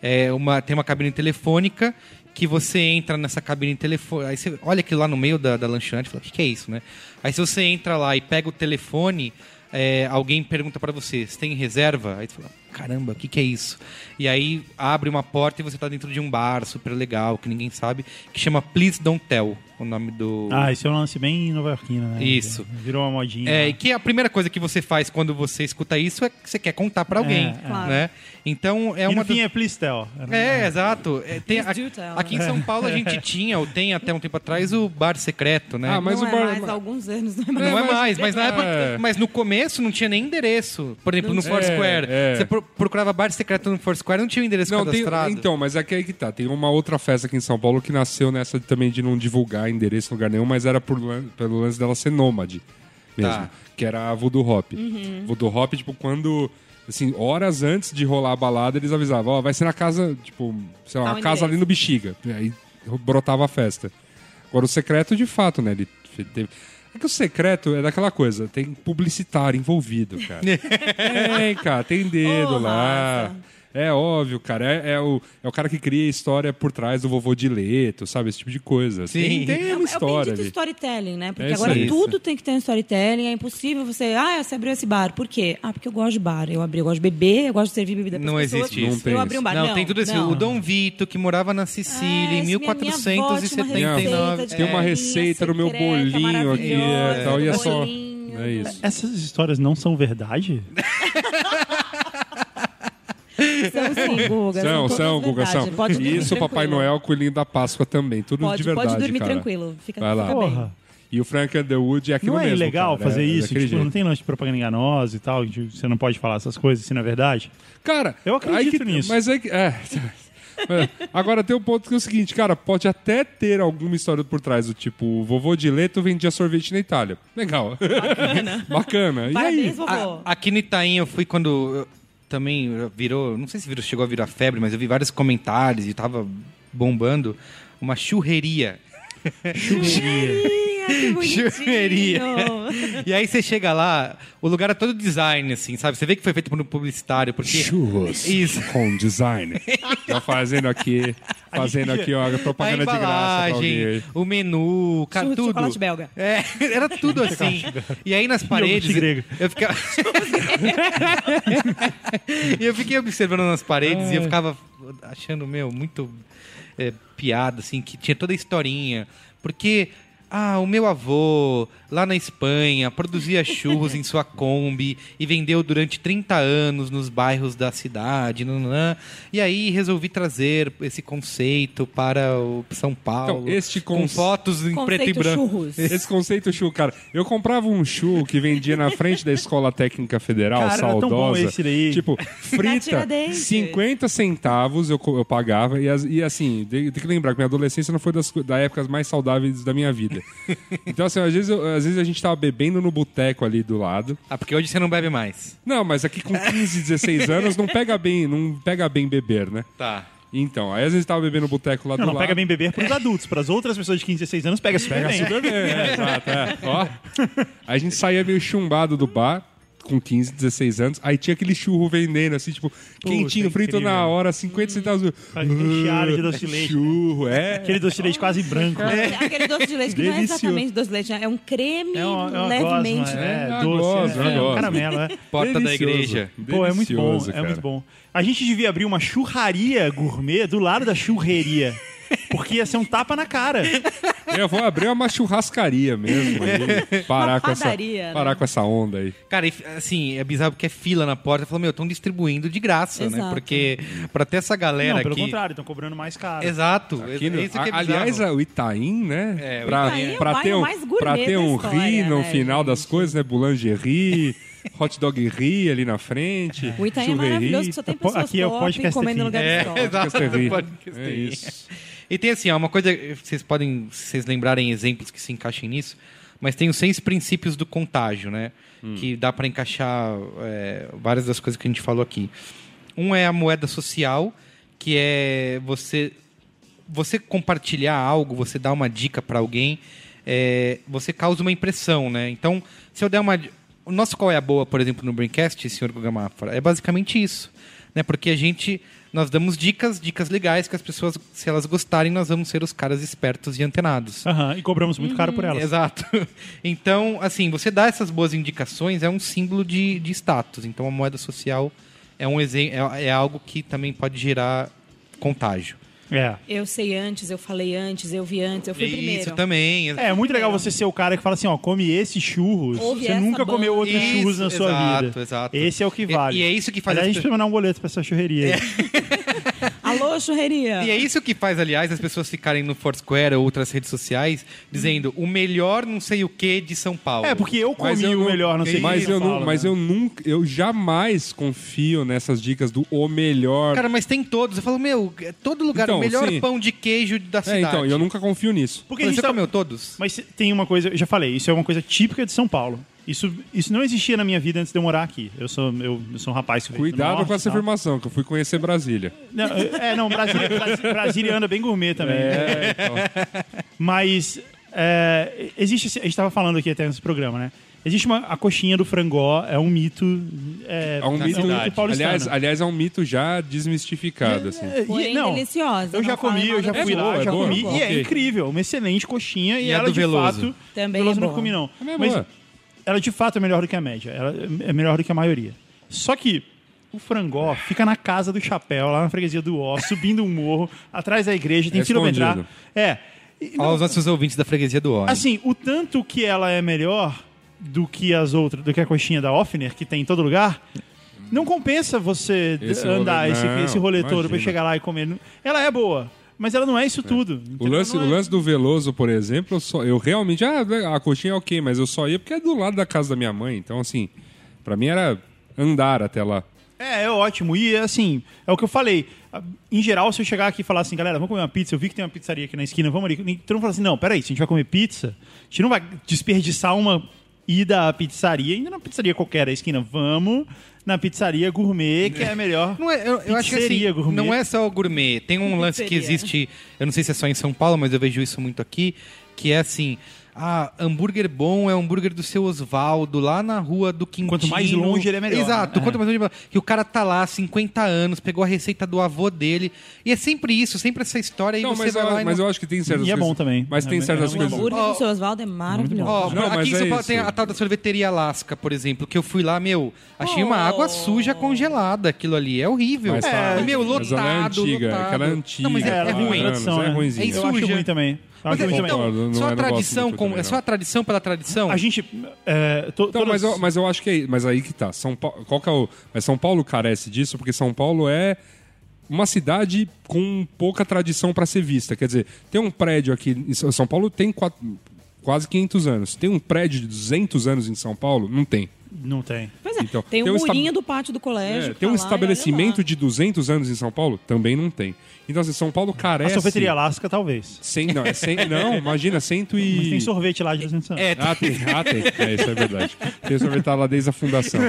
[SPEAKER 1] É uma, tem uma cabine telefônica que você entra nessa cabine telefônica. Aí você olha aquilo lá no meio da, da lanchonete e fala: o que, que é isso, né? Aí se você entra lá e pega o telefone, é, alguém pergunta pra você: você tem reserva? Aí você fala: caramba, o que, que é isso? E aí abre uma porta e você tá dentro de um bar super legal, que ninguém sabe, que chama Please Don't Tell, o nome do.
[SPEAKER 2] tipo-
[SPEAKER 3] Ah, isso é um lance bem nova-iorquino, né?
[SPEAKER 1] Isso.
[SPEAKER 3] Virou uma modinha.
[SPEAKER 1] É, e que a primeira coisa que você faz quando você escuta isso é que você quer contar pra alguém,
[SPEAKER 3] É,
[SPEAKER 4] é.
[SPEAKER 1] né? Então é
[SPEAKER 3] e
[SPEAKER 1] uma
[SPEAKER 3] no fim
[SPEAKER 1] das-
[SPEAKER 3] é né? Please Tell. Era-
[SPEAKER 1] é, exato. É, tem a-
[SPEAKER 4] Please do tell,
[SPEAKER 1] aqui em
[SPEAKER 4] né?
[SPEAKER 3] É.
[SPEAKER 1] São Paulo a gente tinha, ou tem até um tempo atrás, o bar secreto, né?
[SPEAKER 2] Ah, mas
[SPEAKER 4] não
[SPEAKER 2] o
[SPEAKER 4] é
[SPEAKER 2] bar-
[SPEAKER 4] mais, há alguns anos não é mais.
[SPEAKER 1] Não é,
[SPEAKER 2] mas-
[SPEAKER 1] mais, mas na
[SPEAKER 2] é.
[SPEAKER 1] época. Mas no começo não tinha nem endereço. Por exemplo, no
[SPEAKER 2] tinha.
[SPEAKER 1] Foursquare.
[SPEAKER 2] É, é.
[SPEAKER 1] Você pro- procurava bar secreto no Foursquare, não tinha o endereço
[SPEAKER 2] Não, tem-
[SPEAKER 1] cadastrado.
[SPEAKER 2] então, mas é que aí que tá. Tem uma outra festa aqui em São Paulo que nasceu nessa também de não divulgar endereço em lugar nenhum, mas era por lan- pelo lance dela ser nômade mesmo.
[SPEAKER 1] Tá.
[SPEAKER 2] Que era a Voodoo Hop.
[SPEAKER 4] Uhum.
[SPEAKER 2] Voodoo Hop, tipo, quando. Assim, horas antes de rolar a balada, eles avisavam, ó, vai ser na casa, tipo, sei lá,
[SPEAKER 4] Tá
[SPEAKER 2] uma
[SPEAKER 4] o
[SPEAKER 2] casa ali no Bexiga. E aí brotava a festa. Agora, o secreto, de fato, né? Ele teve. É que o secreto é daquela coisa, tem publicitário envolvido, cara. tem, cara, tem dedo
[SPEAKER 4] Ô,
[SPEAKER 2] lá.
[SPEAKER 4] Rafa.
[SPEAKER 2] É óbvio, cara. É, é o, é o cara que cria a história por trás do vovô de Leto, sabe? Esse tipo de coisa.
[SPEAKER 1] Sim.
[SPEAKER 2] Tem, tem
[SPEAKER 4] É o-
[SPEAKER 2] uma história
[SPEAKER 4] é o bendito
[SPEAKER 2] ali.
[SPEAKER 4] storytelling, né? Porque
[SPEAKER 2] É isso
[SPEAKER 4] agora
[SPEAKER 2] aí.
[SPEAKER 4] tudo tem que ter um storytelling. É impossível você... Ah, você abriu esse bar. Por quê? Ah, porque eu gosto de bar. Eu abri, eu gosto de beber, eu gosto de servir bebida para
[SPEAKER 1] Não
[SPEAKER 4] pessoas.
[SPEAKER 1] existe
[SPEAKER 2] isso. Não tem
[SPEAKER 4] Eu abri um
[SPEAKER 2] isso.
[SPEAKER 4] bar.
[SPEAKER 1] não, tem tudo isso.
[SPEAKER 4] não.
[SPEAKER 1] O Dom Vito, que morava na Sicília
[SPEAKER 4] É,
[SPEAKER 1] em
[SPEAKER 4] isso, minha- minha avó tinha uma
[SPEAKER 1] 1479.
[SPEAKER 4] receita de
[SPEAKER 2] Tem uma
[SPEAKER 4] É.
[SPEAKER 2] receita no meu
[SPEAKER 4] Secreta,
[SPEAKER 2] bolinho aqui
[SPEAKER 4] maravilhosa,
[SPEAKER 2] e tal. E é
[SPEAKER 4] do
[SPEAKER 2] só.
[SPEAKER 4] bolinho,
[SPEAKER 2] É isso.
[SPEAKER 3] Essas histórias não são verdade?
[SPEAKER 4] São sim, Guga.
[SPEAKER 2] São,
[SPEAKER 4] todas
[SPEAKER 2] são, Guga,
[SPEAKER 4] verdade.
[SPEAKER 2] são.
[SPEAKER 4] Pode dormir
[SPEAKER 2] Isso, Papai
[SPEAKER 4] tranquilo.
[SPEAKER 2] Noel, Coelhinho da Páscoa também. Tudo
[SPEAKER 4] Pode-
[SPEAKER 2] de
[SPEAKER 4] pode
[SPEAKER 2] verdade,
[SPEAKER 4] dormir
[SPEAKER 2] cara.
[SPEAKER 4] tranquilo, fica-
[SPEAKER 2] Vai lá.
[SPEAKER 4] fica bem.
[SPEAKER 3] Porra.
[SPEAKER 2] E o Frank Underwood é aquilo
[SPEAKER 3] não é
[SPEAKER 2] mesmo,
[SPEAKER 3] ilegal
[SPEAKER 2] cara,
[SPEAKER 3] fazer
[SPEAKER 2] é
[SPEAKER 3] isso?
[SPEAKER 2] daquele
[SPEAKER 3] Tipo,
[SPEAKER 2] jeito.
[SPEAKER 3] não tem lance de propaganda enganosa e tal? de- Você não pode falar essas coisas, se não é verdade?
[SPEAKER 2] Cara,
[SPEAKER 3] Eu acredito
[SPEAKER 2] aí que-
[SPEAKER 3] nisso.
[SPEAKER 2] Mas é que. É. É. Agora tem um ponto que é o seguinte, cara, pode até ter alguma história por trás do tipo, o vovô de Leto vendia sorvete na Itália. Legal. Bacana. Bacana. E aí? Ah,
[SPEAKER 4] Parabéns, vovô.
[SPEAKER 1] A- aqui no Itaim eu fui quando eu- também virou, não sei se virou, chegou a virar febre, mas eu vi vários comentários e tava bombando uma churreria.
[SPEAKER 2] é.
[SPEAKER 4] Ih, que bonitinho.
[SPEAKER 1] Churreria. E aí você chega lá, o lugar é todo design, assim, sabe? Você vê que foi feito por um publicitário, porque.
[SPEAKER 2] Churros
[SPEAKER 1] Isso.
[SPEAKER 2] com design. Tá fazendo aqui, fazendo aqui, ó,
[SPEAKER 1] A
[SPEAKER 2] propaganda de
[SPEAKER 3] Tá
[SPEAKER 2] graça pra alguém.
[SPEAKER 1] embalagem,
[SPEAKER 2] aí.
[SPEAKER 1] o menu, cara,
[SPEAKER 4] Churros de
[SPEAKER 1] tudo.
[SPEAKER 4] chocolate belga.
[SPEAKER 1] É, era tudo assim. E aí nas paredes.
[SPEAKER 3] grego.
[SPEAKER 1] Eu ficava. e eu fiquei observando nas paredes e eu ficava achando, meu, muito é, piada, assim, que tinha toda a historinha. Porque. Ah, o meu avô, lá na Espanha, produzia churros em sua Kombi e vendeu durante 30 anos nos bairros da cidade. nananã. E aí resolvi trazer esse conceito para o São Paulo.
[SPEAKER 2] este
[SPEAKER 1] com
[SPEAKER 2] conce-
[SPEAKER 1] fotos em preto e
[SPEAKER 4] Conceito
[SPEAKER 1] branco.
[SPEAKER 4] churros.
[SPEAKER 2] Esse conceito chu, cara. Eu comprava um chu que vendia na frente da Escola Técnica Federal,
[SPEAKER 3] Cara, era tão
[SPEAKER 2] saudosa.
[SPEAKER 3] bom esse daí.
[SPEAKER 2] Tipo,
[SPEAKER 4] tá
[SPEAKER 2] frita,
[SPEAKER 4] Tiradentes.
[SPEAKER 2] 50 centavos eu, co- eu pagava. E, as- e assim, tem tem que lembrar que minha adolescência não foi das co- da épocas mais saudáveis da minha vida. Então, assim, às vezes, eu- às vezes a gente tava bebendo no boteco ali do lado.
[SPEAKER 1] Ah, porque hoje você não bebe mais.
[SPEAKER 2] Não, mas aqui com 15, 16 anos não pega bem, não pega bem beber, né?
[SPEAKER 1] Tá.
[SPEAKER 2] Então, aí às vezes tava bebendo no boteco lá
[SPEAKER 3] Não,
[SPEAKER 2] do
[SPEAKER 3] não
[SPEAKER 2] lado.
[SPEAKER 3] pega bem beber pros adultos. Pras outras pessoas de 15, 16 anos, pega super bem.
[SPEAKER 2] Super bem, é, exato, é. Ó, a gente saía meio chumbado do bar, com 15, 16 anos, aí tinha aquele churro vendendo, assim, tipo, quentinho,
[SPEAKER 3] que
[SPEAKER 2] frito
[SPEAKER 3] incrível.
[SPEAKER 2] na hora, 50 centavos.
[SPEAKER 3] Aí rechearam de doce de leite. né?
[SPEAKER 2] Churro, é.
[SPEAKER 3] Aquele doce de leite quase branco.
[SPEAKER 4] É.
[SPEAKER 3] né?
[SPEAKER 4] Aquele doce de leite que não é
[SPEAKER 2] Delicioso.
[SPEAKER 4] exatamente doce de leite, né? é um creme
[SPEAKER 3] É uma, é uma
[SPEAKER 4] levemente. né?
[SPEAKER 2] É uma
[SPEAKER 3] gosma, é, doce,
[SPEAKER 2] gosma, uma
[SPEAKER 3] é, é um
[SPEAKER 2] gosma.
[SPEAKER 3] caramelo, é.
[SPEAKER 1] Porta Tá da
[SPEAKER 2] Delicioso,
[SPEAKER 1] igreja.
[SPEAKER 3] Pô, é muito bom,
[SPEAKER 2] delicioso,
[SPEAKER 3] é
[SPEAKER 2] cara.
[SPEAKER 3] muito bom. A gente devia abrir uma churraria gourmet do lado da churreria. Porque ia ser um tapa na cara.
[SPEAKER 2] Eu vou abrir uma churrascaria mesmo. aí, parar,
[SPEAKER 4] Uma
[SPEAKER 2] com essa,
[SPEAKER 4] padaria, né?
[SPEAKER 2] parar com essa onda aí.
[SPEAKER 1] Cara, e, assim, é bizarro porque é fila na porta. Falou, meu, estão distribuindo de graça, né?
[SPEAKER 4] Exato.
[SPEAKER 1] Porque pra ter essa galera
[SPEAKER 3] Não, pelo
[SPEAKER 1] aqui.
[SPEAKER 3] contrário, estão cobrando mais caro.
[SPEAKER 1] Exato.
[SPEAKER 2] Aqui no-
[SPEAKER 1] é isso que é
[SPEAKER 2] a- aliás,
[SPEAKER 1] bizarro.
[SPEAKER 2] o Itaim, né?
[SPEAKER 1] É, o
[SPEAKER 2] pra,
[SPEAKER 4] Itaim é o
[SPEAKER 2] pra
[SPEAKER 4] bairro
[SPEAKER 2] ter um,
[SPEAKER 4] mais gourmet
[SPEAKER 2] pra ter
[SPEAKER 4] da
[SPEAKER 2] um
[SPEAKER 4] história,
[SPEAKER 2] ri no
[SPEAKER 4] né,
[SPEAKER 2] final
[SPEAKER 4] gente?
[SPEAKER 2] das coisas, né? Boulangerie, hot dog ri ali na frente.
[SPEAKER 4] O Itaim é
[SPEAKER 2] churrerie.
[SPEAKER 4] maravilhoso, que só tem
[SPEAKER 3] Po-
[SPEAKER 4] pessoas
[SPEAKER 3] aqui é o
[SPEAKER 4] top
[SPEAKER 3] podcast
[SPEAKER 4] comendo
[SPEAKER 3] aqui.
[SPEAKER 4] no lugar de sol.
[SPEAKER 1] É, exato.
[SPEAKER 2] Podcast ri.
[SPEAKER 1] Podcast
[SPEAKER 2] É
[SPEAKER 1] ri.
[SPEAKER 2] isso.
[SPEAKER 1] E tem assim, ó, uma coisa, eh, vocês podem, se vocês lembrarem exemplos que se encaixem nisso, mas tem os seis princípios do contágio, né? Que dá para encaixar eh, várias das coisas que a gente falou aqui. Um é a moeda social, que é você você compartilhar algo, você dar uma dica para alguém, eh, você causa uma impressão, né? Então, se eu der uma. O nosso qual é a boa, por exemplo, no Braincast, senhor Guga Mafra, é basicamente isso. Né? Porque a gente. Nós damos dicas, dicas legais, que as pessoas, se elas gostarem, nós vamos ser os caras espertos e antenados.
[SPEAKER 3] Aham, e cobramos muito caro por elas.
[SPEAKER 1] Exato. Então, assim, você dá essas boas indicações é um símbolo de, de status. Então, a moeda social é, um exem- é, é algo que também pode gerar contágio.
[SPEAKER 3] É.
[SPEAKER 4] Eu sei antes, eu falei antes, eu vi antes, eu fui
[SPEAKER 1] É Isso tá-
[SPEAKER 4] primeiro.
[SPEAKER 1] também.
[SPEAKER 3] É, muito legal você ser o cara que fala assim, ó, come esse churros.
[SPEAKER 4] Ouve
[SPEAKER 3] você
[SPEAKER 4] essa
[SPEAKER 3] nunca comeu
[SPEAKER 4] banda.
[SPEAKER 3] outros
[SPEAKER 1] Isso,
[SPEAKER 3] churros na sua
[SPEAKER 1] exato,
[SPEAKER 3] vida.
[SPEAKER 1] exato.
[SPEAKER 3] Esse é o que
[SPEAKER 1] E-
[SPEAKER 3] vale.
[SPEAKER 1] e é isso que faz as
[SPEAKER 3] Aliás, a gente
[SPEAKER 1] pe-
[SPEAKER 3] precisa mandar um boleto pra essa churreria. aí.
[SPEAKER 4] Alô, churreria.
[SPEAKER 1] E é isso que faz, aliás, as pessoas ficarem no Foursquare ou outras redes sociais dizendo o melhor não sei o que de São Paulo.
[SPEAKER 3] É, porque eu comi
[SPEAKER 2] Mas eu
[SPEAKER 3] o
[SPEAKER 2] não-
[SPEAKER 3] melhor, não sei o que
[SPEAKER 2] mas
[SPEAKER 3] em São
[SPEAKER 2] eu, não,
[SPEAKER 3] Paulo,
[SPEAKER 2] mas
[SPEAKER 3] né?
[SPEAKER 2] eu nunca, eu jamais confio nessas dicas do o melhor.
[SPEAKER 1] Cara, mas tem todos. Eu falo, meu, é todo lugar,
[SPEAKER 2] Então,
[SPEAKER 1] o melhor
[SPEAKER 2] sim.
[SPEAKER 1] pão de queijo da
[SPEAKER 2] é,
[SPEAKER 1] cidade.
[SPEAKER 2] então, eu nunca confio nisso.
[SPEAKER 3] Porque a
[SPEAKER 1] Mas
[SPEAKER 3] gente
[SPEAKER 1] você
[SPEAKER 3] tá-
[SPEAKER 1] comeu todos?
[SPEAKER 3] Mas tem uma coisa, eu já falei, isso é uma coisa típica de São Paulo. Isso, isso não existia na minha vida antes de eu morar aqui. Eu sou, eu, eu sou um rapaz que veio do
[SPEAKER 2] Cuidado
[SPEAKER 3] norte
[SPEAKER 2] com essa
[SPEAKER 3] e tal.
[SPEAKER 2] afirmação, que eu fui conhecer Brasília.
[SPEAKER 3] Não, é, não, Brasília, Brasília- Brasília anda é bem gourmet também.
[SPEAKER 2] É, então.
[SPEAKER 3] Mas é, existe, esse- a gente estava falando aqui até nesse programa, né? Existe uma, a coxinha do frangó, é um mito. É,
[SPEAKER 2] É um mito,
[SPEAKER 3] paulistano.
[SPEAKER 2] aliás, aliás, é um mito já desmistificado, assim.
[SPEAKER 3] É, e-
[SPEAKER 4] Porém, deliciosa.
[SPEAKER 3] Eu já
[SPEAKER 4] não falem
[SPEAKER 3] comi,
[SPEAKER 4] mal
[SPEAKER 3] eu já
[SPEAKER 4] da
[SPEAKER 3] fui
[SPEAKER 4] pessoa.
[SPEAKER 2] boa,
[SPEAKER 3] lá,
[SPEAKER 2] é
[SPEAKER 3] já
[SPEAKER 2] boa,
[SPEAKER 3] comi.
[SPEAKER 2] é
[SPEAKER 3] E
[SPEAKER 2] boa.
[SPEAKER 3] é incrível, uma excelente coxinha. E,
[SPEAKER 1] E a
[SPEAKER 3] ela
[SPEAKER 1] do
[SPEAKER 3] de
[SPEAKER 1] Veloso?
[SPEAKER 3] fato.
[SPEAKER 4] Também é
[SPEAKER 3] Veloso não
[SPEAKER 4] boa.
[SPEAKER 3] comi, não.
[SPEAKER 2] Também é
[SPEAKER 3] Mas
[SPEAKER 2] boa.
[SPEAKER 3] ela de fato é melhor do que a média. Ela é melhor do que a maioria. Só que. O frangó fica na casa do chapéu, lá na freguesia do Ó, subindo um morro, atrás da igreja, tem
[SPEAKER 2] É
[SPEAKER 3] fila pra entrar.
[SPEAKER 2] escondido.
[SPEAKER 3] É. E-
[SPEAKER 1] Olha os nossos ouvintes da freguesia do óleo.
[SPEAKER 3] Assim, o tanto que ela é melhor do que as outras, do que a coxinha da Offner, que tem em todo lugar, Não compensa você d-
[SPEAKER 2] Esse rolê-
[SPEAKER 3] andar esse,
[SPEAKER 2] não,
[SPEAKER 3] esse rolê todo pra
[SPEAKER 2] imagina.
[SPEAKER 3] chegar lá e comer. Ela é boa, mas ela não é isso tudo.
[SPEAKER 2] O
[SPEAKER 3] entendeu?
[SPEAKER 2] lance,
[SPEAKER 3] Não é-
[SPEAKER 2] o lance do Veloso, por exemplo, eu, só- eu realmente. Ah, a coxinha é ok, mas eu só ia porque é do lado da casa da minha mãe. Então, assim, pra mim era andar até lá.
[SPEAKER 3] É, é ótimo. E assim, é o que eu falei. Ah, Em geral, se eu chegar aqui e falar assim, galera, vamos comer uma pizza, eu vi que tem uma pizzaria aqui na esquina, vamos ali. Então não fala assim, não, peraí, se a gente vai comer pizza, a gente não vai desperdiçar uma ida à pizzaria, ainda na pizzaria qualquer da esquina. Vamos na pizzaria gourmet, que é a melhor.
[SPEAKER 1] Não é, eu, eu acho que assim,
[SPEAKER 3] Pizzeria gourmet.
[SPEAKER 1] não é só o gourmet. Tem um lance que
[SPEAKER 4] Pizzeria.
[SPEAKER 1] existe, eu não sei se é só em São Paulo, mas eu vejo isso muito aqui, que é assim, ah, hambúrguer bom é o hambúrguer do seu Osvaldo, lá na rua do Quintino.
[SPEAKER 3] Quanto mais longe ele é melhor,
[SPEAKER 1] Exato,
[SPEAKER 3] né?
[SPEAKER 1] quanto mais longe ele é melhor. Que o cara tá lá, 50 anos, pegou a receita do avô dele, e é sempre isso, sempre essa história,
[SPEAKER 2] Não,
[SPEAKER 1] e você
[SPEAKER 2] mas,
[SPEAKER 1] vai
[SPEAKER 2] eu,
[SPEAKER 1] lá e
[SPEAKER 2] mas
[SPEAKER 1] não...
[SPEAKER 2] eu acho que tem certas
[SPEAKER 3] E é
[SPEAKER 2] coisas-
[SPEAKER 3] bom também.
[SPEAKER 2] Mas tem
[SPEAKER 3] É
[SPEAKER 2] certas
[SPEAKER 3] muito
[SPEAKER 4] O
[SPEAKER 2] coisas.
[SPEAKER 3] bom.
[SPEAKER 4] hambúrguer do
[SPEAKER 1] Ó,
[SPEAKER 4] seu Oswaldo é maravilhoso.
[SPEAKER 1] Ó,
[SPEAKER 2] Não, mas
[SPEAKER 1] aqui em
[SPEAKER 2] é
[SPEAKER 1] São Paulo
[SPEAKER 2] isso.
[SPEAKER 1] tem a tal da sorveteria Alaska, por exemplo, que eu fui lá, meu, achei uma água
[SPEAKER 4] Oh.
[SPEAKER 1] suja congelada aquilo ali. É horrível.
[SPEAKER 2] Mas tá-
[SPEAKER 1] E, meu,
[SPEAKER 2] mas
[SPEAKER 1] lotado,
[SPEAKER 2] ela é antiga,
[SPEAKER 1] lotado.
[SPEAKER 2] aquela é antiga.
[SPEAKER 1] Não, mas é,
[SPEAKER 3] ela
[SPEAKER 1] é
[SPEAKER 3] tem
[SPEAKER 1] ruim.
[SPEAKER 3] tradição,
[SPEAKER 2] É
[SPEAKER 3] né?
[SPEAKER 2] ruimzinho.
[SPEAKER 1] É
[SPEAKER 3] Eu acho
[SPEAKER 1] sujo.
[SPEAKER 3] ruim também. Eu
[SPEAKER 1] Mas
[SPEAKER 3] acho
[SPEAKER 1] é,
[SPEAKER 3] ruim também.
[SPEAKER 1] então,
[SPEAKER 2] Concordo, não
[SPEAKER 1] só
[SPEAKER 2] é,
[SPEAKER 1] a
[SPEAKER 2] não gosto
[SPEAKER 1] tradição,
[SPEAKER 2] muito
[SPEAKER 1] com-
[SPEAKER 2] também,
[SPEAKER 1] é só
[SPEAKER 2] não.
[SPEAKER 1] a tradição pela tradição?
[SPEAKER 3] A gente. é, to-
[SPEAKER 2] Então, mas, eu,
[SPEAKER 3] todas-
[SPEAKER 2] mas eu acho que é, mas aí que tá. São Paulo, qual que é o, mas São Paulo carece disso porque São Paulo é uma cidade com pouca tradição para ser vista. Quer dizer, tem um prédio aqui em São São Paulo tem quatro- quase 500 anos. Tem um prédio de 200 anos em São Paulo? Não tem.
[SPEAKER 3] Não tem.
[SPEAKER 4] Pois é,
[SPEAKER 2] Então,
[SPEAKER 4] tem o
[SPEAKER 2] tem um esta-
[SPEAKER 4] murinho do pátio do colégio.
[SPEAKER 2] É,
[SPEAKER 4] que
[SPEAKER 2] tem um
[SPEAKER 4] tá lá,
[SPEAKER 2] estabelecimento
[SPEAKER 4] e olha
[SPEAKER 2] de 200 anos em São Paulo? Também não tem. Então, assim, São Paulo
[SPEAKER 1] É
[SPEAKER 3] A
[SPEAKER 2] carece.
[SPEAKER 3] sorveteria
[SPEAKER 1] assim.
[SPEAKER 3] Alaska, talvez.
[SPEAKER 2] Cem- não, é cem- não, imagina, cento e...
[SPEAKER 3] Mas tem sorvete lá de 200 anos.
[SPEAKER 1] É,
[SPEAKER 2] Ah, tem. Ah, tem. É, isso é verdade. Tem sorvetado lá desde a fundação.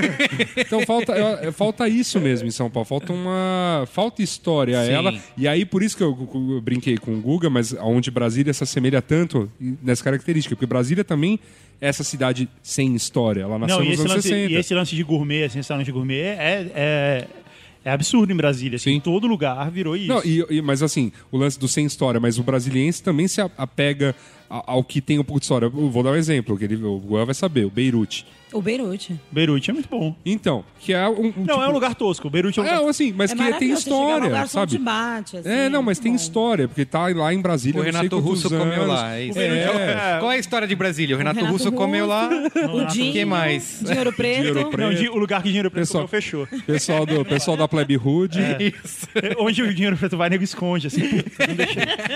[SPEAKER 2] Então falta, é, é, falta isso mesmo em São Paulo. Falta uma. Falta história a
[SPEAKER 1] Sim.
[SPEAKER 2] ela. E aí, por isso que eu, eu brinquei com o Guga, mas onde Brasília se assemelha tanto nessa característica. Porque Brasília também é essa cidade sem história. Ela nasceu
[SPEAKER 3] Não, e
[SPEAKER 2] nos
[SPEAKER 3] esse,
[SPEAKER 2] anos
[SPEAKER 3] lance,
[SPEAKER 2] 60.
[SPEAKER 3] e esse lance de gourmet, assim, esse lance de gourmet é, é, é absurdo em Brasília. Assim,
[SPEAKER 2] Sim.
[SPEAKER 3] Em todo lugar virou isso.
[SPEAKER 2] Não, e- e- mas assim, o lance do sem história, mas o brasiliense também se a- apega a- ao que tem um pouco de história. Eu vou dar um exemplo, que ele, o Guel vai saber, o Beirute.
[SPEAKER 4] lá. O Beirute.
[SPEAKER 3] Beirute é muito bom.
[SPEAKER 2] Então, que é um. um
[SPEAKER 3] Não,
[SPEAKER 2] tipo-
[SPEAKER 3] é um lugar tosco. Beirute é um lugar
[SPEAKER 2] É, assim, mas
[SPEAKER 4] é
[SPEAKER 2] que tem
[SPEAKER 4] maravilhoso, você chega lá, o
[SPEAKER 2] história,
[SPEAKER 4] garçom
[SPEAKER 2] sabe?
[SPEAKER 4] te bate, assim,
[SPEAKER 2] é, não, mas
[SPEAKER 4] muito
[SPEAKER 2] tem
[SPEAKER 4] bom.
[SPEAKER 2] história, porque tá lá em Brasília.
[SPEAKER 1] o
[SPEAKER 2] não sei
[SPEAKER 1] Renato
[SPEAKER 2] quantos
[SPEAKER 1] Russo comeu
[SPEAKER 2] anos.
[SPEAKER 1] lá. é isso.
[SPEAKER 2] É,
[SPEAKER 1] Qual é a história de Brasília? O Renato,
[SPEAKER 4] Renato
[SPEAKER 1] Russo, comeu lá.
[SPEAKER 4] O
[SPEAKER 1] O
[SPEAKER 4] Dinho,
[SPEAKER 1] que mais?
[SPEAKER 4] de Ouro Preto.
[SPEAKER 2] De Ouro
[SPEAKER 3] Não, di- o lugar que dinheiro preto
[SPEAKER 2] Pessoal.
[SPEAKER 3] comeu fechou.
[SPEAKER 2] Pessoal, do, pessoal da Plebe Hood.
[SPEAKER 1] Isso.
[SPEAKER 3] É, Onde o dinheiro preto vai, nego esconde. Assim.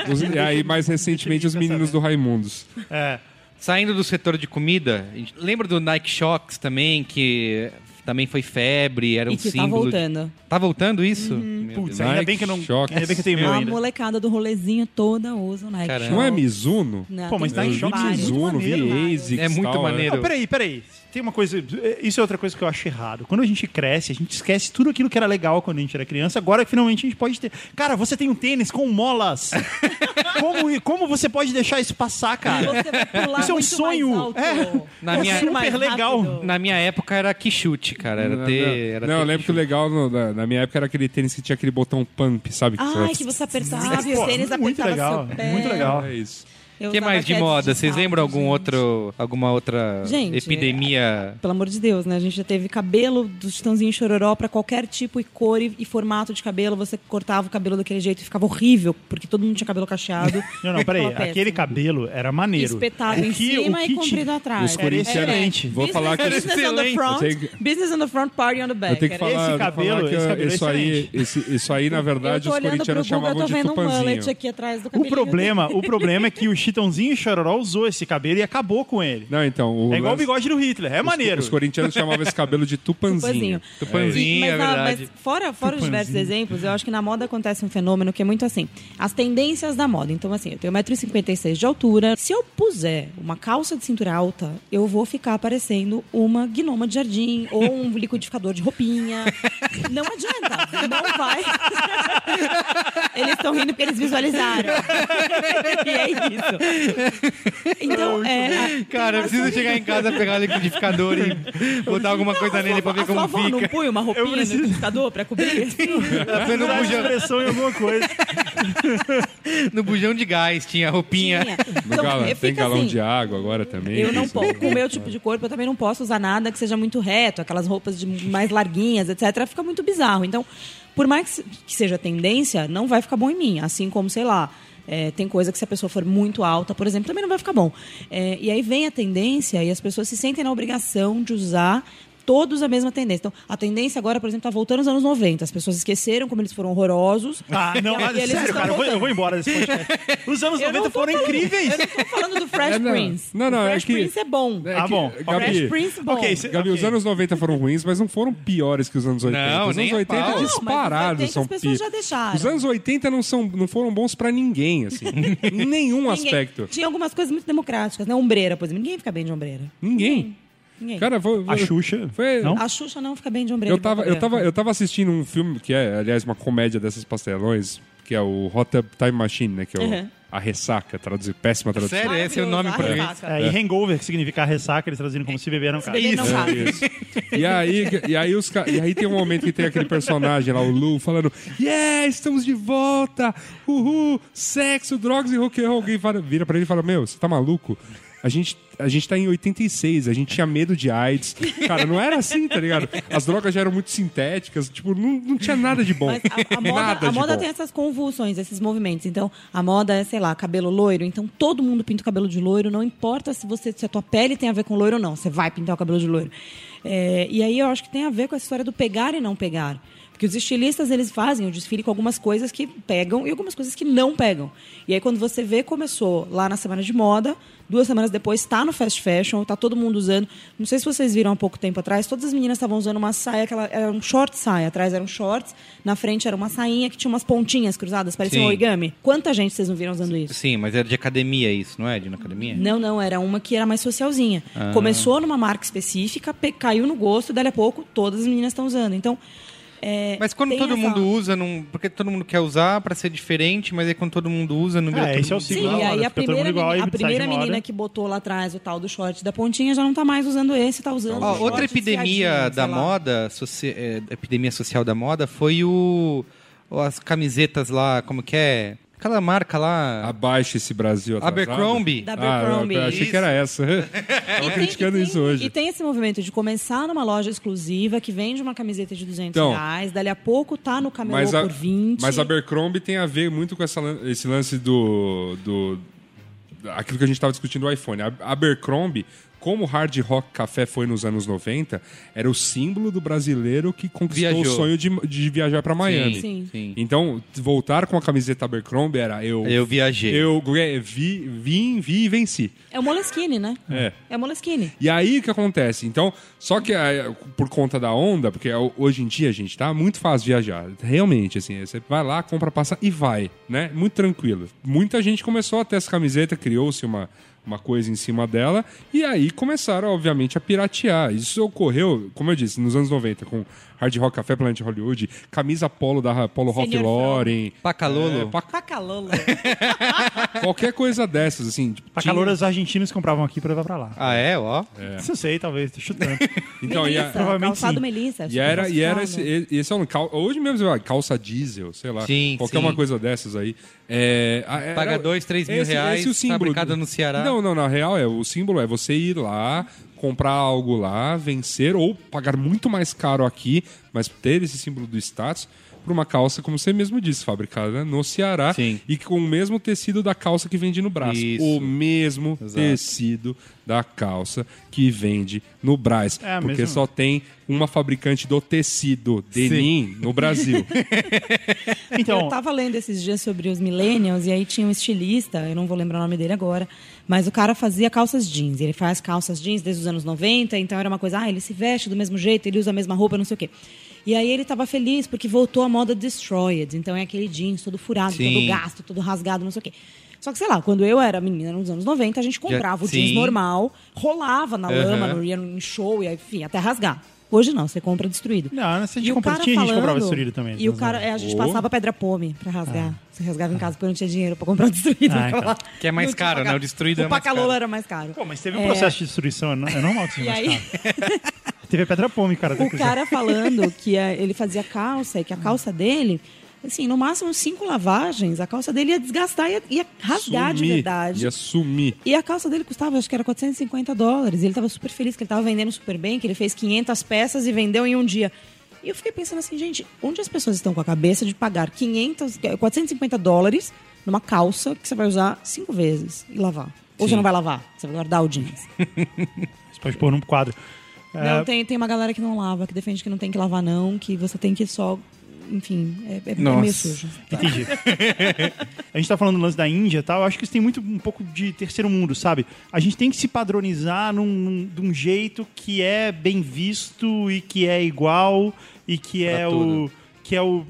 [SPEAKER 2] Os- e aí, mais recentemente, os meninos do Raimundos.
[SPEAKER 3] É.
[SPEAKER 1] Saindo do setor de comida, a gente- lembra do Nike Shocks também, que também foi febre, era um
[SPEAKER 4] E que tá
[SPEAKER 1] símbolo. de-
[SPEAKER 4] voltando. Uhum.
[SPEAKER 1] Tá voltando isso?
[SPEAKER 3] Putz,
[SPEAKER 2] Nike
[SPEAKER 3] ainda bem que eu não.
[SPEAKER 2] Shox.
[SPEAKER 3] Ainda bem que eu tenho meu
[SPEAKER 4] A
[SPEAKER 3] ainda.
[SPEAKER 4] molecada do rolezinho toda usa o Nike.
[SPEAKER 1] Caramba.
[SPEAKER 2] Não é
[SPEAKER 4] Shox.
[SPEAKER 2] Mizuno?
[SPEAKER 4] Não,
[SPEAKER 3] Pô, mas
[SPEAKER 4] tem
[SPEAKER 3] tá em
[SPEAKER 4] vários.
[SPEAKER 3] choque,
[SPEAKER 2] Vi
[SPEAKER 3] Vários.
[SPEAKER 2] Mizuno, vi
[SPEAKER 3] Muito
[SPEAKER 4] né?
[SPEAKER 3] maneiro.
[SPEAKER 2] ASICS.
[SPEAKER 1] É muito
[SPEAKER 2] tal,
[SPEAKER 1] maneiro.
[SPEAKER 3] Não, peraí, peraí. Tem uma coisa. Isso é outra coisa que eu acho errado. Quando a gente cresce, a gente esquece tudo aquilo que era legal quando a gente era criança. Agora, finalmente, a gente pode ter. Cara, você tem um tênis com molas. como, como você pode deixar isso passar, cara?
[SPEAKER 4] Você vai pular
[SPEAKER 3] Isso é um
[SPEAKER 4] muito
[SPEAKER 3] sonho.
[SPEAKER 4] mais alto.
[SPEAKER 3] É.
[SPEAKER 1] Na
[SPEAKER 4] Você
[SPEAKER 1] minha-
[SPEAKER 4] vai
[SPEAKER 1] super
[SPEAKER 4] mais
[SPEAKER 3] legal.
[SPEAKER 4] rápido.
[SPEAKER 1] Na minha época era que chute, cara. Era
[SPEAKER 2] Não,
[SPEAKER 1] ter. É, Era
[SPEAKER 2] não,
[SPEAKER 1] ter
[SPEAKER 2] eu lembro que o legal no- na, na minha época era aquele tênis que tinha aquele botão pump, sabe? Que
[SPEAKER 4] Ai, que você apertava e os
[SPEAKER 3] Pô,
[SPEAKER 4] tênis
[SPEAKER 3] muito
[SPEAKER 4] apertavam
[SPEAKER 3] legal.
[SPEAKER 4] seu pé.
[SPEAKER 3] Muito legal.
[SPEAKER 2] É isso.
[SPEAKER 4] Eu
[SPEAKER 1] O que
[SPEAKER 4] usava
[SPEAKER 1] mais de
[SPEAKER 4] pads
[SPEAKER 1] moda?
[SPEAKER 4] de
[SPEAKER 1] Vocês
[SPEAKER 4] salto,
[SPEAKER 1] lembram algum
[SPEAKER 4] é gente.
[SPEAKER 1] outro, alguma outra
[SPEAKER 4] Gente, é.
[SPEAKER 1] epidemia?
[SPEAKER 4] Pelo amor de Deus, né? A gente já teve cabelo do Chitãozinho Chororó pra qualquer tipo e cor e, e formato de cabelo. Você cortava o cabelo daquele jeito e ficava horrível, porque todo mundo tinha cabelo cacheado.
[SPEAKER 3] Não, não, peraí.
[SPEAKER 4] Ficava
[SPEAKER 3] Aquele
[SPEAKER 4] péssimo.
[SPEAKER 3] cabelo era maneiro.
[SPEAKER 4] Espetado
[SPEAKER 3] O
[SPEAKER 4] em
[SPEAKER 3] que-
[SPEAKER 4] cima
[SPEAKER 3] o
[SPEAKER 4] e
[SPEAKER 3] que te-
[SPEAKER 4] comprido É. atrás. É.
[SPEAKER 2] Os corintianos-
[SPEAKER 3] Excelente.
[SPEAKER 2] Vou falar que é
[SPEAKER 4] business on the
[SPEAKER 1] Excelente.
[SPEAKER 4] front,
[SPEAKER 2] Eu tenho que-
[SPEAKER 4] business on the front, party on the back.
[SPEAKER 2] Eu tenho que
[SPEAKER 4] Era-
[SPEAKER 2] falar,
[SPEAKER 3] Esse
[SPEAKER 2] eu tenho que
[SPEAKER 3] cabelo,
[SPEAKER 2] falar que
[SPEAKER 3] esse cabelo é
[SPEAKER 2] isso, aí,
[SPEAKER 3] excelente.
[SPEAKER 2] esse- isso aí, na
[SPEAKER 4] Eu
[SPEAKER 2] verdade,
[SPEAKER 4] tô
[SPEAKER 2] os
[SPEAKER 4] olhando pro
[SPEAKER 2] corintianos
[SPEAKER 4] Google, eu tô
[SPEAKER 2] chamavam de
[SPEAKER 4] vendo um
[SPEAKER 2] tupanzinho.
[SPEAKER 4] mullet aqui atrás do
[SPEAKER 3] O
[SPEAKER 4] cabelo.
[SPEAKER 3] problema, o problema é que o Chitãozinho e Chororó usou esse cabelo e acabou com ele.
[SPEAKER 2] Não, então. O
[SPEAKER 3] é igual o
[SPEAKER 2] lance-
[SPEAKER 3] bigode do Hitler. É
[SPEAKER 2] os-
[SPEAKER 3] maneiro.
[SPEAKER 2] Os, corintianos chamavam esse cabelo de tupanzinho.
[SPEAKER 4] Tupanzinho.
[SPEAKER 1] Tupanzinho, é
[SPEAKER 4] mas, ah,
[SPEAKER 1] verdade.
[SPEAKER 4] mas fora, fora os diversos exemplos, eu acho que na moda acontece um fenômeno que é muito assim. As tendências da moda. Então, assim, eu tenho 1,56m de altura. Se eu puser uma calça de cintura alta, eu vou ficar parecendo uma gnoma de jardim ou um liquidificador de roupinha. Não adianta. Não vai. Eles estão rindo porque eles visualizaram. E é isso. Então, é.
[SPEAKER 1] Cara, eu preciso chegar em casa, pegar o liquidificador e botar alguma coisa nele pra ver
[SPEAKER 4] a sua
[SPEAKER 1] como
[SPEAKER 4] avó não
[SPEAKER 1] fica.
[SPEAKER 4] põe uma roupinha
[SPEAKER 3] preciso-
[SPEAKER 4] no liquidificador pra cobrir? Assim?
[SPEAKER 3] Você não
[SPEAKER 1] Não
[SPEAKER 3] usa
[SPEAKER 1] puxa-
[SPEAKER 3] Tá expressão em alguma coisa.
[SPEAKER 1] No bujão de gás tinha roupinha.
[SPEAKER 4] Tinha.
[SPEAKER 2] No
[SPEAKER 4] Então,
[SPEAKER 2] gala-
[SPEAKER 4] é,
[SPEAKER 2] tem
[SPEAKER 4] fica
[SPEAKER 2] galão
[SPEAKER 4] assim,
[SPEAKER 2] de água agora também.
[SPEAKER 4] Eu não
[SPEAKER 2] Isso,
[SPEAKER 4] posso,
[SPEAKER 2] né?
[SPEAKER 4] com o meu tipo de corpo, eu também não posso usar nada que seja muito reto, aquelas roupas de mais larguinhas, etc. Fica muito bizarro. Então, por mais que se- que seja tendência, não vai ficar bom em mim. Assim como, sei lá, é, tem coisa que se a pessoa for muito alta, por exemplo, também não vai ficar bom. É, e aí vem a tendência e as pessoas se sentem na obrigação de usar todos a mesma tendência. Então, a tendência agora, por exemplo, tá voltando aos anos 90. As pessoas esqueceram como eles foram horrorosos.
[SPEAKER 3] Ah, não,
[SPEAKER 4] E
[SPEAKER 3] olha,
[SPEAKER 4] eles
[SPEAKER 3] sério,
[SPEAKER 4] estão
[SPEAKER 3] cara, eu vou,
[SPEAKER 4] voltando.
[SPEAKER 3] eu vou embora desse podcast. Os anos
[SPEAKER 4] Eu não
[SPEAKER 3] 90
[SPEAKER 4] tô
[SPEAKER 3] foram
[SPEAKER 4] falando-
[SPEAKER 3] incríveis.
[SPEAKER 4] Eu não tô falando do Fresh
[SPEAKER 2] É, não.
[SPEAKER 4] Prince.
[SPEAKER 2] Não, não,
[SPEAKER 4] o
[SPEAKER 2] é
[SPEAKER 4] Fresh
[SPEAKER 2] que-
[SPEAKER 4] Prince é bom.
[SPEAKER 2] É
[SPEAKER 3] Ah,
[SPEAKER 2] que-
[SPEAKER 3] bom.
[SPEAKER 2] Gabi,
[SPEAKER 4] Fresh Prince é bom.
[SPEAKER 3] Ok, cê-
[SPEAKER 2] Gabi, os
[SPEAKER 3] ok.
[SPEAKER 2] anos 90 foram ruins, mas não foram piores que os anos 80.
[SPEAKER 1] Não,
[SPEAKER 2] os anos
[SPEAKER 1] nem a
[SPEAKER 2] 80
[SPEAKER 1] pau. Não,
[SPEAKER 4] mas os
[SPEAKER 2] disparados
[SPEAKER 4] 80
[SPEAKER 2] são
[SPEAKER 4] as pessoas
[SPEAKER 2] pi-
[SPEAKER 4] já deixaram.
[SPEAKER 2] Os anos 80 não, são, não foram bons pra ninguém, assim. em nenhum
[SPEAKER 4] Ninguém-
[SPEAKER 2] um aspecto.
[SPEAKER 4] Tinha algumas coisas muito democráticas, né? Ombreira, por exemplo. Ninguém fica bem de ombreira.
[SPEAKER 2] Ninguém.
[SPEAKER 4] Ninguém.
[SPEAKER 2] Cara, foi,
[SPEAKER 3] A Xuxa. É.
[SPEAKER 2] foi,
[SPEAKER 3] Não?
[SPEAKER 4] a Xuxa não fica bem de ombreira.
[SPEAKER 2] Eu
[SPEAKER 4] e
[SPEAKER 2] tava,
[SPEAKER 4] boca
[SPEAKER 2] eu, tava,
[SPEAKER 4] branca.
[SPEAKER 2] eu tava assistindo um filme que é, aliás, uma comédia dessas pastelões, que é o Hot Tub Time Machine, né? Que é o-
[SPEAKER 4] Uhum.
[SPEAKER 2] a ressaca, traduzir, péssima tradução.
[SPEAKER 1] Sério, esse é o nome em
[SPEAKER 4] Maravilhoso,
[SPEAKER 1] português.
[SPEAKER 4] arresaca.
[SPEAKER 3] É, e hangover, que significa ressaca, eles traduziram como se beberam,
[SPEAKER 1] É
[SPEAKER 3] cara.
[SPEAKER 4] Ele não sabe.
[SPEAKER 2] E aí, e, aí os, ca- e aí tem um momento que tem aquele personagem lá, o Lu, falando: Yeah, estamos de volta! Uhul! Sexo, drogas e rock and roll. Alguém fala- vira pra ele e fala: Meu, você tá maluco? A gente, a gente tá em 86, a gente tinha medo de AIDS. Cara, não era assim, tá ligado? As drogas já eram muito sintéticas, tipo, não, não tinha nada de bom.
[SPEAKER 4] Mas a, a
[SPEAKER 2] nada
[SPEAKER 4] moda, a
[SPEAKER 2] de
[SPEAKER 4] moda
[SPEAKER 2] bom.
[SPEAKER 4] tem essas convulsões, esses movimentos. Então, a moda é, sei lá, cabelo loiro. Então, todo mundo pinta o cabelo de loiro. Não importa se, você, se a tua pele tem a ver com loiro ou não. Você vai pintar o cabelo de loiro. É, e aí, eu acho que tem a ver com essa história do pegar e não pegar. Porque os estilistas, eles fazem o desfile com algumas coisas que pegam e algumas coisas que não pegam. E aí, quando você vê, começou lá na Semana de Moda, duas semanas depois, está no Fast Fashion, tá todo mundo usando. Não sei se vocês viram há pouco tempo atrás, todas as meninas estavam usando uma saia, que ela, era um short saia, atrás eram shorts, na frente era uma sainha que tinha umas pontinhas cruzadas, parecia um
[SPEAKER 1] Sim.
[SPEAKER 4] origami. Quanta gente vocês não viram usando isso?
[SPEAKER 1] Sim, mas era de academia isso, não é? De na academia?
[SPEAKER 4] Não, não, era uma que era mais socialzinha.
[SPEAKER 1] Ah.
[SPEAKER 4] Começou numa marca específica, pe- caiu no gosto, e dali a pouco todas as meninas estão usando. Então. é,
[SPEAKER 1] Mas quando
[SPEAKER 4] tem
[SPEAKER 1] todo
[SPEAKER 4] essa-
[SPEAKER 1] mundo usa, não... porque todo mundo quer usar pra ser diferente, mas aí quando todo mundo usa, não vira
[SPEAKER 3] É,
[SPEAKER 1] todo
[SPEAKER 3] esse é o
[SPEAKER 1] mundo
[SPEAKER 3] ciclo.
[SPEAKER 4] Sim,
[SPEAKER 3] igual,
[SPEAKER 4] e aí
[SPEAKER 3] olha,
[SPEAKER 4] a
[SPEAKER 3] fica todo mundo
[SPEAKER 4] primeira,
[SPEAKER 3] igual,
[SPEAKER 4] meni-
[SPEAKER 3] aí
[SPEAKER 4] a
[SPEAKER 3] sai de
[SPEAKER 4] primeira
[SPEAKER 3] moda.
[SPEAKER 4] menina que botou lá atrás o tal do short da pontinha já não tá mais usando esse, tá usando.
[SPEAKER 1] Ó,
[SPEAKER 4] short
[SPEAKER 1] outra epidemia
[SPEAKER 4] desfiadinho,
[SPEAKER 1] da
[SPEAKER 4] sei lá.
[SPEAKER 1] moda, soci- é, epidemia social da moda, foi o ó, as camisetas lá, como que é? Aquela marca lá,
[SPEAKER 2] Abaixo esse Brasil atrasado.
[SPEAKER 1] Abercrombie.
[SPEAKER 4] Da
[SPEAKER 2] Ah,
[SPEAKER 4] Abercrombie.
[SPEAKER 2] eu achei que era essa. Tava criticando
[SPEAKER 4] É, e tem-
[SPEAKER 2] isso hoje.
[SPEAKER 4] E tem esse movimento de começar numa loja exclusiva que vende uma camiseta de 200
[SPEAKER 2] Então,
[SPEAKER 4] reais, dali a pouco tá no camelô
[SPEAKER 2] Mas, a,
[SPEAKER 4] por 20.
[SPEAKER 2] mas Abercrombie tem a ver muito com essa lan- esse lance do, do. Aquilo que a gente estava discutindo do iPhone. A- Abercrombie, como o hard rock café foi nos anos 90, era o símbolo do brasileiro que conquistou
[SPEAKER 1] Viajou.
[SPEAKER 2] o sonho de, de viajar para Miami.
[SPEAKER 4] Sim.
[SPEAKER 1] Sim.
[SPEAKER 2] Então, voltar com a camiseta Abercrombie era eu.
[SPEAKER 1] Eu viajei.
[SPEAKER 2] Eu é, vi, vim, vi e venci.
[SPEAKER 4] É o Moleskine, né?
[SPEAKER 2] É.
[SPEAKER 4] É o Moleskine.
[SPEAKER 2] E aí o que acontece? Então, só que ah, por conta da onda, porque ho- hoje em dia, gente, tá muito fácil viajar. Realmente, assim, você vai lá, compra, passa e vai, né? Muito tranquilo. Muita gente começou a ter essa camiseta, criou-se uma, uma coisa em cima dela, e aí começaram, obviamente, a piratear. Isso ocorreu, como eu disse, nos anos 90, com Hard Rock Café, Planet Hollywood, camisa polo da Polo Rock
[SPEAKER 4] Senhor
[SPEAKER 2] Lauren,
[SPEAKER 1] Pacalolo.
[SPEAKER 2] é, pa-
[SPEAKER 4] Pacalola.
[SPEAKER 1] né?
[SPEAKER 2] qualquer coisa dessas, assim. tipo,
[SPEAKER 3] Pra
[SPEAKER 2] tinha-
[SPEAKER 3] caloras argentinos compravam aqui pra levar pra lá.
[SPEAKER 1] Ah, é, ó.
[SPEAKER 3] Isso eu sei, talvez, tô chutando.
[SPEAKER 2] Então, e a-
[SPEAKER 4] Melissa,
[SPEAKER 3] Provavelmente
[SPEAKER 4] calçado
[SPEAKER 3] sim.
[SPEAKER 4] Melissa. acho
[SPEAKER 2] E
[SPEAKER 4] que
[SPEAKER 2] era,
[SPEAKER 4] é
[SPEAKER 2] e era esse,
[SPEAKER 4] calçado.
[SPEAKER 2] e- esse é um cal- hoje mesmo, sei lá, calça diesel, sei lá,
[SPEAKER 1] Sim,
[SPEAKER 2] qualquer
[SPEAKER 1] sim.
[SPEAKER 2] uma coisa dessas aí. É, a- era-
[SPEAKER 1] Paga dois, três mil
[SPEAKER 4] é
[SPEAKER 1] reais, fabricada no Ceará.
[SPEAKER 2] é Não, não, na real, é, o símbolo é você ir lá, comprar algo lá, vencer ou pagar muito mais caro aqui, mas ter esse símbolo do status por uma calça, como você mesmo disse, fabricada no Ceará
[SPEAKER 1] Sim.
[SPEAKER 2] e com o mesmo tecido da calça que vende no Brás.
[SPEAKER 1] Isso.
[SPEAKER 2] O mesmo
[SPEAKER 1] Exato.
[SPEAKER 2] tecido da calça que vende no Brás.
[SPEAKER 3] É,
[SPEAKER 2] porque
[SPEAKER 3] mesmo.
[SPEAKER 2] só tem uma fabricante do tecido, Denim, no Brasil.
[SPEAKER 3] Então,
[SPEAKER 4] Eu tava lendo esses dias sobre os millennials e aí tinha um estilista, eu não vou lembrar o nome dele agora, mas o cara fazia calças jeans. Ele faz calças jeans desde os anos 90, então era uma coisa, ah, ele se veste do mesmo jeito, ele usa a mesma roupa, não sei o quê. E aí ele tava feliz porque voltou a moda destroyed, então é aquele jeans todo furado,
[SPEAKER 1] Sim.
[SPEAKER 4] todo gasto, todo rasgado, não sei o quê. Só que, sei lá, quando eu era menina nos anos 90, a gente comprava o jeans
[SPEAKER 1] sim.
[SPEAKER 4] normal, rolava na lama,
[SPEAKER 1] Aham.
[SPEAKER 4] no- ia em show, e aí, enfim, até rasgar. Hoje não, você compra destruído.
[SPEAKER 3] Não, se a gente
[SPEAKER 4] E o
[SPEAKER 3] compra-
[SPEAKER 4] cara
[SPEAKER 3] tinha gente que comprava
[SPEAKER 4] falando-
[SPEAKER 3] destruído também,
[SPEAKER 4] E o
[SPEAKER 3] mas,
[SPEAKER 4] cara,
[SPEAKER 3] né?
[SPEAKER 4] é, a gente
[SPEAKER 2] Ô.
[SPEAKER 4] passava pedra pome pra rasgar. Você rasgava em casa porque não tinha dinheiro pra comprar o destruído.
[SPEAKER 3] Ah, então.
[SPEAKER 1] Ah. Que é mais
[SPEAKER 4] Não tinha
[SPEAKER 1] caro,
[SPEAKER 4] paca-
[SPEAKER 1] né? O destruído
[SPEAKER 4] o
[SPEAKER 1] é mais
[SPEAKER 4] pacalolo
[SPEAKER 1] caro.
[SPEAKER 4] era mais caro.
[SPEAKER 3] pô, mas teve um processo de destruição, é no- é normal que seja
[SPEAKER 4] E
[SPEAKER 3] mais
[SPEAKER 4] aí,
[SPEAKER 3] caro. Teve a pedra pome, cara. né?
[SPEAKER 4] o cara falando que é, ele fazia calça e
[SPEAKER 1] Ah.
[SPEAKER 4] que a calça dele, assim, no máximo cinco lavagens, a calça dele ia desgastar, ia, ia rasgar de
[SPEAKER 2] Sumir,
[SPEAKER 4] verdade.
[SPEAKER 2] Ia sumir.
[SPEAKER 4] E a calça dele custava, acho que era 450 dólares. E ele tava super feliz, que ele tava vendendo super bem, que ele fez 500 peças e vendeu em um dia. E eu fiquei pensando assim, gente, onde as pessoas estão com a cabeça de pagar 500, 450 dólares numa calça que você vai usar cinco vezes e lavar? Ou você não vai lavar, você vai guardar o jeans.
[SPEAKER 3] Você pode pôr num quadro.
[SPEAKER 4] Não, tem, tem uma galera que não lava, que defende que não tem que lavar, não, que você tem que só. Enfim, é, é- é meio
[SPEAKER 1] Nossa.
[SPEAKER 4] sujo.
[SPEAKER 3] Entendi. a gente tá falando do lance da Índia e tal. Eu acho que isso tem muito um pouco de terceiro mundo, sabe? A gente tem que se padronizar num, num- de um jeito que é bem visto e que é igual e que é o.
[SPEAKER 1] tudo.
[SPEAKER 3] Que é o,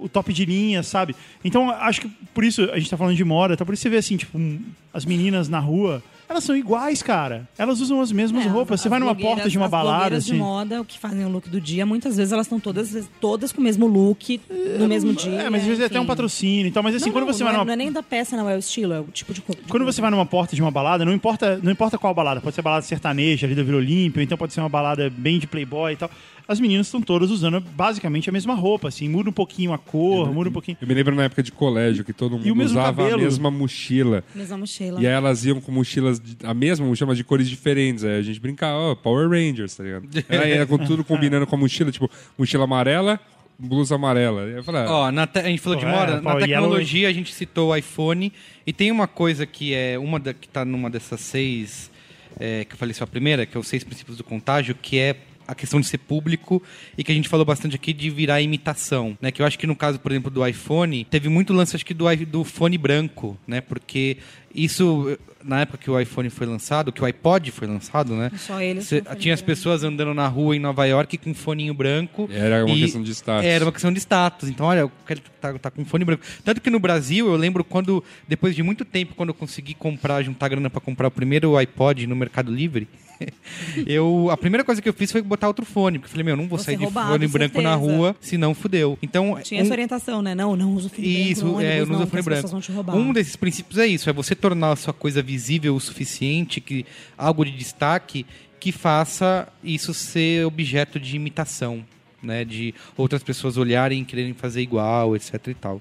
[SPEAKER 3] o top de linha, sabe? Então, acho que por isso a gente tá falando de moda, tá? Por isso você vê assim, tipo, um- as meninas na rua, elas são iguais, cara. Elas usam as mesmas
[SPEAKER 4] É,
[SPEAKER 3] roupas.
[SPEAKER 4] as-
[SPEAKER 3] Você vai
[SPEAKER 4] as
[SPEAKER 3] numa
[SPEAKER 4] blogueiras-
[SPEAKER 3] porta de uma
[SPEAKER 4] as
[SPEAKER 3] balada,
[SPEAKER 4] blogueiras
[SPEAKER 3] assim.
[SPEAKER 4] de moda, o que fazem o look do dia, muitas vezes elas estão todas, todas com o mesmo look no mesmo dia.
[SPEAKER 3] É, mas às vezes é até
[SPEAKER 4] enfim.
[SPEAKER 3] um patrocínio e tal. Mas assim,
[SPEAKER 4] Não,
[SPEAKER 3] quando
[SPEAKER 4] não, não
[SPEAKER 3] você vai
[SPEAKER 4] é,
[SPEAKER 3] numa
[SPEAKER 4] não é nem da peça, não, é o estilo, é o tipo de roupa.
[SPEAKER 3] Quando você vai numa porta de uma balada, não importa, não importa qual balada, pode ser balada sertaneja ali da Vila Olímpia, ou então pode ser uma balada bem de playboy e tal. As meninas estão todas usando basicamente a mesma roupa, assim, muda um pouquinho a cor, muda um pouquinho.
[SPEAKER 2] Eu me lembro na época de colégio que todo mundo
[SPEAKER 3] mesmo
[SPEAKER 2] usava
[SPEAKER 3] cabelo.
[SPEAKER 2] a mesma mochila.
[SPEAKER 4] Mesma mochila.
[SPEAKER 2] E aí elas iam com mochilas, de- a mesma mochila, mas de cores diferentes. Aí a gente brincava, ó, Power Rangers, tá ligado? Aí era com tudo combinando com a mochila, tipo, mochila amarela, blusa amarela. Aí eu ah, falava,
[SPEAKER 1] Ó, na te- a gente falou de
[SPEAKER 3] Pô, é,
[SPEAKER 1] moda, na
[SPEAKER 3] pô, e ela-
[SPEAKER 1] tecnologia a gente citou o iPhone e tem uma coisa que é uma da, que tá numa dessas seis é, que eu falei só a primeira, que é os seis princípios do contágio, que é a questão de ser público e que a gente falou bastante aqui de virar imitação, né? Que eu acho que no caso, por exemplo, do iPhone, teve muito lance acho que do, i- do fone branco, né? Porque isso na época que o iPhone foi lançado, que o iPod foi lançado, né?
[SPEAKER 4] Só eles
[SPEAKER 1] Cê-
[SPEAKER 4] com fone
[SPEAKER 1] tinha as
[SPEAKER 4] branco.
[SPEAKER 1] pessoas andando na rua em Nova York com um foninho branco.
[SPEAKER 2] Era uma
[SPEAKER 1] e-
[SPEAKER 2] questão de status.
[SPEAKER 1] Era uma questão de status. Então, olha, o cara tá, tá com fone branco. Tanto que no Brasil, eu lembro quando, depois de muito tempo, quando eu consegui comprar, juntar grana pra comprar o primeiro iPod no Mercado Livre, eu a primeira coisa que eu fiz foi botar outro fone. Porque eu falei, meu, eu não vou
[SPEAKER 4] Você
[SPEAKER 1] sair de
[SPEAKER 4] roubado,
[SPEAKER 1] fone branco na
[SPEAKER 4] certeza.
[SPEAKER 1] rua, senão fudeu. Então,
[SPEAKER 4] Tinha essa orientação, né? Não, não usa o fone branco.
[SPEAKER 1] isso,
[SPEAKER 4] no ônibus,
[SPEAKER 1] é, eu não uso
[SPEAKER 4] porque
[SPEAKER 1] fone
[SPEAKER 4] as
[SPEAKER 1] branco.
[SPEAKER 4] pessoas vão te roubar.
[SPEAKER 1] Um desses princípios é isso, é você tornar a sua coisa visível o suficiente, que algo de destaque que faça isso ser objeto de imitação, né, de outras pessoas olharem e quererem fazer igual, etc e tal.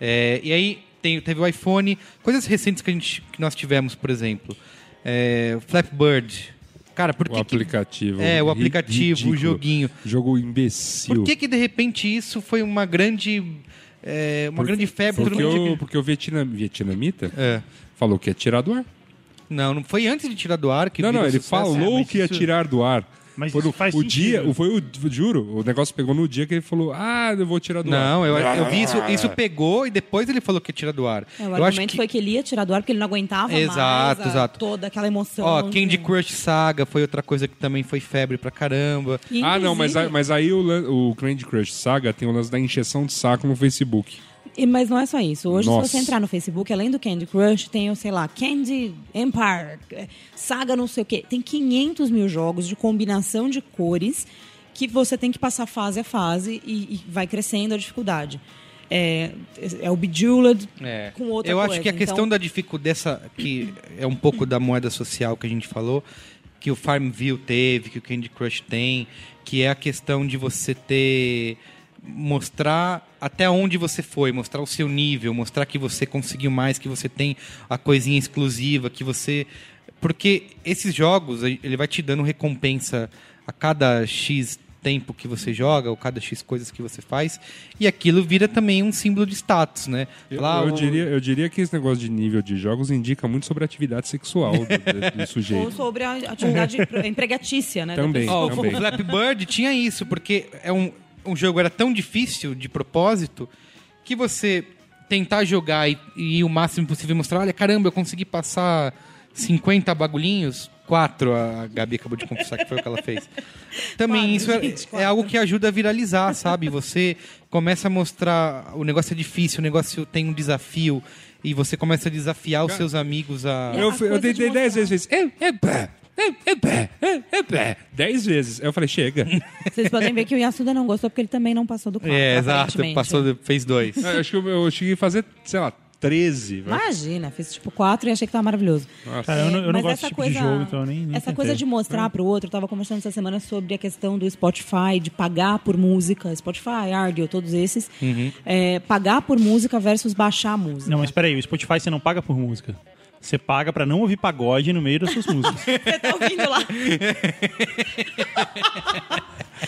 [SPEAKER 1] É, e aí tem- teve o iPhone, coisas recentes que a gente que nós tivemos, por exemplo, é, Flapbird. Cara, por
[SPEAKER 2] o
[SPEAKER 1] que que
[SPEAKER 2] aplicativo.
[SPEAKER 1] é o
[SPEAKER 2] Ri-
[SPEAKER 1] aplicativo,
[SPEAKER 2] ridículo.
[SPEAKER 1] o joguinho.
[SPEAKER 2] Jogo imbecil.
[SPEAKER 1] Por que que de repente isso foi uma grande é, uma
[SPEAKER 2] Por-
[SPEAKER 1] grande febre todo
[SPEAKER 2] Porque
[SPEAKER 1] mundo tinha
[SPEAKER 2] o,
[SPEAKER 1] que-
[SPEAKER 2] porque o vietnam, vietnamita
[SPEAKER 1] É.
[SPEAKER 2] falou que ia tirar do ar.
[SPEAKER 1] Não, não foi antes de tirar do ar que
[SPEAKER 2] não, não,
[SPEAKER 1] virou
[SPEAKER 2] ele
[SPEAKER 1] sucesso.
[SPEAKER 2] falou
[SPEAKER 3] É, mas
[SPEAKER 2] que ia
[SPEAKER 3] isso-
[SPEAKER 2] tirar do ar.
[SPEAKER 3] Mas
[SPEAKER 2] Foi
[SPEAKER 3] isso
[SPEAKER 2] no-
[SPEAKER 3] faz
[SPEAKER 2] o
[SPEAKER 3] sentido.
[SPEAKER 2] dia, o- foi o juro, o negócio pegou no dia que ele falou: "Ah, eu vou tirar do ar".
[SPEAKER 1] Não, eu, eu vi isso, isso pegou e depois ele falou que ia tirar do ar.
[SPEAKER 4] Ah. É, o
[SPEAKER 1] eu acho
[SPEAKER 4] argumento
[SPEAKER 1] que
[SPEAKER 4] foi que ele ia tirar do ar porque ele não aguentava mais
[SPEAKER 1] Exato,
[SPEAKER 4] a-
[SPEAKER 1] exato.
[SPEAKER 4] toda aquela emoção.
[SPEAKER 1] Ó, Candy
[SPEAKER 4] enfim.
[SPEAKER 1] Crush Saga foi outra coisa que também foi febre pra caramba.
[SPEAKER 4] E,
[SPEAKER 2] Ah, não, mas, aí-
[SPEAKER 4] inclusive-
[SPEAKER 2] mas aí o, lan- o Candy Crush Saga tem o lance da encheção de saco no Facebook.
[SPEAKER 4] E- Mas não é só isso. Hoje,
[SPEAKER 2] Nossa.
[SPEAKER 4] se você entrar no Facebook, além do Candy Crush, tem, o, sei lá, Candy Empire, eh, Saga não sei o quê. Tem 500 mil jogos de combinação de cores que você tem que passar fase a fase e, e vai crescendo a dificuldade. É, é o Bejeweled
[SPEAKER 1] É.
[SPEAKER 4] com outra
[SPEAKER 1] Eu
[SPEAKER 4] coisa.
[SPEAKER 1] acho que a questão
[SPEAKER 4] então,
[SPEAKER 1] da dificuldade, dessa, que é um pouco da moeda social que a gente falou, que o Farmville teve, que o Candy Crush tem, que é a questão de você ter. Mostrar até onde você foi, mostrar o seu nível, mostrar que você conseguiu mais, que você tem a coisinha exclusiva, que você. Porque esses jogos, ele vai te dando recompensa a cada X tempo que você joga, ou cada X coisas que você faz, e aquilo vira também um símbolo de status, né?
[SPEAKER 2] Eu,
[SPEAKER 1] Lá
[SPEAKER 2] eu
[SPEAKER 1] o-
[SPEAKER 2] diria, eu diria que esse negócio de nível de jogos indica muito sobre a atividade sexual do, do- do
[SPEAKER 1] É.
[SPEAKER 4] Ou
[SPEAKER 2] sujeito.
[SPEAKER 4] sobre a atividade pro- empregatícia, né? da
[SPEAKER 2] Também.
[SPEAKER 4] pessoa.
[SPEAKER 1] Ó,
[SPEAKER 2] também.
[SPEAKER 1] o Flappy Bird tinha isso, porque é um, um jogo era tão difícil de propósito que você tentar jogar e, e ir o máximo possível e mostrar, olha, caramba, eu consegui passar 50 bagulhinhos, quatro a Gabi acabou de confessar que foi o que ela fez. Também
[SPEAKER 4] Quatro,
[SPEAKER 1] isso é-
[SPEAKER 4] gente,
[SPEAKER 1] é,
[SPEAKER 4] quatro.
[SPEAKER 1] algo que ajuda a viralizar, sabe? Você começa a mostrar o negócio é difícil, o negócio tem um desafio e você começa a desafiar os seus amigos a
[SPEAKER 4] É,
[SPEAKER 2] eu
[SPEAKER 4] a
[SPEAKER 2] fui- eu
[SPEAKER 4] coisa de
[SPEAKER 2] tentei dez
[SPEAKER 4] mostrar.
[SPEAKER 2] vezes, é, é, pé, é, é, pé, é, é, pé. Dez vezes. Aí eu falei, chega.
[SPEAKER 4] Vocês podem ver que o Yasuda não gostou porque ele também não passou do quadro.
[SPEAKER 1] É, exato,
[SPEAKER 4] aparentemente.
[SPEAKER 1] passou, fez dois.
[SPEAKER 2] É, eu acho que eu, eu cheguei a fazer, sei lá, 13. vai.
[SPEAKER 4] Imagina, fiz tipo quatro e achei que tava maravilhoso.
[SPEAKER 3] Cara, eu não, eu não
[SPEAKER 4] Mas
[SPEAKER 3] gosto
[SPEAKER 4] essa
[SPEAKER 3] desse tipo de jogo, então eu nem, nem
[SPEAKER 4] Essa
[SPEAKER 3] tentei.
[SPEAKER 4] coisa de mostrar pro outro, eu tava conversando essa semana sobre a questão do Spotify, de pagar por música, Spotify, Ardio, todos esses. É, pagar por música versus baixar a música.
[SPEAKER 3] Não, mas peraí, o Spotify você não paga por música. Você paga pra não ouvir
[SPEAKER 4] tá
[SPEAKER 3] pagode no meio das suas músicas.
[SPEAKER 4] Você tá ouvindo lá.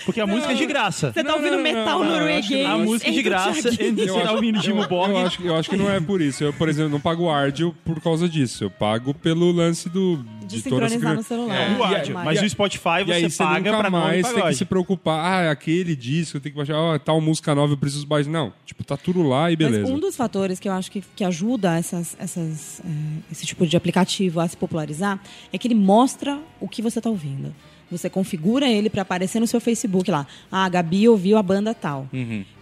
[SPEAKER 3] Porque a música é de graça.
[SPEAKER 4] Você tá
[SPEAKER 2] Não,
[SPEAKER 4] ouvindo
[SPEAKER 2] não, não,
[SPEAKER 4] metal
[SPEAKER 2] não, não,
[SPEAKER 4] norueguês.
[SPEAKER 3] A música é de
[SPEAKER 4] Entra o
[SPEAKER 3] graça.
[SPEAKER 4] Thiaguinho.
[SPEAKER 3] Você tá ouvindo Jimbo
[SPEAKER 2] Eu,
[SPEAKER 3] Borg.
[SPEAKER 2] acho, eu acho que não é por isso. Eu, por exemplo, não pago o Ardio por causa disso. Eu pago pelo lance do.
[SPEAKER 4] De
[SPEAKER 2] todas as
[SPEAKER 4] sincronizar no
[SPEAKER 2] crianças-
[SPEAKER 4] celular.
[SPEAKER 2] É.
[SPEAKER 4] né,
[SPEAKER 3] O áudio.
[SPEAKER 4] Mário?
[SPEAKER 3] Mas o Spotify
[SPEAKER 2] E aí
[SPEAKER 3] você
[SPEAKER 2] você
[SPEAKER 3] paga
[SPEAKER 2] nunca
[SPEAKER 3] pra nome e
[SPEAKER 2] mais tem que
[SPEAKER 3] pagode.
[SPEAKER 2] se preocupar. Ah, aquele disco, eu tenho que baixar. Ah, tal música nova, eu preciso baixar. Não, tipo, tá tudo lá e beleza.
[SPEAKER 4] Mas um dos fatores que eu acho que, que ajuda essas, essas, eh, esse tipo de aplicativo a se popularizar é que ele mostra o que você está ouvindo. Você configura ele para aparecer no seu Facebook lá. Ah, a Gabi ouviu a banda tal.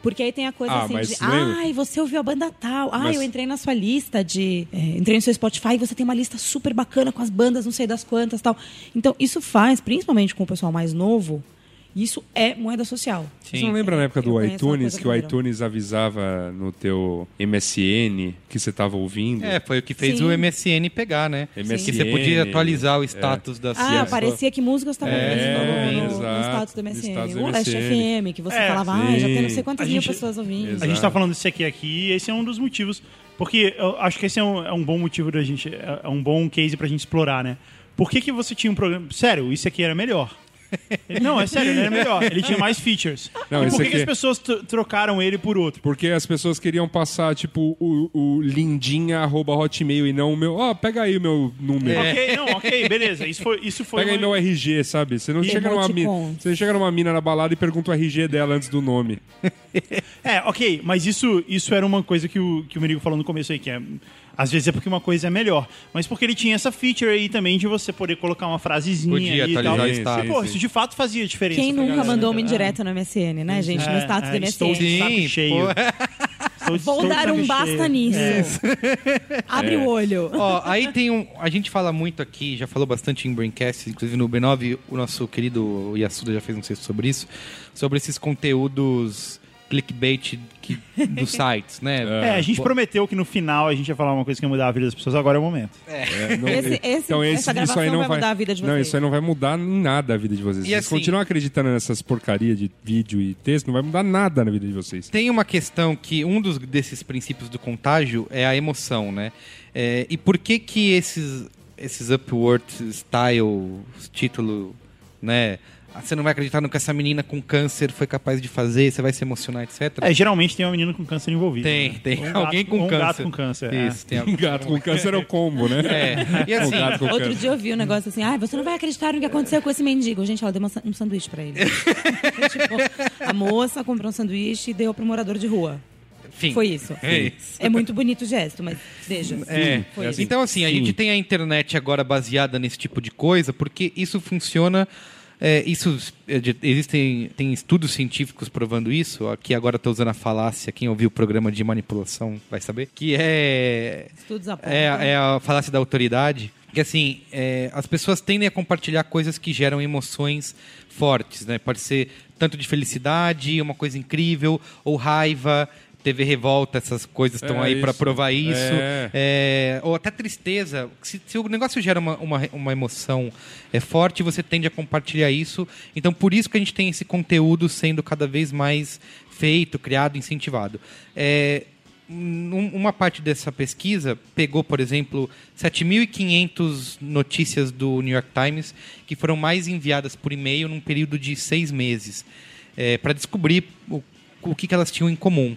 [SPEAKER 4] Porque aí tem a coisa
[SPEAKER 2] Uhum. Ah,
[SPEAKER 4] assim
[SPEAKER 2] mas
[SPEAKER 4] de.
[SPEAKER 2] lembra-
[SPEAKER 4] Ai, você ouviu a banda tal. Ah,
[SPEAKER 2] Mas-
[SPEAKER 4] eu entrei na sua lista de. eh, entrei no seu Spotify e você tem uma lista super bacana com as bandas, não sei das quantas tal. Então, isso faz, principalmente com o pessoal mais novo, isso é moeda social.
[SPEAKER 2] Você não lembra na época
[SPEAKER 4] Eu
[SPEAKER 2] do
[SPEAKER 4] conheço uma
[SPEAKER 2] iTunes
[SPEAKER 4] coisa
[SPEAKER 2] que o
[SPEAKER 4] primeiro.
[SPEAKER 2] iTunes avisava no teu MSN que você tava ouvindo?
[SPEAKER 1] É, foi o que fez
[SPEAKER 4] Sim.
[SPEAKER 1] o MSN pegar, né?
[SPEAKER 2] MSN,
[SPEAKER 1] Que você podia atualizar o status da
[SPEAKER 4] Ah,
[SPEAKER 1] ciência.
[SPEAKER 4] parecia que música você estava
[SPEAKER 2] É,
[SPEAKER 4] ouvindo no, no, no
[SPEAKER 2] exato,
[SPEAKER 4] status do
[SPEAKER 2] no
[SPEAKER 4] MSN.
[SPEAKER 2] status do
[SPEAKER 4] o Leste
[SPEAKER 2] MSN.
[SPEAKER 4] FM, que você
[SPEAKER 3] É,
[SPEAKER 4] falava, ah, já tem não
[SPEAKER 2] sim.
[SPEAKER 4] sei quantas
[SPEAKER 3] A
[SPEAKER 4] mil
[SPEAKER 3] gente-
[SPEAKER 4] pessoas ouvindo.
[SPEAKER 2] Exato.
[SPEAKER 3] A gente tá falando isso aqui aqui, e esse é um dos motivos. Porque eu acho que esse é um, é um bom motivo da gente. É é um bom case pra gente explorar, né? Por que, que você tinha um programa. Sério, isso aqui era melhor. Ele- Não, é sério, ele era melhor. Ele tinha mais features.
[SPEAKER 2] Não,
[SPEAKER 3] e
[SPEAKER 2] esse
[SPEAKER 3] por que, que
[SPEAKER 2] aqui-
[SPEAKER 3] as pessoas tro- trocaram ele por outro?
[SPEAKER 2] Porque as pessoas queriam passar, tipo, o, o lindinha arroba hotmail e não o meu. Ó, pega aí o meu número.
[SPEAKER 3] Ok, não, ok, beleza. Isso foi. Isso foi
[SPEAKER 2] É. Pega aí
[SPEAKER 3] uma-
[SPEAKER 2] meu RG, sabe? Você não, chega numa mina,
[SPEAKER 4] Emoticons.
[SPEAKER 2] você não chega numa mina na balada e pergunta o RG dela antes do nome.
[SPEAKER 3] É, ok, mas isso, isso era uma coisa que o, que o Merigo falou no começo aí, que é. Às vezes é porque uma coisa é melhor. Mas porque ele tinha essa feature aí também de você poder colocar uma frasezinha
[SPEAKER 1] Podia tá
[SPEAKER 3] ali
[SPEAKER 1] atualizar
[SPEAKER 2] o
[SPEAKER 3] e tal.
[SPEAKER 2] status.
[SPEAKER 3] Pô, isso de fato fazia diferença.
[SPEAKER 4] Quem
[SPEAKER 3] pra
[SPEAKER 4] nunca
[SPEAKER 3] galera,
[SPEAKER 4] mandou
[SPEAKER 3] né?
[SPEAKER 4] uma indireta no MSN, né, gente? No
[SPEAKER 3] É,
[SPEAKER 4] status do
[SPEAKER 3] é,
[SPEAKER 4] MSN.
[SPEAKER 3] estou de saco
[SPEAKER 1] Sim,
[SPEAKER 3] cheio.
[SPEAKER 1] pô.
[SPEAKER 3] Estou-
[SPEAKER 4] Vou
[SPEAKER 3] estou de
[SPEAKER 4] dar
[SPEAKER 3] saco
[SPEAKER 4] um
[SPEAKER 3] cheio. É,
[SPEAKER 4] basta nisso. Abre o olho.
[SPEAKER 1] Ó, aí tem um. A gente fala muito aqui, já falou bastante em Braincast, inclusive no B9, o nosso querido Yasuda já fez um texto sobre isso, sobre esses conteúdos clickbait que, dos sites, né?
[SPEAKER 3] É, a gente prometeu que no final a gente ia falar uma coisa que ia mudar a vida das pessoas, agora é o momento.
[SPEAKER 2] É, não-
[SPEAKER 4] Esse- esse- essa gravação vai mudar a vida de
[SPEAKER 2] Não,
[SPEAKER 4] vocês.
[SPEAKER 2] isso aí não vai mudar em nada a vida de vocês.
[SPEAKER 1] E
[SPEAKER 2] vocês
[SPEAKER 1] assim-
[SPEAKER 2] continuam acreditando nessas porcarias de vídeo e texto, não vai mudar nada na vida de vocês.
[SPEAKER 1] Tem uma questão que um dos desses princípios do contágio é a emoção, né? É, e por que que esses esses Upward Style título, né? Ah, Você não vai acreditar no que essa menina com câncer foi capaz de fazer, você vai se emocionar, etc.
[SPEAKER 3] É, geralmente tem uma menina com câncer envolvida.
[SPEAKER 1] Tem,
[SPEAKER 3] né?
[SPEAKER 1] tem
[SPEAKER 3] Ou um gato-
[SPEAKER 1] alguém com
[SPEAKER 3] ou um
[SPEAKER 1] câncer.
[SPEAKER 3] gato com câncer. é.
[SPEAKER 1] Isso, tem
[SPEAKER 2] Um
[SPEAKER 1] alguém.
[SPEAKER 2] gato com câncer é o combo, né?
[SPEAKER 1] É. E
[SPEAKER 2] Um
[SPEAKER 1] assim,
[SPEAKER 2] gato com
[SPEAKER 4] Outro
[SPEAKER 2] câncer.
[SPEAKER 4] dia eu vi um negócio assim, ah, você não vai acreditar no que aconteceu com esse mendigo. Gente, ela deu uma sa- um sanduíche pra ele. tipo, a moça comprou um sanduíche e deu pro morador de rua.
[SPEAKER 1] enfim.
[SPEAKER 4] Foi isso.
[SPEAKER 1] É isso.
[SPEAKER 4] É muito bonito o gesto, mas veja.
[SPEAKER 1] É,
[SPEAKER 4] foi
[SPEAKER 1] é
[SPEAKER 4] isso.
[SPEAKER 1] assim. então assim, a
[SPEAKER 2] Sim.
[SPEAKER 1] gente tem a internet agora baseada nesse tipo de coisa, porque isso funciona. é, isso é, de- existem tem estudos científicos provando isso. Aqui agora estou usando a falácia. Quem ouviu o programa de manipulação vai saber que é
[SPEAKER 4] Estudos apontam.
[SPEAKER 1] é, é a falácia da autoridade. Que assim, é, as pessoas tendem a compartilhar coisas que geram emoções fortes, né? Pode ser tanto de felicidade, uma coisa incrível, ou raiva, teve revolta, essas coisas estão
[SPEAKER 2] É
[SPEAKER 1] aí para
[SPEAKER 2] isso.
[SPEAKER 1] provar isso.
[SPEAKER 2] É.
[SPEAKER 1] É, ou até tristeza. Se, se o negócio gera uma, uma, uma emoção é, forte, você tende a compartilhar isso. Então, por isso que a gente tem esse conteúdo sendo cada vez mais feito, criado, incentivado. É, um- uma parte dessa pesquisa pegou, por exemplo, 7.500 notícias do New York Times que foram mais enviadas por e-mail num período de seis meses para descobrir o, o que, que elas tinham em comum.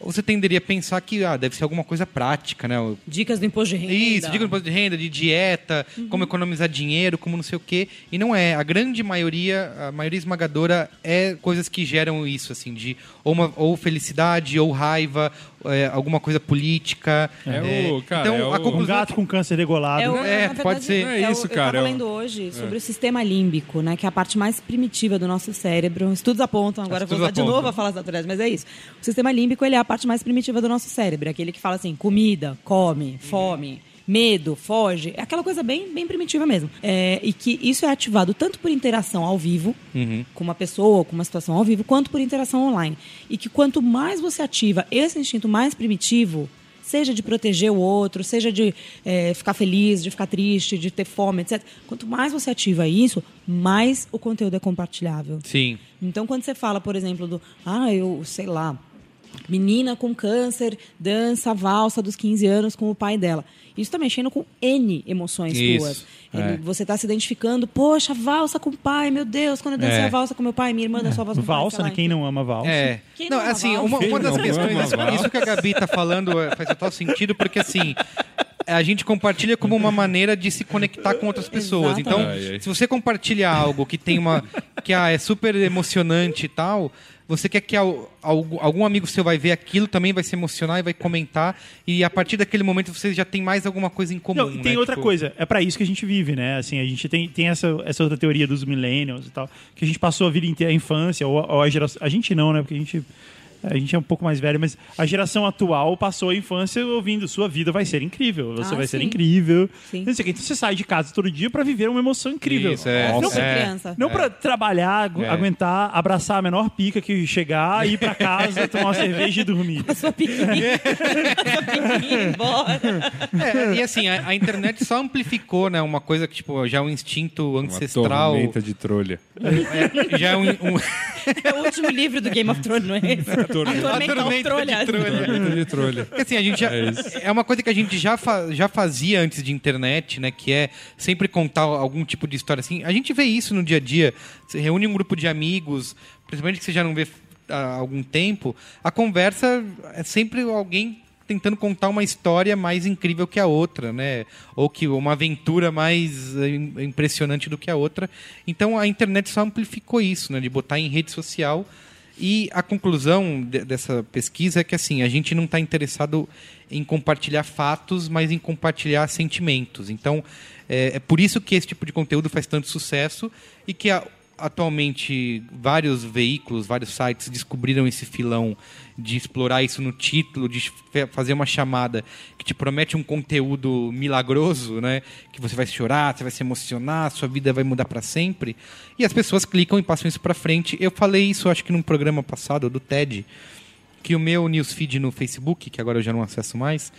[SPEAKER 1] Você tenderia a pensar que ah, deve ser alguma coisa prática, né? O-
[SPEAKER 4] Dicas do imposto de renda.
[SPEAKER 1] isso, diga no imposto de renda, de dieta, como economizar dinheiro, como não sei o quê. E não é. A grande maioria, a maioria esmagadora, é coisas que geram isso, assim, de ou, uma- ou felicidade, ou raiva, é, alguma coisa política.
[SPEAKER 2] É o- cara,
[SPEAKER 1] então,
[SPEAKER 2] é
[SPEAKER 1] a
[SPEAKER 2] o-
[SPEAKER 3] Um
[SPEAKER 1] conclusão
[SPEAKER 3] gato com câncer degolado.
[SPEAKER 4] É, o,
[SPEAKER 1] É,
[SPEAKER 4] na verdade,
[SPEAKER 1] pode ser.
[SPEAKER 2] É isso,
[SPEAKER 4] o,
[SPEAKER 2] cara, é o-
[SPEAKER 4] Eu estava lendo
[SPEAKER 1] um-
[SPEAKER 4] hoje sobre o sistema límbico, né? Que é a parte mais primitiva do nosso cérebro. Estudos apontam, agora eu vou
[SPEAKER 1] Estudos
[SPEAKER 4] usar de
[SPEAKER 1] apontam.
[SPEAKER 4] novo a falar das autoridades, mas é isso. O sistema límbico, ele é a parte mais primitiva do nosso cérebro. é Aquele que fala assim, comida, come, fome... Medo, foge, é aquela coisa bem, bem primitiva mesmo. É, e que isso é ativado tanto por interação ao vivo, com uma pessoa, com uma situação ao vivo, quanto por interação online. E que quanto mais você ativa esse instinto mais primitivo, Seja de proteger o outro, seja de eh, ficar feliz, de ficar triste, de ter fome, etc. Quanto mais você ativa isso, mais o conteúdo é compartilhável.
[SPEAKER 1] Sim.
[SPEAKER 4] Então, quando você fala, por exemplo, do ah, eu sei lá, menina com câncer dança a valsa dos 15 anos com o pai dela. Isso tá mexendo com N emoções
[SPEAKER 1] Isso,
[SPEAKER 4] suas.
[SPEAKER 1] é.
[SPEAKER 4] É, Você tá se identificando, poxa, valsa com o pai, meu Deus, quando eu dancei
[SPEAKER 1] É.
[SPEAKER 4] a valsa com meu pai, minha irmã dançou a valsa com o pai.
[SPEAKER 3] Valsa,
[SPEAKER 4] sei lá,
[SPEAKER 3] né? Quem não ama valsa.
[SPEAKER 1] É.
[SPEAKER 4] Quem
[SPEAKER 1] Não,
[SPEAKER 4] não ama
[SPEAKER 1] assim,
[SPEAKER 4] valsa?
[SPEAKER 1] uma, uma
[SPEAKER 2] Quem
[SPEAKER 1] das
[SPEAKER 2] não ama
[SPEAKER 1] questões.
[SPEAKER 2] valsa?
[SPEAKER 1] Isso que a Gabi tá falando é, faz total sentido, porque assim. A gente compartilha como uma maneira de se conectar com outras pessoas. Então,
[SPEAKER 2] Ai, ai.
[SPEAKER 1] se você compartilha algo que tem uma. que ah, é super emocionante e tal, você quer que al- algu- algum amigo seu vai ver aquilo, também vai se emocionar e vai comentar. E a partir daquele momento você já tem mais alguma coisa em comum.
[SPEAKER 3] Não, e tem
[SPEAKER 1] né?
[SPEAKER 3] outra
[SPEAKER 1] Tipo,
[SPEAKER 3] coisa, é pra isso que a gente vive, né? Assim, a gente tem, tem essa, essa outra teoria dos millennials e tal, que a gente passou a vida inteira, a infância, ou, a- ou a geração. A gente não, né? Porque a gente. A gente é um pouco mais velho, mas a geração atual passou a infância ouvindo sua vida vai ser incrível, você
[SPEAKER 4] Ah,
[SPEAKER 3] vai ser
[SPEAKER 4] sim.
[SPEAKER 3] incrível.
[SPEAKER 4] Sim.
[SPEAKER 3] Não sei o quê. Então você sai de casa todo dia pra viver uma emoção incrível.
[SPEAKER 1] Isso, é.
[SPEAKER 4] Não,
[SPEAKER 3] Não,
[SPEAKER 1] Nossa,
[SPEAKER 4] sou
[SPEAKER 1] é.
[SPEAKER 4] criança.
[SPEAKER 3] não pra trabalhar, agu-
[SPEAKER 1] É.
[SPEAKER 3] aguentar, abraçar a menor pica que chegar, ir pra casa, tomar uma cerveja e dormir.
[SPEAKER 4] Sua pequenininha. Sua pequenininha embora.
[SPEAKER 1] É, e assim, a, a internet só amplificou, né? Uma coisa que, tipo, já é um instinto
[SPEAKER 2] Uma
[SPEAKER 1] ancestral.
[SPEAKER 2] tormenta de trolha.
[SPEAKER 1] É, já é um- um...
[SPEAKER 4] É o último livro do Game of Thrones, não é esse?
[SPEAKER 2] Tormenta.
[SPEAKER 4] A tormenta,
[SPEAKER 1] A tormenta
[SPEAKER 4] trolha.
[SPEAKER 1] Ah, de trolha.
[SPEAKER 2] Tormenta de trolha.
[SPEAKER 1] Porque assim, a gente já, é, uma coisa que a gente já, fa- já fazia antes de internet, né? Que é sempre contar algum tipo de história assim. A gente vê isso no dia a dia. Você reúne um grupo de amigos, principalmente que você já não vê há algum tempo, a conversa é sempre alguém tentando contar uma história mais incrível que a outra, né? Ou que uma aventura mais eh, im- impressionante do que a outra. Então a internet só amplificou isso, né? De botar em rede social e a conclusão de- dessa pesquisa é que assim, a gente não está interessado em compartilhar fatos, mas em compartilhar sentimentos. Então, é, é por isso que esse tipo de conteúdo faz tanto sucesso e que a- atualmente vários veículos, vários sites descobriram esse filão de explorar isso no título, de fe- fazer uma chamada que te promete um conteúdo milagroso, né? Que você vai chorar, você vai se emocionar, sua vida vai mudar para sempre. E as pessoas clicam e passam isso para frente. Eu falei isso, acho que num programa passado do TED, que o meu newsfeed no Facebook, que agora eu já não acesso mais,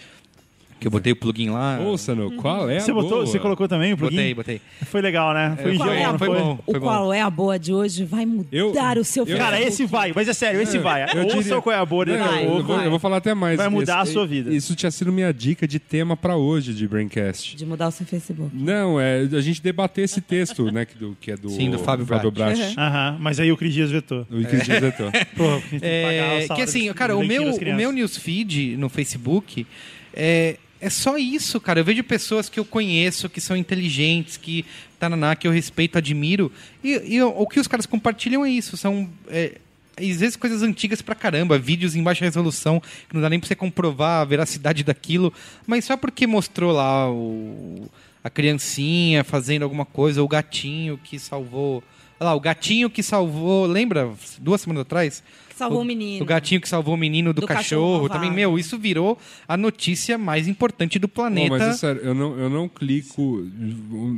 [SPEAKER 1] que eu botei o plugin lá.
[SPEAKER 2] Ouça, meu, qual é a
[SPEAKER 3] Você botou,
[SPEAKER 2] boa?
[SPEAKER 3] você colocou também o plugin?
[SPEAKER 1] botei, botei.
[SPEAKER 3] Foi legal, né? Foi,
[SPEAKER 1] É,
[SPEAKER 3] enjoado,
[SPEAKER 4] foi-
[SPEAKER 3] não
[SPEAKER 1] foi bom.
[SPEAKER 4] O
[SPEAKER 1] Foi bom.
[SPEAKER 4] qual é a boa de hoje vai
[SPEAKER 2] Eu-
[SPEAKER 4] mudar o seu
[SPEAKER 2] eu- um
[SPEAKER 3] Cara,
[SPEAKER 4] futuro.
[SPEAKER 3] esse vai, mas é sério, esse vai.
[SPEAKER 2] Eu
[SPEAKER 3] Ouça
[SPEAKER 2] diria-
[SPEAKER 3] o qual é a boa daqui a
[SPEAKER 2] Não, eu,
[SPEAKER 3] pouco.
[SPEAKER 2] vou,
[SPEAKER 4] vai.
[SPEAKER 2] eu vou falar até mais.
[SPEAKER 3] Vai mudar
[SPEAKER 2] Esse-
[SPEAKER 3] a sua vida.
[SPEAKER 2] Isso tinha sido minha dica de tema pra hoje de Braincast.
[SPEAKER 4] De mudar o seu Facebook.
[SPEAKER 2] Não, é a gente debater esse texto, né? Que, do, que é do,
[SPEAKER 1] Sim, do Fábio Bracho.
[SPEAKER 2] Bracho.
[SPEAKER 3] Aham, mas aí o Cris Dias vetou.
[SPEAKER 2] Do Ike Diretor.
[SPEAKER 3] Porra, porque tem que pagar o
[SPEAKER 1] É,
[SPEAKER 3] salário
[SPEAKER 1] que assim,
[SPEAKER 3] dos-
[SPEAKER 1] cara,
[SPEAKER 3] do
[SPEAKER 1] o
[SPEAKER 3] leitinho
[SPEAKER 1] meu,
[SPEAKER 3] das
[SPEAKER 1] o
[SPEAKER 3] crianças.
[SPEAKER 1] meu newsfeed no Facebook é, é só isso, cara. Eu vejo pessoas que eu conheço, que são inteligentes, que tananá, que eu respeito, admiro. E, e o, o que os caras compartilham é isso. São. é, às vezes coisas antigas pra caramba, vídeos em baixa resolução, que não dá nem pra você comprovar a veracidade daquilo, mas só porque mostrou lá o, a criancinha fazendo alguma coisa, ou o gatinho que salvou. Olha lá, o gatinho que salvou. Lembra? Duas semanas atrás?
[SPEAKER 4] Que salvou o
[SPEAKER 1] O
[SPEAKER 4] menino.
[SPEAKER 1] gatinho que salvou o menino do,
[SPEAKER 4] Do
[SPEAKER 1] cachorro.
[SPEAKER 4] cachorro
[SPEAKER 1] também,
[SPEAKER 4] malvado.
[SPEAKER 1] meu, isso virou a notícia mais importante do
[SPEAKER 2] Pô,
[SPEAKER 1] planeta.
[SPEAKER 2] mas é sério, eu não, eu não clico.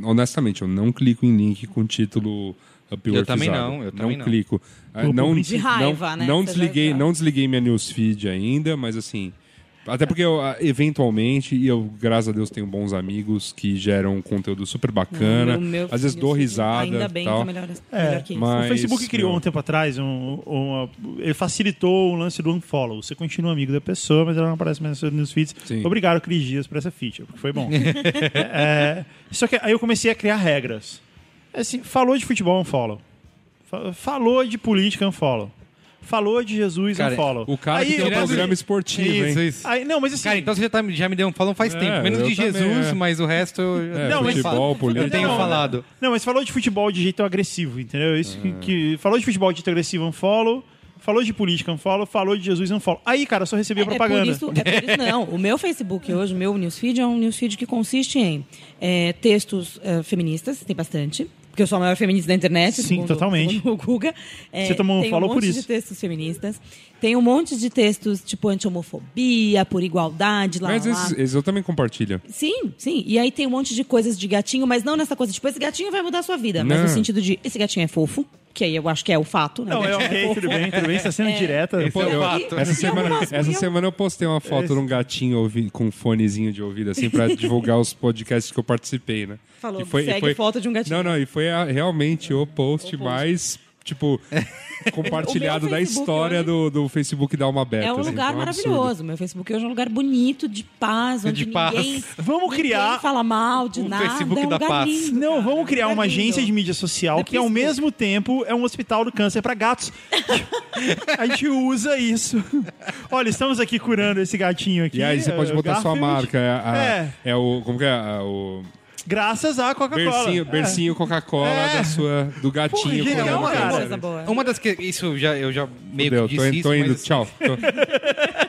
[SPEAKER 2] Honestamente, eu não clico em link com título uh, upworkizado.
[SPEAKER 1] Eu também não, eu também não.
[SPEAKER 2] clico. Ah,
[SPEAKER 3] Por-
[SPEAKER 2] Não,
[SPEAKER 3] por
[SPEAKER 4] De raiva,
[SPEAKER 2] não,
[SPEAKER 4] né?
[SPEAKER 2] Não
[SPEAKER 4] Você já-
[SPEAKER 2] desliguei,
[SPEAKER 4] já-
[SPEAKER 2] não desliguei minha newsfeed ainda, mas assim. Até porque eu, ah, eventualmente, e eu, graças a Deus, tenho bons amigos que geram um conteúdo super bacana.
[SPEAKER 4] O meu- assim,
[SPEAKER 2] às vezes dou risada.
[SPEAKER 4] Ainda bem
[SPEAKER 2] tal.
[SPEAKER 4] que é melhor, melhor que isso.
[SPEAKER 2] mas-
[SPEAKER 3] O Facebook criou
[SPEAKER 2] não.
[SPEAKER 3] um tempo atrás, um, uma- ele facilitou o lance do unfollow. Você continua amigo da pessoa, mas ela não aparece mais nos feeds.
[SPEAKER 2] Sim.
[SPEAKER 3] Obrigado, Cris Dias, por essa feature, porque foi bom. É, só que aí eu comecei a criar regras. Assim, falou de futebol, unfollow. Fa- Falou de política, unfollow. Falou de Jesus,
[SPEAKER 1] Cara,
[SPEAKER 3] unfollow.
[SPEAKER 2] O cara
[SPEAKER 3] aí
[SPEAKER 2] que tem um
[SPEAKER 3] eu-
[SPEAKER 2] programa esportivo,
[SPEAKER 1] Isso,
[SPEAKER 2] hein?
[SPEAKER 1] isso.
[SPEAKER 3] Aí, não, mas assim...
[SPEAKER 1] Cara, então você já, tá- já me deu um falão faz
[SPEAKER 2] É,
[SPEAKER 1] tempo. Menos
[SPEAKER 2] eu
[SPEAKER 1] de
[SPEAKER 2] também,
[SPEAKER 1] Jesus,
[SPEAKER 2] é.
[SPEAKER 1] mas o resto eu,
[SPEAKER 2] É,
[SPEAKER 1] eu
[SPEAKER 3] Não, mas-
[SPEAKER 2] futebol,
[SPEAKER 1] eu
[SPEAKER 2] política.
[SPEAKER 1] tenho
[SPEAKER 3] Não,
[SPEAKER 1] falado.
[SPEAKER 3] Não, mas falou de futebol de jeito agressivo, entendeu? Isso que, que- falou de futebol de jeito agressivo, unfollow. Falou de política, unfollow. Falou de Jesus, unfollow. Aí, cara, eu só recebi
[SPEAKER 4] É,
[SPEAKER 3] a propaganda.
[SPEAKER 4] É por isso, é por isso- não. O meu Facebook hoje, o meu newsfeed, é um newsfeed que consiste em é, textos é, feministas, tem bastante. Porque eu sou a maior feminista da internet.
[SPEAKER 3] Sim,
[SPEAKER 4] segundo-
[SPEAKER 3] totalmente.
[SPEAKER 4] segundo o Guga. É,
[SPEAKER 3] Você tomou um
[SPEAKER 4] tem
[SPEAKER 3] follow
[SPEAKER 4] um
[SPEAKER 3] por
[SPEAKER 4] monte
[SPEAKER 3] isso.
[SPEAKER 4] de textos feministas. Tem um monte de textos, tipo, anti-homofobia, por igualdade, lá,
[SPEAKER 2] Mas
[SPEAKER 4] Tá lá,
[SPEAKER 2] esses, esses eu também compartilho.
[SPEAKER 4] Sim, sim. E aí tem um monte de coisas de gatinho, mas não nessa coisa, tipo, esse gatinho vai mudar a sua vida. Mas
[SPEAKER 2] Não.
[SPEAKER 4] no sentido de, esse gatinho é fofo, que aí eu acho que é o fato, né?
[SPEAKER 3] Não, é
[SPEAKER 4] Gatinho
[SPEAKER 3] ok,
[SPEAKER 4] fofo.
[SPEAKER 3] tudo bem, tudo bem. Você tá sendo direta.
[SPEAKER 2] Pô, eu-
[SPEAKER 1] fato.
[SPEAKER 2] essa
[SPEAKER 4] Não,
[SPEAKER 2] semana,
[SPEAKER 4] mas
[SPEAKER 2] essa
[SPEAKER 4] eu-
[SPEAKER 2] semana eu postei uma foto de um gatinho ouvi- com um fonezinho de ouvido, assim, pra divulgar os podcasts que eu participei, né?
[SPEAKER 4] Falou, segue foto de um gatinho.
[SPEAKER 2] Não, não, e foi a- realmente o post, mais tipo, compartilhado
[SPEAKER 4] O
[SPEAKER 2] da
[SPEAKER 4] meu Facebook
[SPEAKER 2] história
[SPEAKER 4] hoje-
[SPEAKER 2] do, do Facebook da Alma Beta.
[SPEAKER 4] É um
[SPEAKER 2] assim,
[SPEAKER 4] lugar
[SPEAKER 2] então um absurdo.
[SPEAKER 4] maravilhoso. Meu Facebook hoje é um lugar bonito, de paz, onde
[SPEAKER 1] De
[SPEAKER 4] ninguém,
[SPEAKER 1] paz.
[SPEAKER 3] Vamos criar
[SPEAKER 4] ninguém fala mal de
[SPEAKER 1] o
[SPEAKER 4] nada.
[SPEAKER 1] Facebook
[SPEAKER 4] é um
[SPEAKER 1] da
[SPEAKER 4] lugar
[SPEAKER 1] paz.
[SPEAKER 4] lindo,
[SPEAKER 3] Não,
[SPEAKER 4] cara.
[SPEAKER 3] vamos criar
[SPEAKER 4] É um
[SPEAKER 3] uma
[SPEAKER 4] lugar
[SPEAKER 3] agência
[SPEAKER 4] lindo.
[SPEAKER 3] de mídia social
[SPEAKER 4] The
[SPEAKER 3] que, ao
[SPEAKER 4] Peaceful.
[SPEAKER 3] mesmo tempo, é um hospital do câncer para gatos. a gente usa isso. Olha, estamos aqui curando esse gatinho aqui.
[SPEAKER 2] E aí você pode
[SPEAKER 3] é,
[SPEAKER 2] botar sua
[SPEAKER 3] Garfield.
[SPEAKER 2] marca. É, a-
[SPEAKER 3] É.
[SPEAKER 2] é o. Como que é? A- O
[SPEAKER 3] Graças à Coca-Cola.
[SPEAKER 2] bercinho, bercinho Coca-Cola
[SPEAKER 3] É.
[SPEAKER 2] da sua, do gatinho.
[SPEAKER 3] que
[SPEAKER 2] com
[SPEAKER 3] legal,
[SPEAKER 2] o
[SPEAKER 3] cara.
[SPEAKER 2] câncer.
[SPEAKER 4] é Coisa boa.
[SPEAKER 1] Uma das que. Isso eu já, eu já meio
[SPEAKER 2] Fudeu,
[SPEAKER 1] que
[SPEAKER 2] tô,
[SPEAKER 1] disse
[SPEAKER 2] in-
[SPEAKER 1] isso.
[SPEAKER 2] tô indo,
[SPEAKER 1] mas-
[SPEAKER 2] tchau. Tô,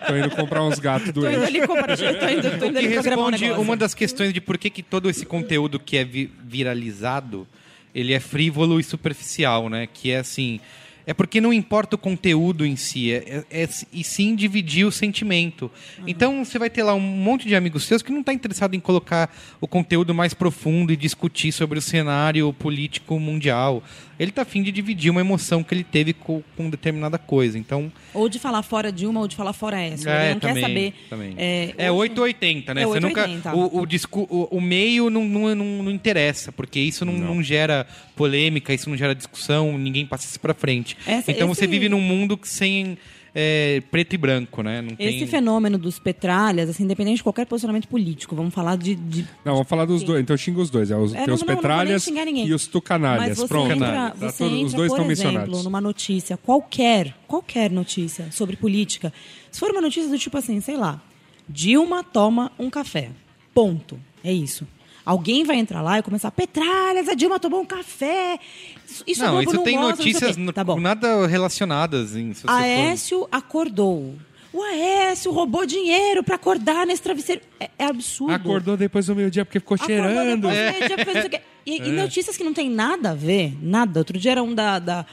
[SPEAKER 2] tô indo comprar uns gatos
[SPEAKER 4] Tô indo
[SPEAKER 2] doentes.
[SPEAKER 4] ali comprar, tô indo, tô indo
[SPEAKER 1] que
[SPEAKER 4] ali programar um
[SPEAKER 1] responde
[SPEAKER 4] negócio.
[SPEAKER 1] uma das questões de por que, que todo esse conteúdo que é vi- viralizado ele é frívolo e superficial, né? Que é assim. É porque não importa o conteúdo em si, é, é- é- e sim dividir o sentimento.
[SPEAKER 4] Uhum.
[SPEAKER 1] Então você vai ter lá um monte de amigos seus que não está interessado em colocar o conteúdo mais profundo e discutir sobre o cenário político mundial. Ele está afim de dividir uma emoção que ele teve com, com determinada coisa. Então
[SPEAKER 4] Ou de falar fora de uma, ou de falar fora essa. Ele não quer saber.
[SPEAKER 1] também.
[SPEAKER 4] É,
[SPEAKER 1] É, 880, né?
[SPEAKER 4] É
[SPEAKER 1] Você nunca,
[SPEAKER 4] 880.
[SPEAKER 1] o, o, discu- o, o meio não, não, não, não interessa, porque isso não, não gera polêmica, isso não gera discussão, ninguém passa isso pra frente.
[SPEAKER 4] Essa-
[SPEAKER 1] então
[SPEAKER 4] esse-
[SPEAKER 1] você vive num mundo que sem é, preto e branco, né? Não tem...
[SPEAKER 4] Esse fenômeno dos petralhas, assim, independente de qualquer posicionamento político, vamos falar de. de-
[SPEAKER 2] Não, vamos falar dos dois. Então xinga os dois. É, os,
[SPEAKER 4] É,
[SPEAKER 2] tem
[SPEAKER 4] não,
[SPEAKER 2] os
[SPEAKER 4] não, não vou nem
[SPEAKER 2] petralhas
[SPEAKER 4] xingar ninguém.
[SPEAKER 2] e os
[SPEAKER 4] Mas
[SPEAKER 2] tucanalhas.
[SPEAKER 4] você
[SPEAKER 2] Pronto.
[SPEAKER 4] entra,
[SPEAKER 2] Tá
[SPEAKER 4] você
[SPEAKER 2] todo-
[SPEAKER 4] entra
[SPEAKER 2] os dois
[SPEAKER 4] por
[SPEAKER 2] estão
[SPEAKER 4] exemplo,
[SPEAKER 2] mencionados.
[SPEAKER 4] numa notícia, qualquer, qualquer notícia sobre política. Se for uma notícia do tipo assim, sei lá, Dilma toma um café. Ponto. É isso. Alguém vai entrar lá e começar, petralhas, a Dilma tomou um café. Isso, isso a
[SPEAKER 1] não,
[SPEAKER 4] Globo
[SPEAKER 1] isso tem
[SPEAKER 4] mostra, não sei o
[SPEAKER 1] notícias
[SPEAKER 4] quê.
[SPEAKER 1] no-
[SPEAKER 4] Tá bom. Ah, é?
[SPEAKER 1] nada relacionadas. Em, se você for-
[SPEAKER 4] Aécio acordou. O Aécio roubou dinheiro pra acordar nesse travesseiro. É, é absurdo.
[SPEAKER 2] Acordou depois do meio-dia porque ficou
[SPEAKER 4] Acordou
[SPEAKER 2] cheirando.
[SPEAKER 4] depois, É. meio
[SPEAKER 1] É.
[SPEAKER 4] dia, fez isso aqui. E, e notícias que não tem nada a ver, nada. Outro dia era um da, da-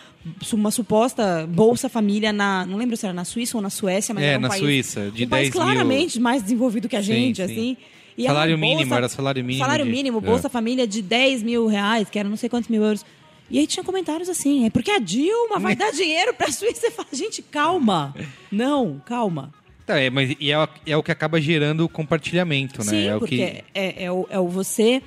[SPEAKER 4] uma suposta Bolsa Família na. Não lembro se era na Suíça ou na Suécia, mas
[SPEAKER 1] É,
[SPEAKER 4] era um
[SPEAKER 1] na
[SPEAKER 4] país,
[SPEAKER 1] Suíça, de
[SPEAKER 4] um
[SPEAKER 1] 10
[SPEAKER 4] país
[SPEAKER 1] mil.
[SPEAKER 4] claramente mais desenvolvido que a
[SPEAKER 1] Sim,
[SPEAKER 4] gente,
[SPEAKER 1] sim.
[SPEAKER 4] assim. E
[SPEAKER 1] Salário
[SPEAKER 4] uma bolsa-
[SPEAKER 1] mínimo, era salário mínimo
[SPEAKER 4] Salário
[SPEAKER 1] de-
[SPEAKER 4] mínimo,
[SPEAKER 1] é.
[SPEAKER 4] Bolsa Família de 10 mil reais, que era não sei quantos mil euros. E aí tinha comentários assim, é porque a Dilma vai dar dinheiro pra Suíça. Você fala, gente, calma. Não, calma.
[SPEAKER 1] Tá, é, mas, e é, o- é o que acaba gerando o compartilhamento, né?
[SPEAKER 4] Sim,
[SPEAKER 1] é o
[SPEAKER 4] porque
[SPEAKER 1] que...
[SPEAKER 4] é, é o, é o você.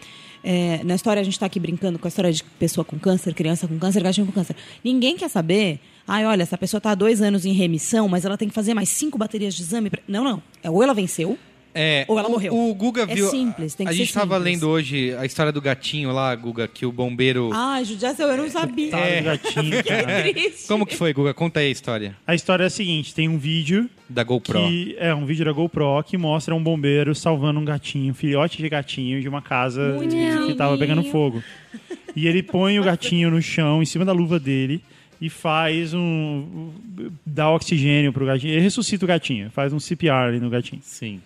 [SPEAKER 4] é, na história, a gente está aqui brincando com a história de pessoa com câncer, criança com câncer, gatinho com câncer. Ninguém quer saber. Ai, olha, essa pessoa está há dois anos em remissão, mas ela tem que fazer mais cinco baterias de exame. pra-" Não, não. É, ou ela venceu.
[SPEAKER 1] É,
[SPEAKER 4] Ou ela
[SPEAKER 1] o,
[SPEAKER 4] morreu.
[SPEAKER 1] O Guga
[SPEAKER 4] É
[SPEAKER 1] viu.
[SPEAKER 4] simples, tem que
[SPEAKER 1] a
[SPEAKER 4] ser
[SPEAKER 1] gente tava
[SPEAKER 4] simples.
[SPEAKER 1] lendo hoje a história do gatinho lá, Guga, que o bombeiro.
[SPEAKER 4] Ai, judiação, eu não sabia.
[SPEAKER 3] Coitado do Tá,
[SPEAKER 4] É.
[SPEAKER 3] gatinho, cara.
[SPEAKER 4] Que triste.
[SPEAKER 1] Como que foi, Guga? Conta aí a história
[SPEAKER 3] A história é a seguinte: tem um vídeo
[SPEAKER 1] da GoPro.
[SPEAKER 3] que é um vídeo da GoPro que mostra um bombeiro salvando um gatinho, um filhote de gatinho de uma casa
[SPEAKER 4] Muito
[SPEAKER 3] que
[SPEAKER 4] pequenininho.
[SPEAKER 3] estava pegando fogo. E ele põe o gatinho no chão, em cima da luva dele, e faz um. dá oxigênio pro gatinho. Ele ressuscita o gatinho, faz um CPR ali no gatinho.
[SPEAKER 1] Sim.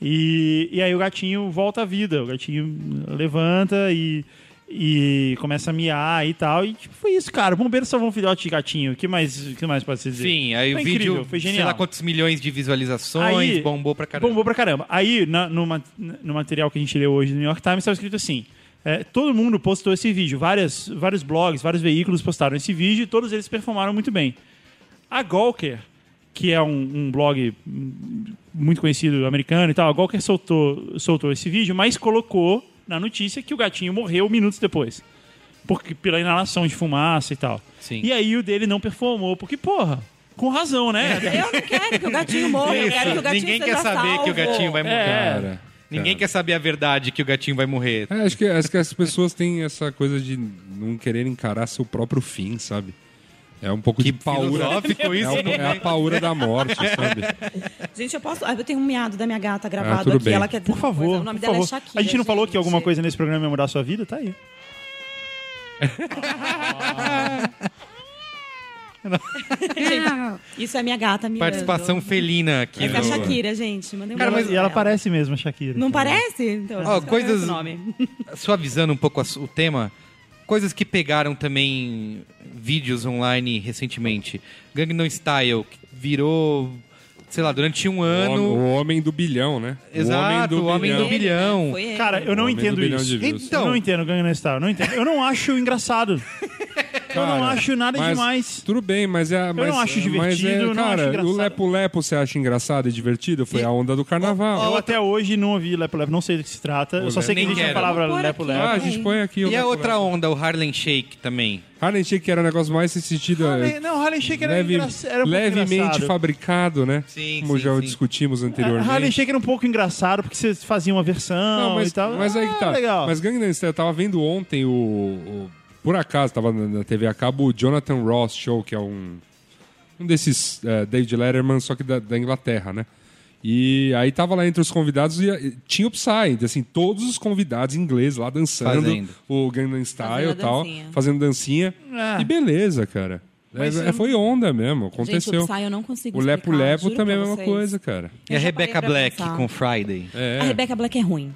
[SPEAKER 3] E, e aí o gatinho volta à vida, o gatinho levanta e, e começa a miar e tal. E tipo, foi isso, cara. Bombeiro salvou um filhote de gatinho. O que mais, o que mais pode se dizer?
[SPEAKER 1] Sim, aí
[SPEAKER 3] Foi
[SPEAKER 1] o vídeo,
[SPEAKER 3] incrível, foi
[SPEAKER 1] sei
[SPEAKER 3] genial.
[SPEAKER 1] lá quantos milhões de visualizações,
[SPEAKER 3] Aí-
[SPEAKER 1] bombou pra caramba.
[SPEAKER 3] Bombou pra caramba. Aí, na- no, ma- no material que a gente leu hoje no New York Times, estava escrito assim: é, todo mundo postou esse vídeo. Várias, vários blogs, vários veículos postaram esse vídeo e todos eles performaram muito bem. A Gawker, que é um, um blog hum, muito conhecido americano e tal, a Gawker soltou, soltou esse vídeo, mas colocou na notícia que o gatinho morreu minutos depois. Porque, pela inalação de fumaça e tal.
[SPEAKER 1] Sim.
[SPEAKER 3] E aí o dele não performou, porque, porra, com razão, né?
[SPEAKER 4] Eu não quero que o gatinho morra. Eu quero que o gatinho
[SPEAKER 1] Ninguém
[SPEAKER 4] seja
[SPEAKER 1] quer saber
[SPEAKER 4] salvo.
[SPEAKER 1] que o gatinho vai morrer.
[SPEAKER 3] É.
[SPEAKER 2] Cara,
[SPEAKER 1] Ninguém quer saber a verdade que o gatinho vai morrer.
[SPEAKER 2] É, acho, que, acho que as pessoas têm essa coisa de não querer encarar seu próprio fim, sabe? É um pouco
[SPEAKER 1] Que
[SPEAKER 2] de paura.
[SPEAKER 1] filosófico
[SPEAKER 2] É,
[SPEAKER 1] isso.
[SPEAKER 2] um po- é a paura da morte, sabe?
[SPEAKER 4] Gente, eu posso. Ah, eu tenho um miado da minha gata gravado
[SPEAKER 2] tudo
[SPEAKER 4] aqui.
[SPEAKER 2] bem.
[SPEAKER 4] Ela quer dizer
[SPEAKER 3] Ah, Por
[SPEAKER 4] uma
[SPEAKER 3] favor,
[SPEAKER 4] coisa. O nome
[SPEAKER 3] por
[SPEAKER 4] dela
[SPEAKER 3] favor.
[SPEAKER 4] é Shakira.
[SPEAKER 3] a gente não falou que alguma
[SPEAKER 4] gente.
[SPEAKER 3] coisa nesse programa ia mudar a sua vida? Tá aí.
[SPEAKER 4] Gente, isso é minha gata, minha
[SPEAKER 1] Participação felina aqui.
[SPEAKER 4] Essa é a
[SPEAKER 1] no-
[SPEAKER 4] Shakira, gente. Mandei um
[SPEAKER 1] Cara,
[SPEAKER 4] beijo
[SPEAKER 1] mas-
[SPEAKER 3] e
[SPEAKER 4] pra
[SPEAKER 3] ela parece mesmo a Shakira.
[SPEAKER 4] Não parece? Então,
[SPEAKER 1] Ó,
[SPEAKER 4] esse
[SPEAKER 1] coisas-
[SPEAKER 4] É o nome.
[SPEAKER 1] Suavizando um pouco a su- o tema, coisas que pegaram também vídeos online recentemente. Gangnam Style, que virou, sei lá, durante um
[SPEAKER 2] O homem-
[SPEAKER 1] ano.
[SPEAKER 2] O homem do bilhão, né?
[SPEAKER 1] Exato, o homem do bilhão.
[SPEAKER 4] Foi ele.
[SPEAKER 3] Cara, eu não
[SPEAKER 2] Homem do
[SPEAKER 3] entendo
[SPEAKER 2] bilhão de
[SPEAKER 3] isso.
[SPEAKER 2] views.
[SPEAKER 1] Então-
[SPEAKER 3] eu não entendo Gangnam Style, eu não entendo. Eu não acho engraçado. eu não
[SPEAKER 2] Cara,
[SPEAKER 3] acho nada
[SPEAKER 2] mas
[SPEAKER 3] demais.
[SPEAKER 2] Tudo bem, mas é. mas-
[SPEAKER 3] não
[SPEAKER 2] mas
[SPEAKER 3] acho
[SPEAKER 2] é-
[SPEAKER 3] divertido, não
[SPEAKER 2] cara,
[SPEAKER 3] acho engraçado.
[SPEAKER 2] o Lepo Lepo você acha engraçado e divertido? Foi a onda do carnaval.
[SPEAKER 3] Eu até hoje não ouvi Lepo Lepo, não sei do que se trata. Eu só sei que
[SPEAKER 1] Nem
[SPEAKER 3] existe a
[SPEAKER 1] quero.
[SPEAKER 3] palavra
[SPEAKER 4] Vou pôr
[SPEAKER 3] Lepo
[SPEAKER 4] aqui.
[SPEAKER 3] Lepo.
[SPEAKER 2] Ah, a gente põe aqui o
[SPEAKER 1] E a
[SPEAKER 2] Lepo
[SPEAKER 1] outra onda, o Harlem Shake também.
[SPEAKER 2] Harlem Shake era um negócio mais nesse sentido.
[SPEAKER 3] Harlem-
[SPEAKER 2] é,
[SPEAKER 3] não, Harlem Shake era
[SPEAKER 2] leve-
[SPEAKER 3] engraça- era um pouco
[SPEAKER 2] levemente
[SPEAKER 3] engraçado.
[SPEAKER 2] fabricado, né?
[SPEAKER 1] Sim,
[SPEAKER 2] Como
[SPEAKER 1] sim,
[SPEAKER 2] já
[SPEAKER 1] sim.
[SPEAKER 2] discutimos
[SPEAKER 3] A
[SPEAKER 2] anteriormente.
[SPEAKER 3] Harlem Shake era um pouco engraçado, porque você fazia uma versão
[SPEAKER 2] Não, mas,
[SPEAKER 3] e tal.
[SPEAKER 2] mas aí
[SPEAKER 3] Ah,
[SPEAKER 2] que tá.
[SPEAKER 3] Legal.
[SPEAKER 2] Mas Gangnam Style, eu tava vendo ontem o, o- Por acaso, tava na, na TV a cabo o Jonathan Ross Show, que é um. Um desses eh, David Letterman, só que da, da Inglaterra, né? E aí tava lá entre os convidados e, eh, tinha o Psy, assim, todos os convidados em inglês lá dançando
[SPEAKER 1] Fazendo.
[SPEAKER 2] o Gangnam Style e
[SPEAKER 4] Fazendo a
[SPEAKER 2] tal,
[SPEAKER 4] dancinha.
[SPEAKER 2] fazendo dancinha.
[SPEAKER 3] Ah.
[SPEAKER 2] E beleza, cara.
[SPEAKER 3] Mas
[SPEAKER 2] É-
[SPEAKER 3] eu-
[SPEAKER 2] foi onda mesmo, aconteceu.
[SPEAKER 4] hum, Gente, o Psy eu não consigo
[SPEAKER 2] o Lepo
[SPEAKER 4] explicar,
[SPEAKER 2] Lepo
[SPEAKER 4] juro
[SPEAKER 2] também é a
[SPEAKER 4] pra
[SPEAKER 2] mesma
[SPEAKER 4] vocês.
[SPEAKER 2] coisa, cara.
[SPEAKER 1] E a
[SPEAKER 4] Eu já
[SPEAKER 1] Rebecca
[SPEAKER 4] parei pra
[SPEAKER 1] Black
[SPEAKER 4] pensar.
[SPEAKER 1] com Friday.
[SPEAKER 4] A Rebecca Black é ruim.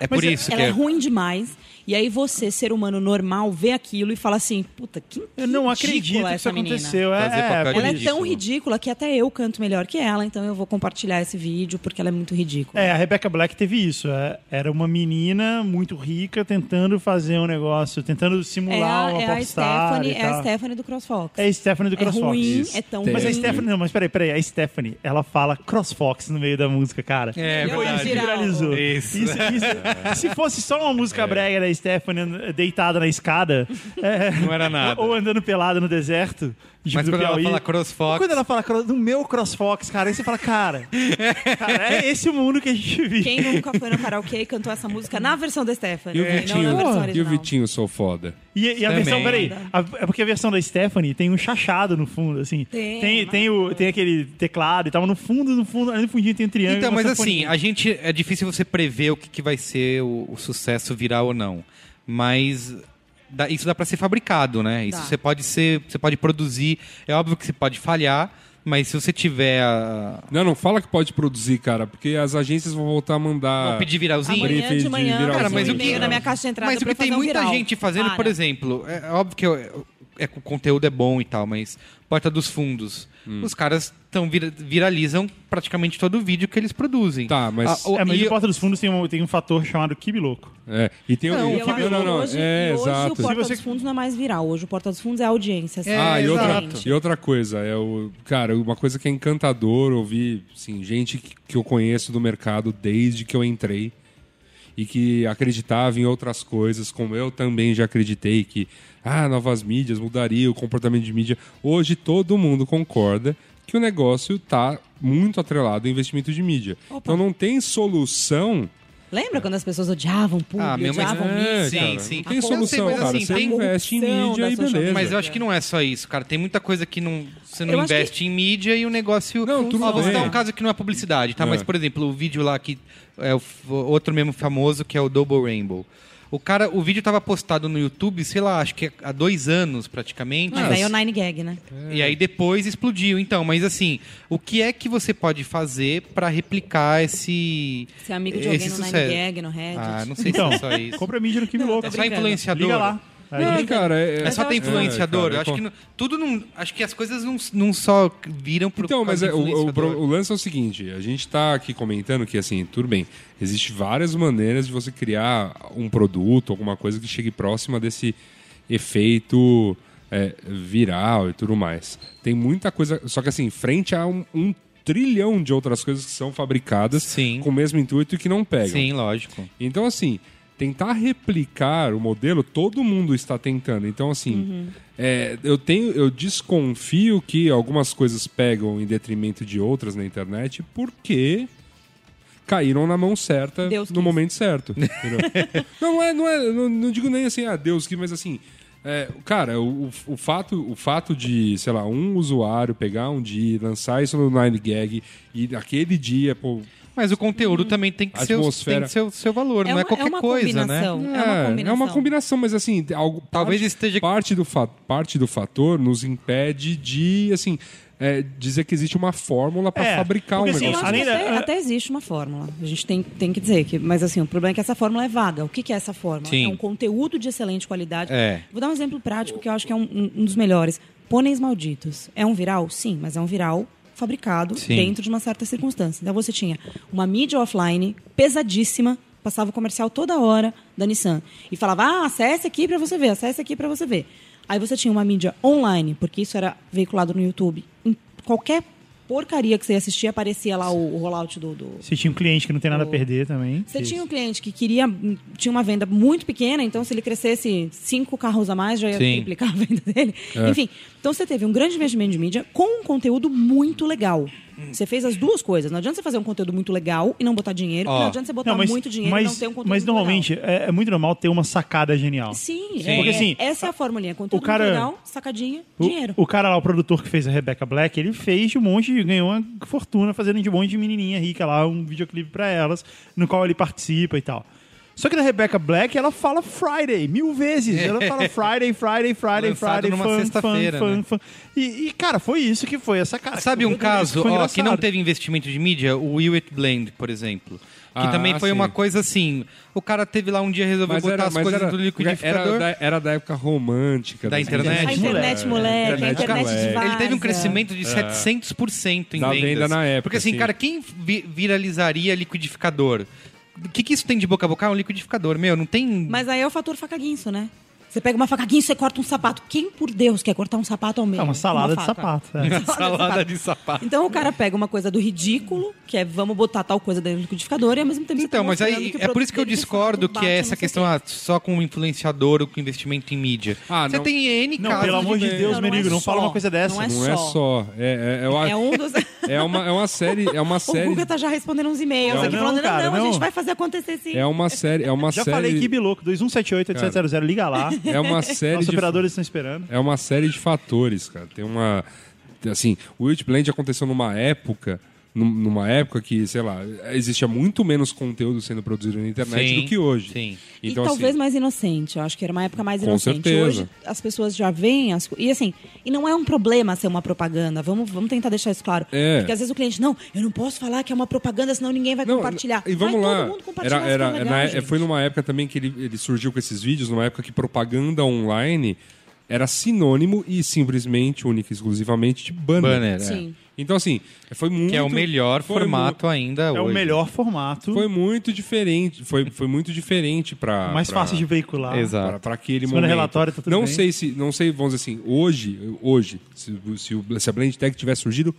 [SPEAKER 1] É por
[SPEAKER 3] Mas
[SPEAKER 1] isso que
[SPEAKER 4] Ela é
[SPEAKER 1] é.
[SPEAKER 4] ruim demais. E aí você, ser humano normal, vê aquilo e fala assim, puta, que
[SPEAKER 3] Eu não
[SPEAKER 4] ridícula
[SPEAKER 3] acredito que isso
[SPEAKER 4] essa menina.
[SPEAKER 3] aconteceu. É,
[SPEAKER 1] Fazer
[SPEAKER 3] é,
[SPEAKER 1] papel de
[SPEAKER 4] Ela é
[SPEAKER 1] ridícula.
[SPEAKER 4] tão ridícula que até eu canto melhor que ela, então eu vou compartilhar esse vídeo porque ela é muito ridícula.
[SPEAKER 3] É, a Rebecca Black teve isso. é. Era uma menina muito rica tentando fazer um negócio, tentando
[SPEAKER 4] É
[SPEAKER 3] simular
[SPEAKER 4] a,
[SPEAKER 3] uma
[SPEAKER 4] é a
[SPEAKER 3] popstar.
[SPEAKER 4] Stephanie,
[SPEAKER 3] e
[SPEAKER 4] é a
[SPEAKER 3] tal.
[SPEAKER 4] Stephanie do CrossFox.
[SPEAKER 3] É a Stephanie do
[SPEAKER 4] É
[SPEAKER 3] CrossFox.
[SPEAKER 4] ruim,
[SPEAKER 2] Isso.
[SPEAKER 4] é tão
[SPEAKER 2] Tem.
[SPEAKER 4] ruim.
[SPEAKER 3] Mas a Stephanie, não, mas peraí, peraí. A Stephanie, ela fala CrossFox no meio da música, cara.
[SPEAKER 1] É,
[SPEAKER 3] Foi isso que
[SPEAKER 1] verdade.
[SPEAKER 3] viralizou.
[SPEAKER 1] Isso. É.
[SPEAKER 3] Isso, isso. Se fosse só uma música brega da Stephanie deitada na escada. é,
[SPEAKER 1] Não era nada.
[SPEAKER 3] Ou andando pelada no deserto. de-
[SPEAKER 1] Mas
[SPEAKER 3] do
[SPEAKER 1] quando ela
[SPEAKER 3] Piauí.
[SPEAKER 1] fala CrossFox-
[SPEAKER 3] Quando ela fala cro- no meu CrossFox, cara, aí você fala, cara, cara, é esse o mundo que a gente vive.
[SPEAKER 4] Quem nunca foi no karaokê e cantou essa música na versão da Stephanie?
[SPEAKER 2] E o
[SPEAKER 4] né?
[SPEAKER 2] Vitinho,
[SPEAKER 4] Não na versão
[SPEAKER 2] e o
[SPEAKER 4] original.
[SPEAKER 2] Vitinho, sou foda.
[SPEAKER 3] E, e a
[SPEAKER 1] Também.
[SPEAKER 3] versão, peraí, a- é porque a versão da Stephanie tem um chachado no fundo, assim.
[SPEAKER 4] Tem,
[SPEAKER 3] tem, tem o, tem aquele teclado e tal, mas no fundo, no fundo, ali no fundinho tem um triângulo.
[SPEAKER 1] Então,
[SPEAKER 3] uma
[SPEAKER 1] mas assim,
[SPEAKER 3] sanfoninha.
[SPEAKER 1] a gente. É difícil você prever o que, que vai ser o, o sucesso viral ou não. Mas. dá- isso dá pra ser fabricado, né? Isso
[SPEAKER 4] Dá.
[SPEAKER 1] você pode ser. Você pode produzir. É óbvio que você pode falhar, mas se você tiver a.
[SPEAKER 2] Não, não fala que pode produzir, cara, porque as agências vão voltar a mandar.
[SPEAKER 1] Vão pedir viralzinho?
[SPEAKER 2] Abrir
[SPEAKER 4] Amanhã de
[SPEAKER 2] feed
[SPEAKER 4] manhã,
[SPEAKER 2] viralzinho,
[SPEAKER 1] Cara,
[SPEAKER 4] cara,
[SPEAKER 1] mas
[SPEAKER 4] mas
[SPEAKER 1] o que-
[SPEAKER 4] e-mail na minha caixa de entrada
[SPEAKER 1] mas o
[SPEAKER 4] pra
[SPEAKER 1] que tem
[SPEAKER 4] fazer um
[SPEAKER 1] muita
[SPEAKER 4] viral.
[SPEAKER 1] gente fazendo, por
[SPEAKER 4] Para.
[SPEAKER 1] exemplo, é, é óbvio que eu- é, que o conteúdo é bom e tal, mas Porta dos Fundos.
[SPEAKER 2] Hum.
[SPEAKER 1] Os caras tão vira- viralizam praticamente todo o vídeo que eles produzem. Ah,
[SPEAKER 2] Tá, mas-
[SPEAKER 1] o-
[SPEAKER 3] É, mas
[SPEAKER 1] e-
[SPEAKER 3] o Porta dos Fundos tem um, tem um fator chamado Kibe Louco.
[SPEAKER 2] É, e tem
[SPEAKER 4] Não,
[SPEAKER 2] o.
[SPEAKER 4] eu acho
[SPEAKER 2] não, não,
[SPEAKER 4] que
[SPEAKER 2] não,
[SPEAKER 4] Hoje,
[SPEAKER 2] é,
[SPEAKER 4] e hoje o
[SPEAKER 2] exato.
[SPEAKER 4] Porta
[SPEAKER 3] Se
[SPEAKER 4] dos
[SPEAKER 3] você-
[SPEAKER 4] Fundos não é mais viral. Hoje o Porta dos Fundos é audiência. sabe?
[SPEAKER 2] Ah, e outra,
[SPEAKER 4] Gente.
[SPEAKER 2] e outra coisa, é o. Cara, uma coisa que é encantador ouvir, assim, gente que- que eu conheço do mercado desde que eu entrei e que acreditava em outras coisas, como eu também já acreditei que ah, novas mídias mudaria o comportamento de mídia. Hoje todo mundo concorda que o negócio tá muito atrelado ao investimento de mídia. Então não tem solução
[SPEAKER 4] Lembra quando as pessoas odiavam público,
[SPEAKER 1] Ah, meu, mas-
[SPEAKER 4] odiavam
[SPEAKER 2] É,
[SPEAKER 4] mídia?
[SPEAKER 1] cara,
[SPEAKER 2] Sim, sim.
[SPEAKER 1] não
[SPEAKER 2] Tem
[SPEAKER 4] A corrupção,
[SPEAKER 2] solução,
[SPEAKER 1] mas
[SPEAKER 2] cara.
[SPEAKER 1] assim,
[SPEAKER 2] você
[SPEAKER 1] tem
[SPEAKER 2] investe em
[SPEAKER 4] corrupção
[SPEAKER 2] mídia e
[SPEAKER 4] da social
[SPEAKER 2] beleza.
[SPEAKER 4] media.
[SPEAKER 1] Mas eu acho que não é só isso, cara. Tem muita coisa que não, você não
[SPEAKER 4] Eu acho
[SPEAKER 1] investe em mídia e o negócio.
[SPEAKER 2] Não, tudo
[SPEAKER 1] Ó, vou citar
[SPEAKER 2] bem.
[SPEAKER 1] um caso que não é publicidade, tá?
[SPEAKER 2] É.
[SPEAKER 1] Mas, por exemplo, o vídeo lá que é o f- outro mesmo famoso, que é o Double Rainbow. O cara, o vídeo tava postado no YouTube, sei lá, acho que há dois anos praticamente.
[SPEAKER 2] Ah,
[SPEAKER 4] Mas aí é o Nine Gag, né?
[SPEAKER 1] E aí depois explodiu. Então, mas assim, o que é que você pode fazer pra replicar esse.
[SPEAKER 4] Ser amigo de
[SPEAKER 1] esse
[SPEAKER 4] alguém no Nine
[SPEAKER 1] sucesso?
[SPEAKER 4] Gag, né, no Reddit.
[SPEAKER 1] Ah, não sei
[SPEAKER 3] Então,
[SPEAKER 1] se é só isso.
[SPEAKER 3] compra mídia no Kibe Louco.
[SPEAKER 1] É só influenciador.
[SPEAKER 3] Liga lá. Aí-
[SPEAKER 2] Não, cara, é,
[SPEAKER 1] É só ter influenciador. Eu acho que não- tudo não. Acho que as coisas não, não só viram pro
[SPEAKER 2] Então, mas
[SPEAKER 1] causa
[SPEAKER 2] é,
[SPEAKER 1] do
[SPEAKER 2] o, o,
[SPEAKER 1] influenciador.
[SPEAKER 2] pro- o lance é o seguinte: a gente tá aqui comentando que, assim, tudo bem, existe várias maneiras de você criar um produto, alguma coisa que chegue próxima desse efeito é, viral e tudo mais. Tem muita coisa. Só que, assim, frente a um, um trilhão de outras coisas que são fabricadas
[SPEAKER 1] Sim.
[SPEAKER 2] com o mesmo intuito e que não pegam.
[SPEAKER 1] Sim, lógico.
[SPEAKER 2] Então, assim, tentar replicar o modelo, todo mundo está tentando. Então, assim,
[SPEAKER 4] Uhum.
[SPEAKER 2] é, eu tenho, eu desconfio que algumas coisas pegam em detrimento de outras na internet, porque caíram na mão certa
[SPEAKER 4] Deus
[SPEAKER 2] no
[SPEAKER 4] quis.
[SPEAKER 2] momento certo. entendeu? não, não é, não é, não, não digo nem assim, ah, Deus que, mas assim. é, cara, o, o, fato, o fato de, sei lá, um usuário pegar um dia, e lançar isso no Nine Gag e aquele dia, pô,
[SPEAKER 1] Mas o conteúdo também tem que
[SPEAKER 2] A
[SPEAKER 1] ser o-
[SPEAKER 2] atmosfera.
[SPEAKER 1] tem que ser o seu valor, não é
[SPEAKER 4] Uhum. uma-
[SPEAKER 1] qualquer
[SPEAKER 4] uma
[SPEAKER 1] coisa,
[SPEAKER 4] combinação.
[SPEAKER 1] né?
[SPEAKER 4] É uma combinação.
[SPEAKER 2] é uma combinação, mas assim, tem algo,
[SPEAKER 1] Talvez
[SPEAKER 2] parte,
[SPEAKER 1] esteja-
[SPEAKER 2] parte do fa- parte do fator nos impede de assim é, dizer que existe uma fórmula para
[SPEAKER 3] É,
[SPEAKER 2] fabricar um
[SPEAKER 3] porque, assim,
[SPEAKER 4] Eu
[SPEAKER 2] negócio.
[SPEAKER 4] acho
[SPEAKER 3] Além
[SPEAKER 4] que
[SPEAKER 3] da-
[SPEAKER 1] ah,
[SPEAKER 4] até, até existe uma fórmula. A gente tem, tem que dizer que. Mas assim, o problema é que essa fórmula é vaga. O que, que é essa fórmula?
[SPEAKER 1] Sim.
[SPEAKER 4] É um conteúdo de excelente qualidade.
[SPEAKER 1] É.
[SPEAKER 4] Vou dar um exemplo prático que eu acho que é um, um- um dos melhores. Pôneis malditos. É um viral? Sim, mas é um viral fabricado
[SPEAKER 1] Sim.
[SPEAKER 4] dentro de uma certa circunstância. Então você tinha uma mídia offline pesadíssima, passava o comercial toda hora da Nissan e falava: "Ah, acesse aqui para você ver, acesse aqui para você ver". Aí você tinha uma mídia online, porque isso era veiculado no YouTube, em qualquer porcaria que você assistia, aparecia lá o, o rollout do- do,
[SPEAKER 3] Se tinha um cliente que não tem nada a
[SPEAKER 4] Oh.
[SPEAKER 3] perder também.
[SPEAKER 4] Você tinha um cliente que queria tinha uma venda muito pequena, então se ele crescesse cinco carros a mais, já ia
[SPEAKER 1] Sim. É.
[SPEAKER 4] triplicar a venda dele. Enfim, então você teve um grande investimento de mídia com um conteúdo muito legal. Você fez as duas coisas. Não adianta você fazer um conteúdo muito legal e não botar dinheiro.
[SPEAKER 1] Ó.
[SPEAKER 4] Não adianta você botar muito dinheiro
[SPEAKER 3] mas,
[SPEAKER 4] e não ter um conteúdo
[SPEAKER 3] Mas
[SPEAKER 4] muito
[SPEAKER 3] normalmente é, é muito normal ter uma sacada genial.
[SPEAKER 4] legal. Sim,
[SPEAKER 1] Sim.
[SPEAKER 4] É,
[SPEAKER 1] Porque,
[SPEAKER 3] assim,
[SPEAKER 4] essa é a formulinha. Conteúdo
[SPEAKER 3] o cara-
[SPEAKER 4] muito legal, sacadinha, dinheiro.
[SPEAKER 3] O, o cara lá, o produtor que fez a Rebecca Black, ele fez de um monte, de- ganhou uma fortuna fazendo de um monte de menininha rica lá, um videoclipe pra elas, no qual ele participa e tal. Só que na Rebecca Black, ela fala Friday mil vezes. Ela fala Friday, Friday, Friday,
[SPEAKER 1] Lançado
[SPEAKER 3] Friday,
[SPEAKER 1] numa
[SPEAKER 3] fun, fun,
[SPEAKER 1] sexta-feira,
[SPEAKER 3] fun,
[SPEAKER 1] né?
[SPEAKER 3] fun. E, e, cara, foi isso que foi essa cara.
[SPEAKER 1] Sabe um
[SPEAKER 3] Meu Deus,
[SPEAKER 1] caso
[SPEAKER 3] foi
[SPEAKER 1] ó, que não
[SPEAKER 3] engraçado.
[SPEAKER 1] teve investimento de mídia? O Will It Blend, por exemplo. Que
[SPEAKER 2] Ah,
[SPEAKER 1] também foi
[SPEAKER 2] sim.
[SPEAKER 1] uma coisa assim. O cara teve lá um dia resolveu botar as coisas do liquidificador.
[SPEAKER 2] Era da, era da época romântica. né?
[SPEAKER 1] Da
[SPEAKER 2] das
[SPEAKER 1] internet.
[SPEAKER 4] A internet, moleque, a
[SPEAKER 2] Internet,
[SPEAKER 4] É, internet de
[SPEAKER 2] moleque.
[SPEAKER 4] vaza.
[SPEAKER 1] Ele teve um crescimento de 700% em
[SPEAKER 2] Da
[SPEAKER 1] vendas.
[SPEAKER 2] venda na época,
[SPEAKER 1] Porque assim,
[SPEAKER 2] sim.
[SPEAKER 1] cara, quem vi- viralizaria liquidificador? O que, que isso tem de boca a boca? Ah, um liquidificador. Meu, não tem...
[SPEAKER 4] Mas aí é o fator faca guinso, né? Você pega uma faca guinso e corta um sapato. Quem, por Deus, quer cortar um sapato ao meio?
[SPEAKER 3] É uma salada
[SPEAKER 4] faca.
[SPEAKER 3] de sapato. é.
[SPEAKER 1] salada de sapato.
[SPEAKER 4] Então o cara pega uma coisa do ridículo, que é vamos botar tal coisa dentro do liquidificador e ao mesmo tempo você
[SPEAKER 1] Então,
[SPEAKER 4] tá
[SPEAKER 1] mas
[SPEAKER 4] mostrando
[SPEAKER 1] aí
[SPEAKER 4] o
[SPEAKER 1] é por isso que eu
[SPEAKER 4] produto dele, de
[SPEAKER 1] discordo
[SPEAKER 4] fato,
[SPEAKER 1] que
[SPEAKER 4] um bate,
[SPEAKER 1] é
[SPEAKER 4] não
[SPEAKER 1] essa
[SPEAKER 4] sei o
[SPEAKER 1] questão
[SPEAKER 4] quê.
[SPEAKER 1] ah, só com o influenciador ou com o investimento em mídia.
[SPEAKER 2] Ah,
[SPEAKER 1] Você
[SPEAKER 2] não.
[SPEAKER 1] tem N
[SPEAKER 3] Não,
[SPEAKER 1] casos
[SPEAKER 3] pelo amor de
[SPEAKER 1] venda.
[SPEAKER 3] Deus,
[SPEAKER 4] Não, não é
[SPEAKER 3] Merigo, não, fala
[SPEAKER 4] só.
[SPEAKER 3] uma coisa dessa.
[SPEAKER 4] Não é
[SPEAKER 2] Não é
[SPEAKER 4] só.
[SPEAKER 2] só. É, é, eu acho-
[SPEAKER 4] É um dos.
[SPEAKER 2] é uma, é uma série. É uma
[SPEAKER 4] O
[SPEAKER 2] série.
[SPEAKER 4] Guga tá já respondendo uns e-mails
[SPEAKER 3] Não,
[SPEAKER 4] aqui
[SPEAKER 3] não,
[SPEAKER 4] falando, não,
[SPEAKER 3] cara,
[SPEAKER 4] não, a
[SPEAKER 3] não.
[SPEAKER 4] gente vai fazer acontecer sim.
[SPEAKER 2] É uma série. É uma
[SPEAKER 3] Já
[SPEAKER 2] série.
[SPEAKER 3] falei que Biloco, 2178-8700, liga lá.
[SPEAKER 2] É uma série
[SPEAKER 3] Os
[SPEAKER 2] de
[SPEAKER 3] operadores estão esperando.
[SPEAKER 2] É uma série de fatores, cara. Tem uma. Assim, o Wild Blend aconteceu numa época. num- Numa época que, sei lá, existia muito menos conteúdo sendo produzido na internet
[SPEAKER 1] Sim,
[SPEAKER 2] do que hoje.
[SPEAKER 1] sim.
[SPEAKER 2] Então,
[SPEAKER 4] e talvez
[SPEAKER 2] assim,
[SPEAKER 4] mais inocente. Eu acho que era uma época mais
[SPEAKER 2] Com
[SPEAKER 4] inocente.
[SPEAKER 2] certeza.
[SPEAKER 4] Hoje as pessoas já veem as co- e assim, e não é um problema ser uma propaganda. Vamos, vamos tentar deixar isso claro.
[SPEAKER 2] É.
[SPEAKER 4] Porque às vezes o cliente, não, eu não posso falar que é uma propaganda, senão ninguém vai compartilhar.
[SPEAKER 2] assim, E vamos
[SPEAKER 4] vai
[SPEAKER 2] lá.
[SPEAKER 4] todo mundo
[SPEAKER 2] Era,
[SPEAKER 4] compartilhar. isso que é
[SPEAKER 2] era,
[SPEAKER 4] legal,
[SPEAKER 2] na-
[SPEAKER 4] gente.
[SPEAKER 2] foi numa época também que ele, ele surgiu com esses vídeos, numa época que propaganda online era sinônimo e simplesmente, única e exclusivamente, de banner.
[SPEAKER 1] Banner, é.
[SPEAKER 4] Sim.
[SPEAKER 2] Então, assim, foi muito.
[SPEAKER 1] Que é o melhor
[SPEAKER 2] foi mu-
[SPEAKER 1] formato ainda
[SPEAKER 3] É
[SPEAKER 1] hoje.
[SPEAKER 3] o melhor formato,
[SPEAKER 2] Foi muito diferente. Foi, foi muito diferente para.
[SPEAKER 3] mais fácil de veicular.
[SPEAKER 1] Exato. Tá.
[SPEAKER 2] Para aquele
[SPEAKER 3] Segundo o
[SPEAKER 2] momento.
[SPEAKER 3] relatório, tá tudo
[SPEAKER 2] não
[SPEAKER 3] bem.
[SPEAKER 2] sei se, não sei, vamos dizer assim, hoje, hoje, se, o- se, o- se a Blend Tech tivesse surgido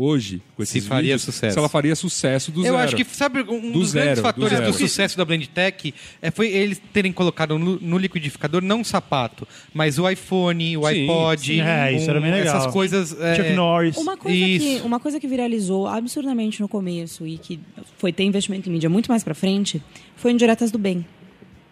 [SPEAKER 2] hoje, com
[SPEAKER 1] Se
[SPEAKER 2] esses
[SPEAKER 1] faria
[SPEAKER 2] vídeos,
[SPEAKER 1] sucesso.
[SPEAKER 2] se ela faria sucesso do
[SPEAKER 1] Eu
[SPEAKER 2] zero.
[SPEAKER 1] acho que, sabe, um
[SPEAKER 2] Do
[SPEAKER 1] dos
[SPEAKER 2] zero,
[SPEAKER 1] grandes
[SPEAKER 2] do
[SPEAKER 1] fatores do,
[SPEAKER 2] zero.
[SPEAKER 1] sucesso da Blend Tech é, foi eles terem colocado no, no liquidificador não o sapato, mas o iPhone, o
[SPEAKER 2] Sim.
[SPEAKER 1] iPod. um,
[SPEAKER 3] Sim, é, isso era bem legal.
[SPEAKER 1] Essas coisas. é,
[SPEAKER 3] Chuck Norris.
[SPEAKER 4] Uma coisa,
[SPEAKER 1] Isso.
[SPEAKER 4] que, uma coisa que viralizou absurdamente no começo e que foi ter investimento em mídia muito mais pra frente foi o Indiretas do Bem.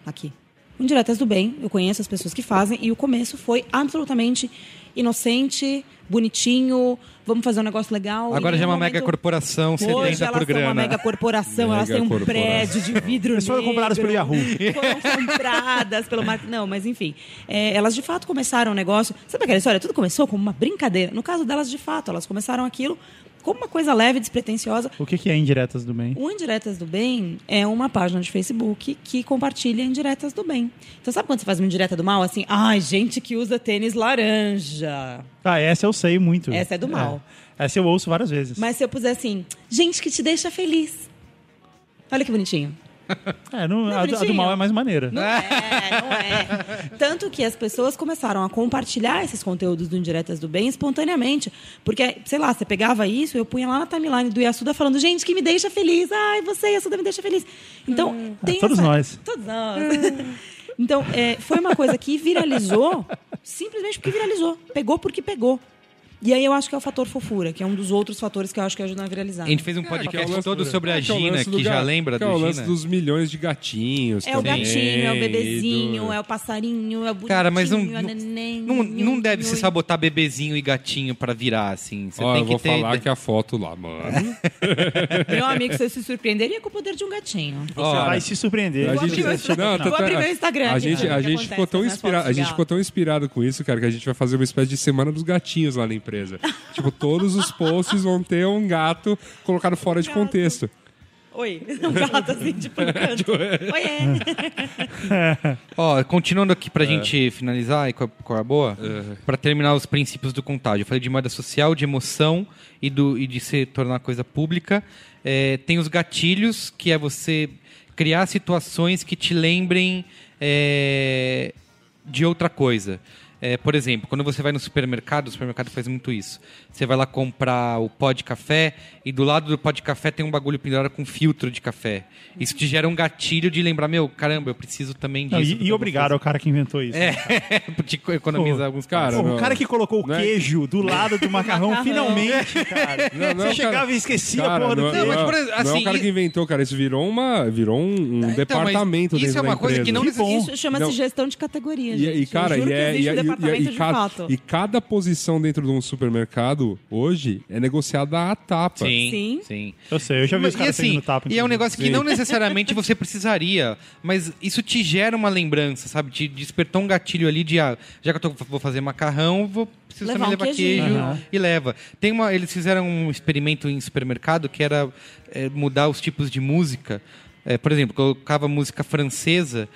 [SPEAKER 4] Aqui. O Indiretas do Bem, eu conheço as pessoas que fazem e o começo foi absolutamente inocente, bonitinho, vamos fazer um negócio legal.
[SPEAKER 1] Agora
[SPEAKER 4] E
[SPEAKER 1] já é
[SPEAKER 4] no
[SPEAKER 1] uma
[SPEAKER 4] momento-
[SPEAKER 1] mega corporação,
[SPEAKER 4] Hoje
[SPEAKER 1] 70
[SPEAKER 4] elas
[SPEAKER 1] por
[SPEAKER 4] são uma
[SPEAKER 1] grana.
[SPEAKER 4] mega corporação,
[SPEAKER 2] Mega
[SPEAKER 4] elas têm um
[SPEAKER 2] corporação.
[SPEAKER 4] prédio de vidro
[SPEAKER 3] Eles foram
[SPEAKER 4] negro,
[SPEAKER 3] compradas pelo Yahoo.
[SPEAKER 4] Foram compradas pelo Mark... Não, mas enfim. é, elas de fato começaram o negócio... Sabe aquela história? Tudo começou como uma brincadeira. No caso delas, de fato, elas começaram aquilo como uma coisa leve, despretensiosa.
[SPEAKER 3] O que, que é indiretas do bem?
[SPEAKER 4] O Indiretas do Bem é uma página de Facebook que compartilha indiretas do bem. Então sabe quando você faz uma indireta do mal? Assim, ai, gente que usa tênis laranja.
[SPEAKER 3] Ah, essa eu sei muito.
[SPEAKER 4] Essa é do mal.
[SPEAKER 3] É. Essa eu ouço várias vezes.
[SPEAKER 4] Mas se eu puser assim, gente que te deixa feliz. Olha que bonitinho.
[SPEAKER 3] É, não- a, do- a do
[SPEAKER 4] bonitinho.
[SPEAKER 3] mal é mais maneira.
[SPEAKER 4] Não é, não é. Tanto que as pessoas começaram a compartilhar esses conteúdos do Indiretas do Bem espontaneamente. Porque, sei lá, você pegava isso, eu punha lá na timeline do Yasuda falando, gente, que me deixa feliz. Ai, você, Yasuda, me deixa feliz. Então, tem
[SPEAKER 3] todos
[SPEAKER 4] essa-
[SPEAKER 3] nós.
[SPEAKER 4] Todos nós. Então, é, foi uma coisa que viralizou, simplesmente porque viralizou. Pegou porque pegou. E aí eu acho que é o fator fofura, que é um dos outros fatores que eu acho que ajuda a viralizar.
[SPEAKER 1] A gente fez um
[SPEAKER 2] que é o
[SPEAKER 1] podcast
[SPEAKER 2] lance
[SPEAKER 1] todo
[SPEAKER 2] do-
[SPEAKER 1] sobre
[SPEAKER 2] é
[SPEAKER 1] a
[SPEAKER 2] que é o
[SPEAKER 1] Gina,
[SPEAKER 2] lance
[SPEAKER 1] que,
[SPEAKER 2] do
[SPEAKER 1] já
[SPEAKER 2] ga-
[SPEAKER 1] lembra do
[SPEAKER 2] que é o
[SPEAKER 1] Gina.
[SPEAKER 2] lance dos milhões de gatinhos.
[SPEAKER 4] É o
[SPEAKER 2] também,
[SPEAKER 4] gatinho, é o
[SPEAKER 2] e do-
[SPEAKER 4] bebezinho, é o passarinho, é o bonitinho,
[SPEAKER 1] Cara,
[SPEAKER 2] um
[SPEAKER 1] mas não,
[SPEAKER 4] é o neném.
[SPEAKER 1] não, não deve se
[SPEAKER 4] nho,
[SPEAKER 1] sabotar bebezinho e gatinho pra virar, assim. Você
[SPEAKER 2] Ó,
[SPEAKER 1] tem
[SPEAKER 2] eu
[SPEAKER 1] que
[SPEAKER 2] vou
[SPEAKER 1] ter.
[SPEAKER 4] né?
[SPEAKER 2] falar que a foto lá, mano.
[SPEAKER 4] Meu amigo, você se surpreenderia com o poder de um gatinho.
[SPEAKER 3] Você
[SPEAKER 1] Ora.
[SPEAKER 3] vai se surpreender.
[SPEAKER 2] A
[SPEAKER 4] abrir
[SPEAKER 2] gente,
[SPEAKER 4] meu Instagram.
[SPEAKER 2] não,
[SPEAKER 4] Vou
[SPEAKER 2] tá-
[SPEAKER 4] abrir meu Instagram
[SPEAKER 2] A
[SPEAKER 4] aqui,
[SPEAKER 2] gente,
[SPEAKER 4] cara,
[SPEAKER 2] a
[SPEAKER 4] o que
[SPEAKER 2] gente ficou
[SPEAKER 4] acontece
[SPEAKER 2] tão
[SPEAKER 4] nas
[SPEAKER 2] inspirado,
[SPEAKER 4] fotos
[SPEAKER 2] a
[SPEAKER 4] de
[SPEAKER 2] gente
[SPEAKER 4] gato.
[SPEAKER 2] ficou tão inspirado com isso, cara, que a gente vai fazer uma espécie de semana dos gatinhos lá na empresa. tipo, todos os posts vão ter um gato colocado fora de
[SPEAKER 4] Gato.
[SPEAKER 2] contexto.
[SPEAKER 4] Oi, um gato assim, tipo, no canto.
[SPEAKER 2] é.
[SPEAKER 4] Oiê.
[SPEAKER 1] Ó, continuando aqui pra gente finalizar e com a, com a boa, pra terminar os princípios do contágio. Eu falei de moeda social, de emoção e, do, e de se tornar coisa pública. É, tem os gatilhos, que é você criar situações que te lembrem é, de outra coisa. É, por exemplo, quando você vai no supermercado, o supermercado faz muito isso. Você vai lá comprar o pó de café e do lado do pó de café tem um bagulho pendurado com filtro de café. Isso te gera um gatilho de lembrar, meu, caramba, eu preciso também disso.
[SPEAKER 3] Não,
[SPEAKER 1] porque
[SPEAKER 3] e,
[SPEAKER 1] eu
[SPEAKER 3] e
[SPEAKER 1] vou
[SPEAKER 3] obrigado ao cara que inventou isso.
[SPEAKER 1] fazer. É, te economizar alguns caras.
[SPEAKER 3] Pô,
[SPEAKER 2] não.
[SPEAKER 3] o cara que colocou o
[SPEAKER 1] né?
[SPEAKER 2] Não é-
[SPEAKER 3] queijo do lado do macarrão, finalmente,
[SPEAKER 1] É,
[SPEAKER 3] cara.
[SPEAKER 2] Não, não,
[SPEAKER 3] É, Você chegava
[SPEAKER 2] cara.
[SPEAKER 3] e esquecia a
[SPEAKER 2] Cara,
[SPEAKER 3] porra do
[SPEAKER 2] não,
[SPEAKER 3] queijo.
[SPEAKER 1] mas,
[SPEAKER 2] não,
[SPEAKER 1] por exemplo,
[SPEAKER 2] não é
[SPEAKER 1] assim,
[SPEAKER 2] o cara
[SPEAKER 1] e-
[SPEAKER 2] que inventou, cara. Isso virou, uma, virou um, um
[SPEAKER 1] Então, mas
[SPEAKER 2] departamento
[SPEAKER 1] isso
[SPEAKER 2] dentro
[SPEAKER 1] é uma
[SPEAKER 2] da
[SPEAKER 1] coisa que
[SPEAKER 2] empresa.
[SPEAKER 1] não
[SPEAKER 3] Que bom.
[SPEAKER 1] existe.
[SPEAKER 4] Isso chama-se
[SPEAKER 2] Não.
[SPEAKER 4] gestão de categoria,
[SPEAKER 2] E,
[SPEAKER 4] gente.
[SPEAKER 2] e, cara,
[SPEAKER 4] Eu juro
[SPEAKER 2] e,
[SPEAKER 4] que
[SPEAKER 2] é,
[SPEAKER 4] existe
[SPEAKER 2] e,
[SPEAKER 4] o
[SPEAKER 2] é-
[SPEAKER 4] departamento
[SPEAKER 2] e, e,
[SPEAKER 4] de
[SPEAKER 2] cada,
[SPEAKER 4] fato.
[SPEAKER 2] e cada posição dentro de um supermercado hoje é negociada a tapa.
[SPEAKER 1] Sim,
[SPEAKER 4] Sim.
[SPEAKER 1] sim.
[SPEAKER 3] Eu sei, eu já vi os
[SPEAKER 1] Mas,
[SPEAKER 3] caras pegando tapa.
[SPEAKER 1] e é um
[SPEAKER 3] inclusive.
[SPEAKER 1] negócio que não necessariamente você precisaria, mas isso te gera uma lembrança, sabe? Te despertou um gatilho ali de, ah, já que eu tô, vou fazer macarrão, vou precisar
[SPEAKER 4] Levar
[SPEAKER 1] me
[SPEAKER 4] um
[SPEAKER 1] levar
[SPEAKER 4] queijinho.
[SPEAKER 1] queijo
[SPEAKER 3] Aham.
[SPEAKER 1] e leva. Tem uma, eles fizeram um experimento em supermercado que era é, mudar os tipos de música. É, por exemplo, colocava música francesa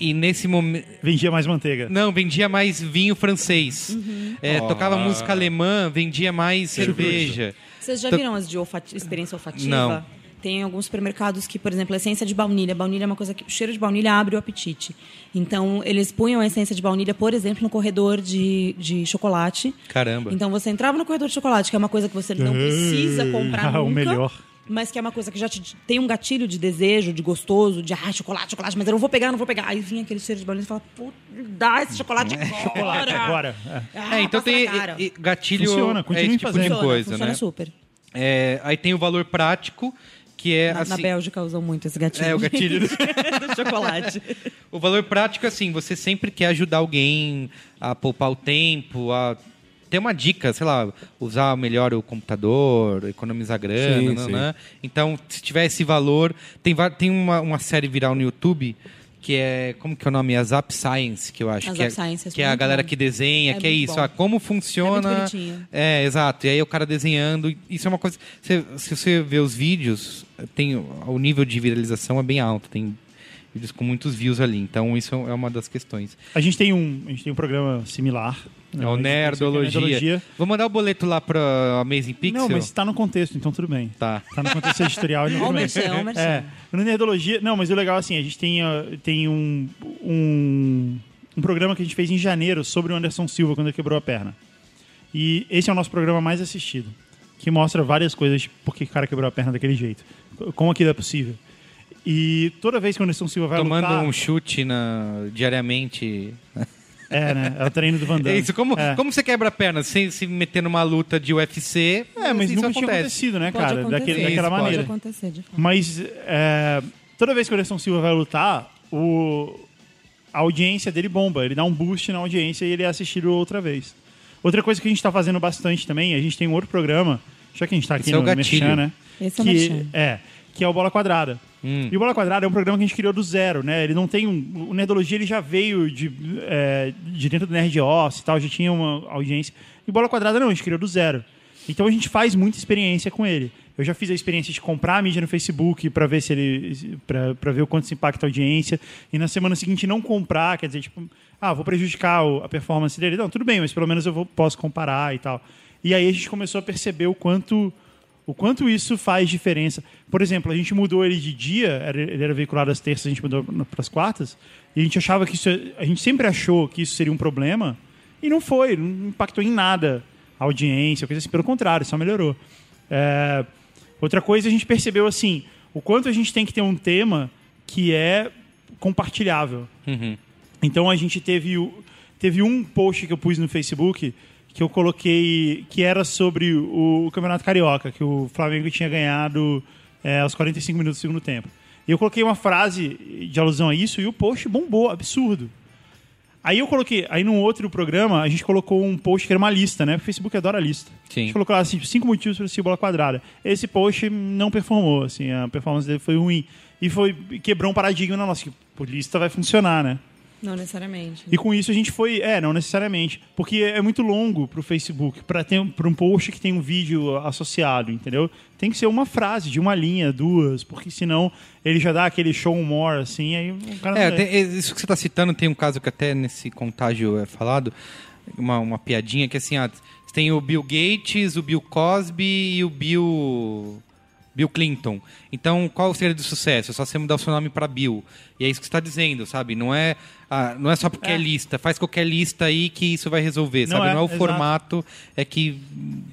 [SPEAKER 1] e nesse momento
[SPEAKER 3] Vendia mais manteiga.
[SPEAKER 1] não, vendia mais vinho francês.
[SPEAKER 4] Uhum.
[SPEAKER 1] É, Tocava
[SPEAKER 3] Ah.
[SPEAKER 1] música alemã, vendia mais
[SPEAKER 3] Tipo
[SPEAKER 1] cerveja.
[SPEAKER 4] Vocês já
[SPEAKER 1] Então-
[SPEAKER 4] viram as de olfati- experiência olfativa?
[SPEAKER 1] Não.
[SPEAKER 4] Tem alguns supermercados que, por exemplo, essência de baunilha. Baunilha é uma coisa que o cheiro de baunilha abre o apetite. Então, eles punham a essência de baunilha, por exemplo, no corredor de, de chocolate.
[SPEAKER 1] Caramba.
[SPEAKER 4] Então, você entrava no corredor de chocolate, que é uma coisa que você não precisa comprar
[SPEAKER 3] ah,
[SPEAKER 4] nunca.
[SPEAKER 3] o melhor.
[SPEAKER 4] Mas que é uma coisa que já te, tem um gatilho de desejo, de gostoso, de ah, chocolate, chocolate, mas eu não vou pegar, não vou pegar. Aí vinha aquele cheiro de baunilha e falava, puta, dá esse chocolate agora.
[SPEAKER 3] É, Chocolate agora. É.
[SPEAKER 4] Ah,
[SPEAKER 1] É, então
[SPEAKER 4] passa
[SPEAKER 1] tem
[SPEAKER 4] na cara.
[SPEAKER 1] e- e gatilho
[SPEAKER 3] Funciona,
[SPEAKER 1] é
[SPEAKER 3] continue
[SPEAKER 1] esse tipo de
[SPEAKER 3] fazendo.
[SPEAKER 4] Funciona,
[SPEAKER 1] coisa,
[SPEAKER 4] funciona
[SPEAKER 1] né?
[SPEAKER 4] super.
[SPEAKER 1] É, aí tem o valor prático, que é
[SPEAKER 4] Na,
[SPEAKER 1] assim.
[SPEAKER 4] na Bélgica usam muito esse gatilho.
[SPEAKER 1] é, o gatilho.
[SPEAKER 4] do chocolate.
[SPEAKER 1] o valor prático é assim, você sempre quer ajudar alguém a poupar o tempo, a ter uma dica, sei lá, usar melhor o computador, economizar grana,
[SPEAKER 2] Sim,
[SPEAKER 1] nananã. Então, se tiver esse valor, tem, va- tem uma, uma série viral no YouTube que é, como que é o nome? É a Zap Science, que eu acho.
[SPEAKER 4] A
[SPEAKER 1] que
[SPEAKER 4] Zap
[SPEAKER 1] é,
[SPEAKER 4] Science, é
[SPEAKER 1] que é a
[SPEAKER 4] muito
[SPEAKER 1] galera
[SPEAKER 4] bom.
[SPEAKER 1] que desenha,
[SPEAKER 4] É
[SPEAKER 1] que é
[SPEAKER 4] muito
[SPEAKER 1] isso,
[SPEAKER 4] bom.
[SPEAKER 1] ah, como funciona.
[SPEAKER 4] É muito bonitinho.
[SPEAKER 1] É, exato. E aí o cara desenhando. Isso é uma coisa. Se, se você vê os vídeos, tem, o nível de viralização é bem alto. Tem vídeos com muitos views ali. Então isso é uma das questões.
[SPEAKER 3] A gente tem um, a gente tem um programa similar.
[SPEAKER 1] É o Nerdologia. Vou mandar o boleto lá pra Amazing Pixel.
[SPEAKER 3] Não, mas tá no contexto, então tudo bem.
[SPEAKER 1] Tá.
[SPEAKER 3] Tá no contexto editorial. então tudo
[SPEAKER 4] Ó o
[SPEAKER 3] bem.
[SPEAKER 4] merchan, ó o merchan.
[SPEAKER 3] É. No Nerdologia... Não, mas o legal é assim, a gente tem, ah, tem um, um, um programa que a gente fez em janeiro sobre o Anderson Silva, quando ele quebrou a perna. E esse é o nosso programa mais assistido, que mostra várias coisas de por que o cara quebrou a perna daquele jeito. co- Como aquilo é possível. E toda vez que o Anderson Silva vai
[SPEAKER 1] Tomando
[SPEAKER 3] lutar...
[SPEAKER 1] um chute na, diariamente.
[SPEAKER 3] É, né? É o treino do Van Damme.
[SPEAKER 1] É isso. Como,
[SPEAKER 3] É.
[SPEAKER 1] como você quebra a perna sem se meter numa luta de UFC?
[SPEAKER 3] É, mas
[SPEAKER 1] assim, isso
[SPEAKER 3] nunca
[SPEAKER 1] acontece.
[SPEAKER 3] tinha acontecido, né,
[SPEAKER 4] Pode
[SPEAKER 3] cara?
[SPEAKER 4] acontecer.
[SPEAKER 3] Daquele,
[SPEAKER 1] Isso,
[SPEAKER 3] daquela
[SPEAKER 1] pode
[SPEAKER 3] maneira.
[SPEAKER 4] Pode acontecer, de fato.
[SPEAKER 3] Mas é, toda vez que o Anderson Silva vai lutar, o- a audiência dele bomba. Ele dá um boost na audiência e ele é assistido outra vez. Outra coisa que a gente está fazendo bastante também, a gente tem um outro programa, já que a gente está aqui
[SPEAKER 1] Esse é o
[SPEAKER 3] no
[SPEAKER 1] gatilho.
[SPEAKER 3] Merchan, né?
[SPEAKER 4] Esse é o
[SPEAKER 3] que,
[SPEAKER 4] Merchan.
[SPEAKER 3] é, que é o Bola Quadrada. E o Bola Quadrada é um programa que a gente criou do zero, né? Ele não tem um... O Nerdologia, ele já veio de, é, de dentro do Nerd Office e tal, já tinha uma audiência. E o Bola Quadrada não, a gente criou do zero. Então a gente faz muita experiência com ele. Eu já fiz a experiência de comprar a mídia no Facebook para ver se ele pra pra ver o quanto se impacta a audiência e na semana seguinte não comprar, quer dizer, tipo, ah, vou prejudicar o- a performance dele. Não, tudo bem, mas pelo menos eu vou, posso comparar e tal. E aí a gente começou a perceber o quanto o quanto isso faz diferença. Por exemplo, a gente mudou ele de dia, era- ele era veiculado às terças, a gente mudou para as quartas, e a gente achava que isso. A gente sempre achou que isso seria um problema, e não foi, não impactou em nada a audiência, coisa assim, pelo contrário, só melhorou. É, outra coisa, a gente percebeu assim, o quanto a gente tem que ter um tema que é compartilhável. Então a gente teve, o- teve um post que eu pus no Facebook que eu coloquei que era sobre o, o Campeonato Carioca, que o Flamengo tinha ganhado é, aos 45 minutos do segundo tempo. E eu coloquei uma frase de alusão a isso e o post bombou, absurdo. Aí eu coloquei, aí num outro programa, a gente colocou um post que era uma lista, né? O Facebook adora lista.
[SPEAKER 1] Sim.
[SPEAKER 3] A gente colocou lá assim, cinco motivos para assistir bola quadrada. Esse post não performou, assim, a performance dele foi ruim. E foi quebrou um paradigma na nossa, que pô, lista vai funcionar, né?
[SPEAKER 4] Não necessariamente.
[SPEAKER 3] E com isso a gente foi, é, não necessariamente, porque é muito longo pro Facebook, pra ter para um post que tem um vídeo associado, entendeu? Tem que ser uma frase de uma linha, duas, porque senão ele já dá aquele show more assim, aí o cara
[SPEAKER 1] É,
[SPEAKER 3] não
[SPEAKER 1] tem- isso que você está citando tem um caso que até nesse contágio é falado, uma, uma piadinha que assim, ah, você tem o Bill Gates, o Bill Cosby e o Bill Bill Clinton. Então, qual seria de sucesso? É só você mudar o seu nome para Bill. E é isso que você está dizendo, tá sabe? Não é ah, não é só porque é. lista, faz qualquer lista aí que isso vai resolver,
[SPEAKER 3] Não
[SPEAKER 1] sabe?
[SPEAKER 3] é,
[SPEAKER 1] não é o
[SPEAKER 3] exato.
[SPEAKER 1] formato é que,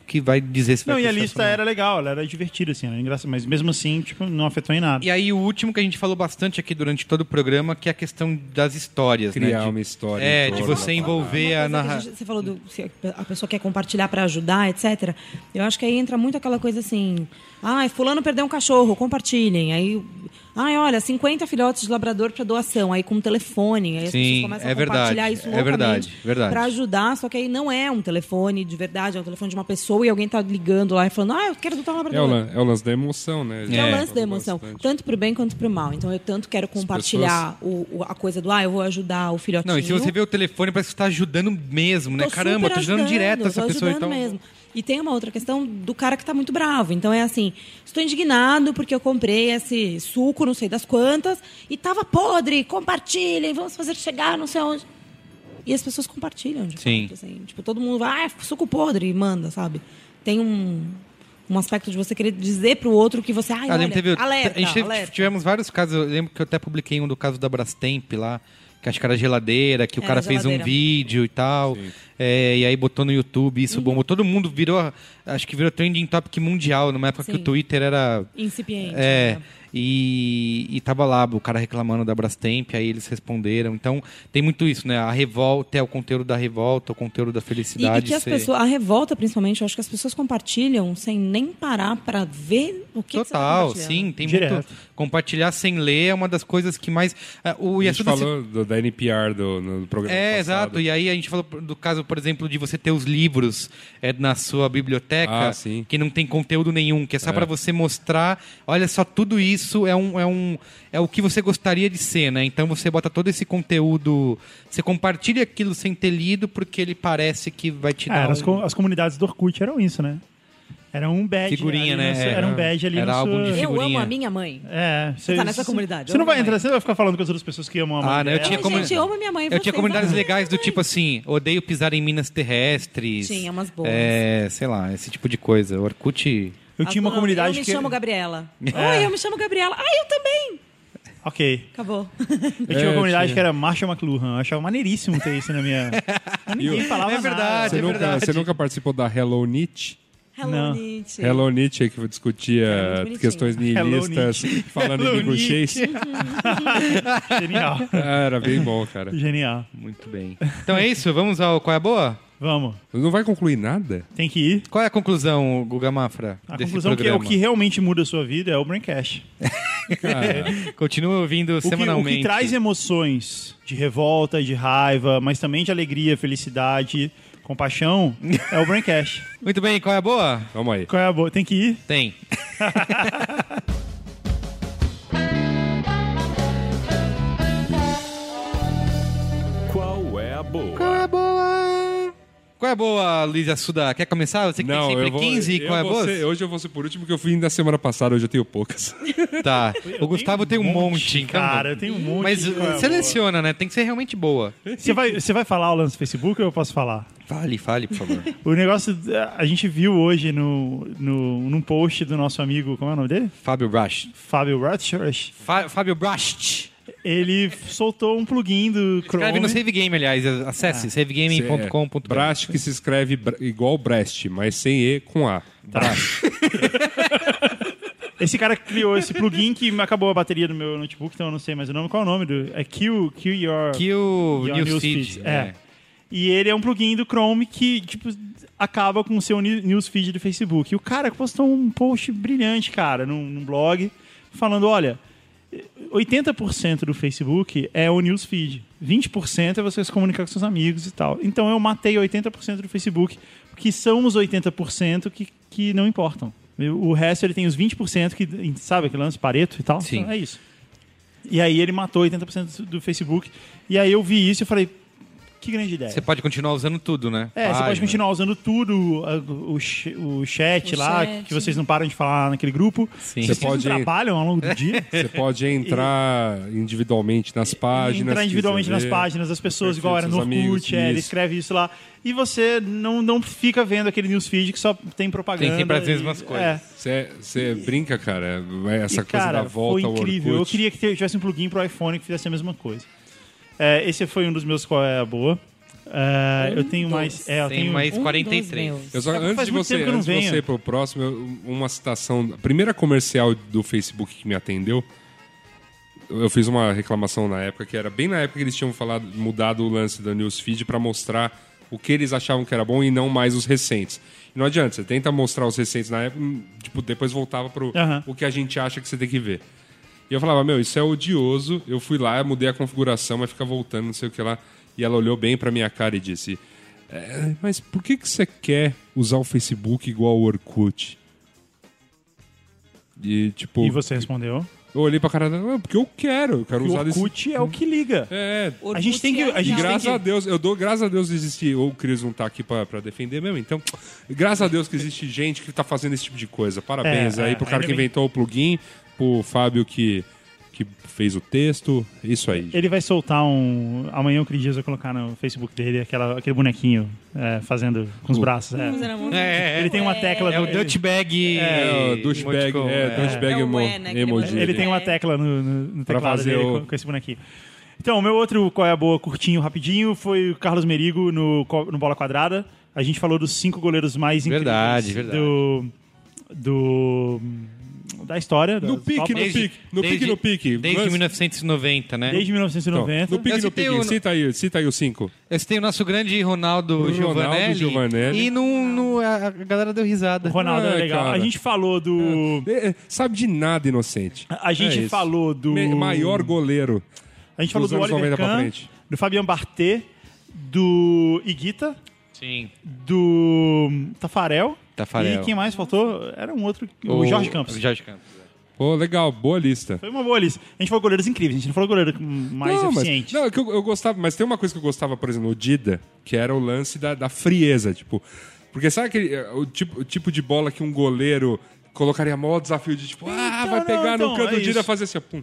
[SPEAKER 1] que vai dizer se
[SPEAKER 3] Não,
[SPEAKER 1] vai
[SPEAKER 3] e a
[SPEAKER 1] ter
[SPEAKER 3] lista
[SPEAKER 1] sucesso ou não.
[SPEAKER 3] era legal, ela era divertida, assim, era engraçada, mas mesmo assim, tipo, não afetou em nada.
[SPEAKER 1] E é aí o último que a gente falou bastante aqui durante todo o programa, que é a questão das histórias, né?
[SPEAKER 2] Criar
[SPEAKER 1] De-
[SPEAKER 2] uma história.
[SPEAKER 1] É,
[SPEAKER 2] em
[SPEAKER 1] de
[SPEAKER 2] torno
[SPEAKER 1] você
[SPEAKER 2] da parada.
[SPEAKER 1] envolver a
[SPEAKER 4] Uma coisa que a
[SPEAKER 1] narrativa.
[SPEAKER 4] gente- Você falou do se a pessoa quer compartilhar para ajudar, etc. Eu acho que aí entra muito aquela coisa assim: ah, fulano perdeu um cachorro, compartilhem. Aí, ai, olha, 50 filhotes de labrador para doação, aí com um telefone. Aí as
[SPEAKER 1] Sim,
[SPEAKER 4] pessoas começam
[SPEAKER 1] é
[SPEAKER 4] a compartilhar
[SPEAKER 1] verdade,
[SPEAKER 4] isso
[SPEAKER 1] é
[SPEAKER 4] loucamente
[SPEAKER 1] verdade, verdade.
[SPEAKER 4] pra ajudar, só que aí não é um telefone de verdade, é um telefone de uma pessoa e alguém tá ligando lá e falando: ah, eu quero adotar um
[SPEAKER 2] É o,
[SPEAKER 4] labrador.
[SPEAKER 2] lan- é o lance da emoção, né?
[SPEAKER 4] Que é, o
[SPEAKER 2] Gente,
[SPEAKER 4] lance da emoção,
[SPEAKER 2] bastante.
[SPEAKER 4] tanto pro bem quanto pro mal. Então eu tanto quero compartilhar o- o- a coisa do ah, eu vou ajudar o filhotinho.
[SPEAKER 1] Não, e se você vê o telefone, parece que você tá ajudando mesmo, né?
[SPEAKER 4] Tô
[SPEAKER 1] Caramba,
[SPEAKER 4] super
[SPEAKER 1] tô ajudando, direto essa
[SPEAKER 4] tô
[SPEAKER 1] pessoa. Então,
[SPEAKER 4] ajudando mesmo. E tem uma outra questão do cara que tá muito bravo. Então é assim, estou indignado porque eu comprei esse suco, não sei das quantas, e tava podre, compartilhem, vamos fazer chegar, não sei onde. E as pessoas compartilham, de
[SPEAKER 1] Sim.
[SPEAKER 4] fato, assim. Tipo, todo mundo vai, ah, suco podre, e manda, sabe? Tem um, um aspecto de você querer dizer pro outro que você, ai,
[SPEAKER 1] Ah,
[SPEAKER 4] olha,
[SPEAKER 1] lembro, teve,
[SPEAKER 4] alerta,
[SPEAKER 1] a gente teve-
[SPEAKER 4] alerta.
[SPEAKER 1] tivemos vários casos. Eu lembro que eu até publiquei um do caso da Brastemp lá, que acho que era geladeira, que o
[SPEAKER 4] Era
[SPEAKER 1] cara fez um
[SPEAKER 4] geladeira.
[SPEAKER 1] vídeo e tal. é, e aí botou no YouTube, isso
[SPEAKER 4] Uhum.
[SPEAKER 1] bombou. Todo mundo virou, acho que virou trending topic mundial, numa época que
[SPEAKER 4] Sim.
[SPEAKER 1] o Twitter era
[SPEAKER 4] Incipiente.
[SPEAKER 1] É,
[SPEAKER 4] né?
[SPEAKER 1] e, e tava lá o cara reclamando da Brastemp, aí eles responderam. Então, tem muito isso, né? A revolta é o conteúdo da revolta, o conteúdo da
[SPEAKER 4] E,
[SPEAKER 1] felicidade.
[SPEAKER 4] e que as
[SPEAKER 1] ser-
[SPEAKER 4] pessoas, a revolta principalmente, eu acho que as pessoas compartilham sem nem parar pra ver o que, que você tá
[SPEAKER 1] Total,
[SPEAKER 4] compartilhando.
[SPEAKER 1] sim, tem
[SPEAKER 3] Direto.
[SPEAKER 1] muito. Compartilhar sem ler é uma das coisas que mais. Ah, o
[SPEAKER 2] A gente
[SPEAKER 1] Yasuda se-
[SPEAKER 2] falou do- da NPR do, no programa
[SPEAKER 1] É,
[SPEAKER 2] passado.
[SPEAKER 1] exato. E aí a gente falou do caso, por exemplo, de você ter os livros é, na sua biblioteca
[SPEAKER 2] Ah, sim.
[SPEAKER 1] que não tem conteúdo nenhum, que é só pra para você mostrar, olha só, tudo isso é um, é um é o que você gostaria de ser, né? Então você bota todo esse conteúdo, você compartilha aquilo sem ter lido porque ele parece que vai te
[SPEAKER 3] É,
[SPEAKER 1] dar
[SPEAKER 3] eram as,
[SPEAKER 1] um-
[SPEAKER 3] co- as comunidades do Orkut eram isso, né? Era um badge.
[SPEAKER 1] Figurinha,
[SPEAKER 3] ali
[SPEAKER 1] né?
[SPEAKER 3] na sua- era um
[SPEAKER 1] Era-
[SPEAKER 3] badge ali
[SPEAKER 1] era
[SPEAKER 3] na
[SPEAKER 1] álbum
[SPEAKER 3] sua...
[SPEAKER 1] de
[SPEAKER 4] Eu amo
[SPEAKER 1] figurinha.
[SPEAKER 4] a minha mãe.
[SPEAKER 3] É, você
[SPEAKER 4] tá nessa comunidade,
[SPEAKER 3] Você
[SPEAKER 4] eu
[SPEAKER 3] não
[SPEAKER 4] amo
[SPEAKER 3] vai
[SPEAKER 4] a
[SPEAKER 3] entrar,
[SPEAKER 4] mãe.
[SPEAKER 3] você vai ficar falando com as outras pessoas que amam a mãe
[SPEAKER 1] Ah, não, eu
[SPEAKER 3] dela.
[SPEAKER 1] tinha
[SPEAKER 4] Ai,
[SPEAKER 1] como-
[SPEAKER 4] gente, eu amo É, a minha mãe.
[SPEAKER 1] Eu tinha
[SPEAKER 4] vocês
[SPEAKER 1] comunidades
[SPEAKER 4] amam.
[SPEAKER 1] legais do tipo assim, odeio pisar em minas terrestres.
[SPEAKER 4] Tinha umas boas.
[SPEAKER 1] É, sei lá, esse tipo de coisa. Orkut.
[SPEAKER 3] Eu tinha uma
[SPEAKER 4] Adoro.
[SPEAKER 3] comunidade
[SPEAKER 4] Eu me
[SPEAKER 3] que... É.
[SPEAKER 4] chamo Gabriela. Oi, eu me chamo Gabriela. Ai, eu também.
[SPEAKER 3] Ok.
[SPEAKER 4] Acabou.
[SPEAKER 3] Eu tinha uma
[SPEAKER 1] É,
[SPEAKER 3] comunidade que era Marshall McLuhan. Eu achava maneiríssimo ter isso na minha... Mas ninguém falava
[SPEAKER 1] É verdade.
[SPEAKER 2] Você,
[SPEAKER 1] É
[SPEAKER 2] nunca,
[SPEAKER 1] verdade.
[SPEAKER 2] você nunca participou da Hello Nietzsche?
[SPEAKER 3] Não.
[SPEAKER 4] Hello, Nietzsche. Um
[SPEAKER 2] Hello Nietzsche que
[SPEAKER 4] Era
[SPEAKER 2] discutia
[SPEAKER 4] muito bonitinho.
[SPEAKER 2] questões nihilistas, falando
[SPEAKER 3] Hello
[SPEAKER 2] em clichês.
[SPEAKER 3] nada. Genial.
[SPEAKER 2] Ah, era bem bom, cara.
[SPEAKER 3] Genial.
[SPEAKER 1] Muito bem. Então é isso, vamos ao Qual é a Boa?
[SPEAKER 3] Vamos.
[SPEAKER 2] Não vai concluir nada?
[SPEAKER 3] Tem que ir.
[SPEAKER 1] Qual é a conclusão, Guga Mafra?
[SPEAKER 3] A
[SPEAKER 1] desse
[SPEAKER 3] conclusão que é o
[SPEAKER 1] programa?
[SPEAKER 3] que realmente muda a sua vida é o Braincast.
[SPEAKER 1] Continua ouvindo
[SPEAKER 3] O que, o
[SPEAKER 1] semanalmente.
[SPEAKER 3] que traz é- emoções de revolta, de raiva, mas também de alegria, felicidade, compaixão, é o Braincast.
[SPEAKER 1] Muito bem, qual é a boa?
[SPEAKER 2] Vamos aí.
[SPEAKER 3] Qual é a boa? Tem que ir.
[SPEAKER 1] Tem.
[SPEAKER 6] Qual é a boa?
[SPEAKER 1] Qual é a boa? Qual é a boa, Luiz Assuda? Quer começar? Você que tem sempre 15,
[SPEAKER 2] eu
[SPEAKER 1] qual é a
[SPEAKER 2] vou
[SPEAKER 1] boa?
[SPEAKER 2] ser- hoje eu vou ser por último, porque eu fui da semana passada, hoje eu tenho poucas.
[SPEAKER 1] Tá. O Gustavo tem um monte, então.
[SPEAKER 3] Cara, eu tenho um monte.
[SPEAKER 1] Mas
[SPEAKER 3] de qual é a boa.
[SPEAKER 1] seleciona, né? Tem que ser realmente boa.
[SPEAKER 3] Você vai, você vai falar o lance do Facebook ou eu posso falar?
[SPEAKER 1] Fale, fale, por favor.
[SPEAKER 3] O negócio, a gente viu hoje no, no, num post do nosso amigo, como é o nome dele?
[SPEAKER 1] Fábio Brash.
[SPEAKER 3] Fábio Ratchers.
[SPEAKER 1] Fá- Fábio Brash.
[SPEAKER 3] Ele soltou um plugin do
[SPEAKER 1] Escreve no
[SPEAKER 3] Chrome.
[SPEAKER 1] Save Game, aliás. Acesse savegame.com.br.
[SPEAKER 2] Brast que se escreve br- igual Brest, mas sem E com A. Brast.
[SPEAKER 3] Esse cara criou esse plugin que acabou a bateria do meu notebook, então eu não sei mais o nome. Qual é o nome do? É Kill, Kill Your...
[SPEAKER 1] Que o
[SPEAKER 3] Your
[SPEAKER 1] Newsfeed.
[SPEAKER 3] É. E ele é um plugin do Chrome que, tipo, acaba com o seu ni- newsfeed do Facebook. E o cara postou um post brilhante, cara, num, num blog, falando: olha, 80% do Facebook é o newsfeed, 20% é você se comunicar com seus amigos e tal. Então eu matei 80% do Facebook, que são os 80% que, que não importam. O resto ele tem os 20% que, sabe, que lance Pareto e tal?
[SPEAKER 1] Sim.
[SPEAKER 3] Então, é isso. E aí ele matou 80% do Facebook. E aí eu vi isso e falei, que grande ideia.
[SPEAKER 1] Você pode continuar usando tudo, né?
[SPEAKER 3] É, você pode
[SPEAKER 1] Página.
[SPEAKER 3] continuar usando tudo, a- o, ch- o chat
[SPEAKER 4] O
[SPEAKER 3] lá,
[SPEAKER 4] chat.
[SPEAKER 3] que vocês não param de falar naquele grupo.
[SPEAKER 1] Sim.
[SPEAKER 2] Você
[SPEAKER 3] Vocês não
[SPEAKER 2] pode-
[SPEAKER 3] trabalham ao longo do dia.
[SPEAKER 2] Você pode entrar individualmente nas páginas.
[SPEAKER 3] Entrar individualmente
[SPEAKER 2] quiser
[SPEAKER 3] nas
[SPEAKER 2] ver.
[SPEAKER 3] páginas das pessoas,
[SPEAKER 2] perfil
[SPEAKER 3] igual era
[SPEAKER 2] dos
[SPEAKER 3] no
[SPEAKER 2] seus amigos,
[SPEAKER 3] Orkut, é, ele
[SPEAKER 2] isso.
[SPEAKER 3] escreve isso lá. E você não, não fica vendo aquele newsfeed que só tem propaganda.
[SPEAKER 1] Tem sempre as
[SPEAKER 3] e- é,
[SPEAKER 1] mesmas coisas.
[SPEAKER 2] Você, você brinca, cara,
[SPEAKER 3] E,
[SPEAKER 2] essa coisa
[SPEAKER 3] cara,
[SPEAKER 2] da volta
[SPEAKER 3] foi incrível.
[SPEAKER 2] ao
[SPEAKER 3] Eu
[SPEAKER 2] Orkut.
[SPEAKER 3] queria que tivesse um plugin pro iPhone que fizesse a mesma coisa. É, esse foi um dos meus qual é a boa. É, eu
[SPEAKER 4] Um,
[SPEAKER 3] tenho mais.
[SPEAKER 4] dois,
[SPEAKER 3] É, eu
[SPEAKER 1] tem
[SPEAKER 3] tenho
[SPEAKER 1] mais- Fez
[SPEAKER 4] Um
[SPEAKER 1] 43.
[SPEAKER 4] dos meus.
[SPEAKER 2] Eu só,
[SPEAKER 3] É,
[SPEAKER 2] antes
[SPEAKER 3] faz
[SPEAKER 2] de
[SPEAKER 3] muito
[SPEAKER 2] você,
[SPEAKER 3] tempo que eu não
[SPEAKER 2] antes de
[SPEAKER 3] venho.
[SPEAKER 2] você ir pro próximo, eu- uma citação. A primeira comercial do Facebook que me atendeu, eu fiz uma reclamação na época, que era bem na época que eles tinham falado, mudado o lance da newsfeed pra mostrar o que eles achavam que era bom e não mais os recentes. E não adianta, você tenta mostrar os recentes na época, hum, tipo, depois voltava pro
[SPEAKER 3] Aham.
[SPEAKER 2] o que a gente acha que você tem que ver. E eu falava, meu, isso é odioso. Eu fui lá, mudei a configuração, mas fica voltando, não sei o que lá. E ela olhou bem pra minha cara e disse: "É, Mas por que, que você quer usar o Facebook igual o Orkut? E tipo,
[SPEAKER 3] E você respondeu?
[SPEAKER 2] eu olhei pra cara dela, "Ah, porque eu quero, eu quero
[SPEAKER 3] O
[SPEAKER 2] usar desse.
[SPEAKER 3] Orkut é o que liga.
[SPEAKER 2] É,
[SPEAKER 3] A gente tem que. A
[SPEAKER 2] e
[SPEAKER 3] gente tem
[SPEAKER 2] graças
[SPEAKER 3] que...
[SPEAKER 2] a Deus, eu dou graças a Deus de existir. Ou o Cris não tá aqui pra, pra defender mesmo, então. Graças a Deus que existe gente que tá fazendo esse tipo de coisa. Parabéns
[SPEAKER 3] É,
[SPEAKER 2] aí
[SPEAKER 3] é,
[SPEAKER 2] pro cara
[SPEAKER 3] ainda
[SPEAKER 2] que
[SPEAKER 3] bem.
[SPEAKER 2] inventou o plugin, pro Fábio que, que fez o texto. Isso aí. gente.
[SPEAKER 3] Ele vai soltar um. Amanhã o Cris Dias vai colocar no Facebook dele aquela, aquele bonequinho é, fazendo com os
[SPEAKER 2] Uh.
[SPEAKER 3] braços. é.
[SPEAKER 4] Fazer a mão.
[SPEAKER 1] É,
[SPEAKER 3] Ele tem uma tecla
[SPEAKER 1] É
[SPEAKER 3] do.
[SPEAKER 1] o Dutchbag.
[SPEAKER 2] É, o douchebag,
[SPEAKER 1] emoticon,
[SPEAKER 2] é,
[SPEAKER 3] um
[SPEAKER 2] douchebag
[SPEAKER 4] É o
[SPEAKER 2] emo-
[SPEAKER 4] é, né, que ele
[SPEAKER 2] emoji.
[SPEAKER 4] manda.
[SPEAKER 3] Ele tem um uma
[SPEAKER 4] É.
[SPEAKER 3] tecla no, no- no
[SPEAKER 2] Pra
[SPEAKER 3] teclado
[SPEAKER 2] fazer
[SPEAKER 3] dele
[SPEAKER 2] o-
[SPEAKER 3] com, com esse bonequinho. Então, o meu outro qual é a boa, curtinho, rapidinho, foi o Carlos Merigo no, co- no Bola Quadrada. A gente falou dos cinco goleiros mais incríveis
[SPEAKER 1] Verdade, verdade.
[SPEAKER 3] Do, do- da história.
[SPEAKER 2] No
[SPEAKER 3] das
[SPEAKER 2] pique,
[SPEAKER 3] Copas,
[SPEAKER 2] no pique, no pique, no pique.
[SPEAKER 1] Desde
[SPEAKER 2] Mas-
[SPEAKER 1] 1990, né?
[SPEAKER 3] Desde
[SPEAKER 2] Então,
[SPEAKER 3] 1990.
[SPEAKER 2] no pique,
[SPEAKER 1] Eu
[SPEAKER 2] no
[SPEAKER 1] citei
[SPEAKER 2] pique.
[SPEAKER 1] o-
[SPEAKER 2] Cita aí, cita aí o 5.
[SPEAKER 1] Esse tem o nosso grande Ronaldo,
[SPEAKER 2] Ronaldo
[SPEAKER 1] Giovanelli,
[SPEAKER 2] Giovanelli.
[SPEAKER 1] E num, num- a a galera deu risada.
[SPEAKER 3] O Ronaldo
[SPEAKER 2] Ai,
[SPEAKER 3] é legal.
[SPEAKER 2] né, cara.
[SPEAKER 3] A gente falou do...
[SPEAKER 2] eh, Sabe de nada, inocente.
[SPEAKER 3] A gente
[SPEAKER 2] É isso.
[SPEAKER 3] falou do...
[SPEAKER 2] Me- Maior goleiro.
[SPEAKER 3] A gente falou
[SPEAKER 2] dos
[SPEAKER 3] do
[SPEAKER 2] anos
[SPEAKER 3] Oliver
[SPEAKER 2] 90 pra
[SPEAKER 3] Kahn,
[SPEAKER 2] frente.
[SPEAKER 3] do Fabian Bartê, do Iguita,
[SPEAKER 1] Sim.
[SPEAKER 3] do Tafarel.
[SPEAKER 1] Tafarel.
[SPEAKER 3] E quem mais faltou? Era um outro, o, Jorge Campos.
[SPEAKER 1] O Jorge Campos.
[SPEAKER 2] Pô, legal, boa lista.
[SPEAKER 3] Foi uma boa lista. A gente falou goleiros incríveis, a gente não falou goleiro mais
[SPEAKER 2] não,
[SPEAKER 3] eficiente.
[SPEAKER 2] Mas, não, é que eu, eu gostava, mas tem uma coisa que eu gostava, por exemplo, o Dida, que era o lance da, da frieza, tipo. Porque sabe aquele eh, o tipo, o tipo de bola que um goleiro colocaria maior desafio de tipo, ah,
[SPEAKER 3] Então,
[SPEAKER 2] vai
[SPEAKER 3] não,
[SPEAKER 2] pegar
[SPEAKER 3] então,
[SPEAKER 2] no canto
[SPEAKER 3] é
[SPEAKER 2] o Dida
[SPEAKER 3] isso.
[SPEAKER 2] fazer assim, ó, pum.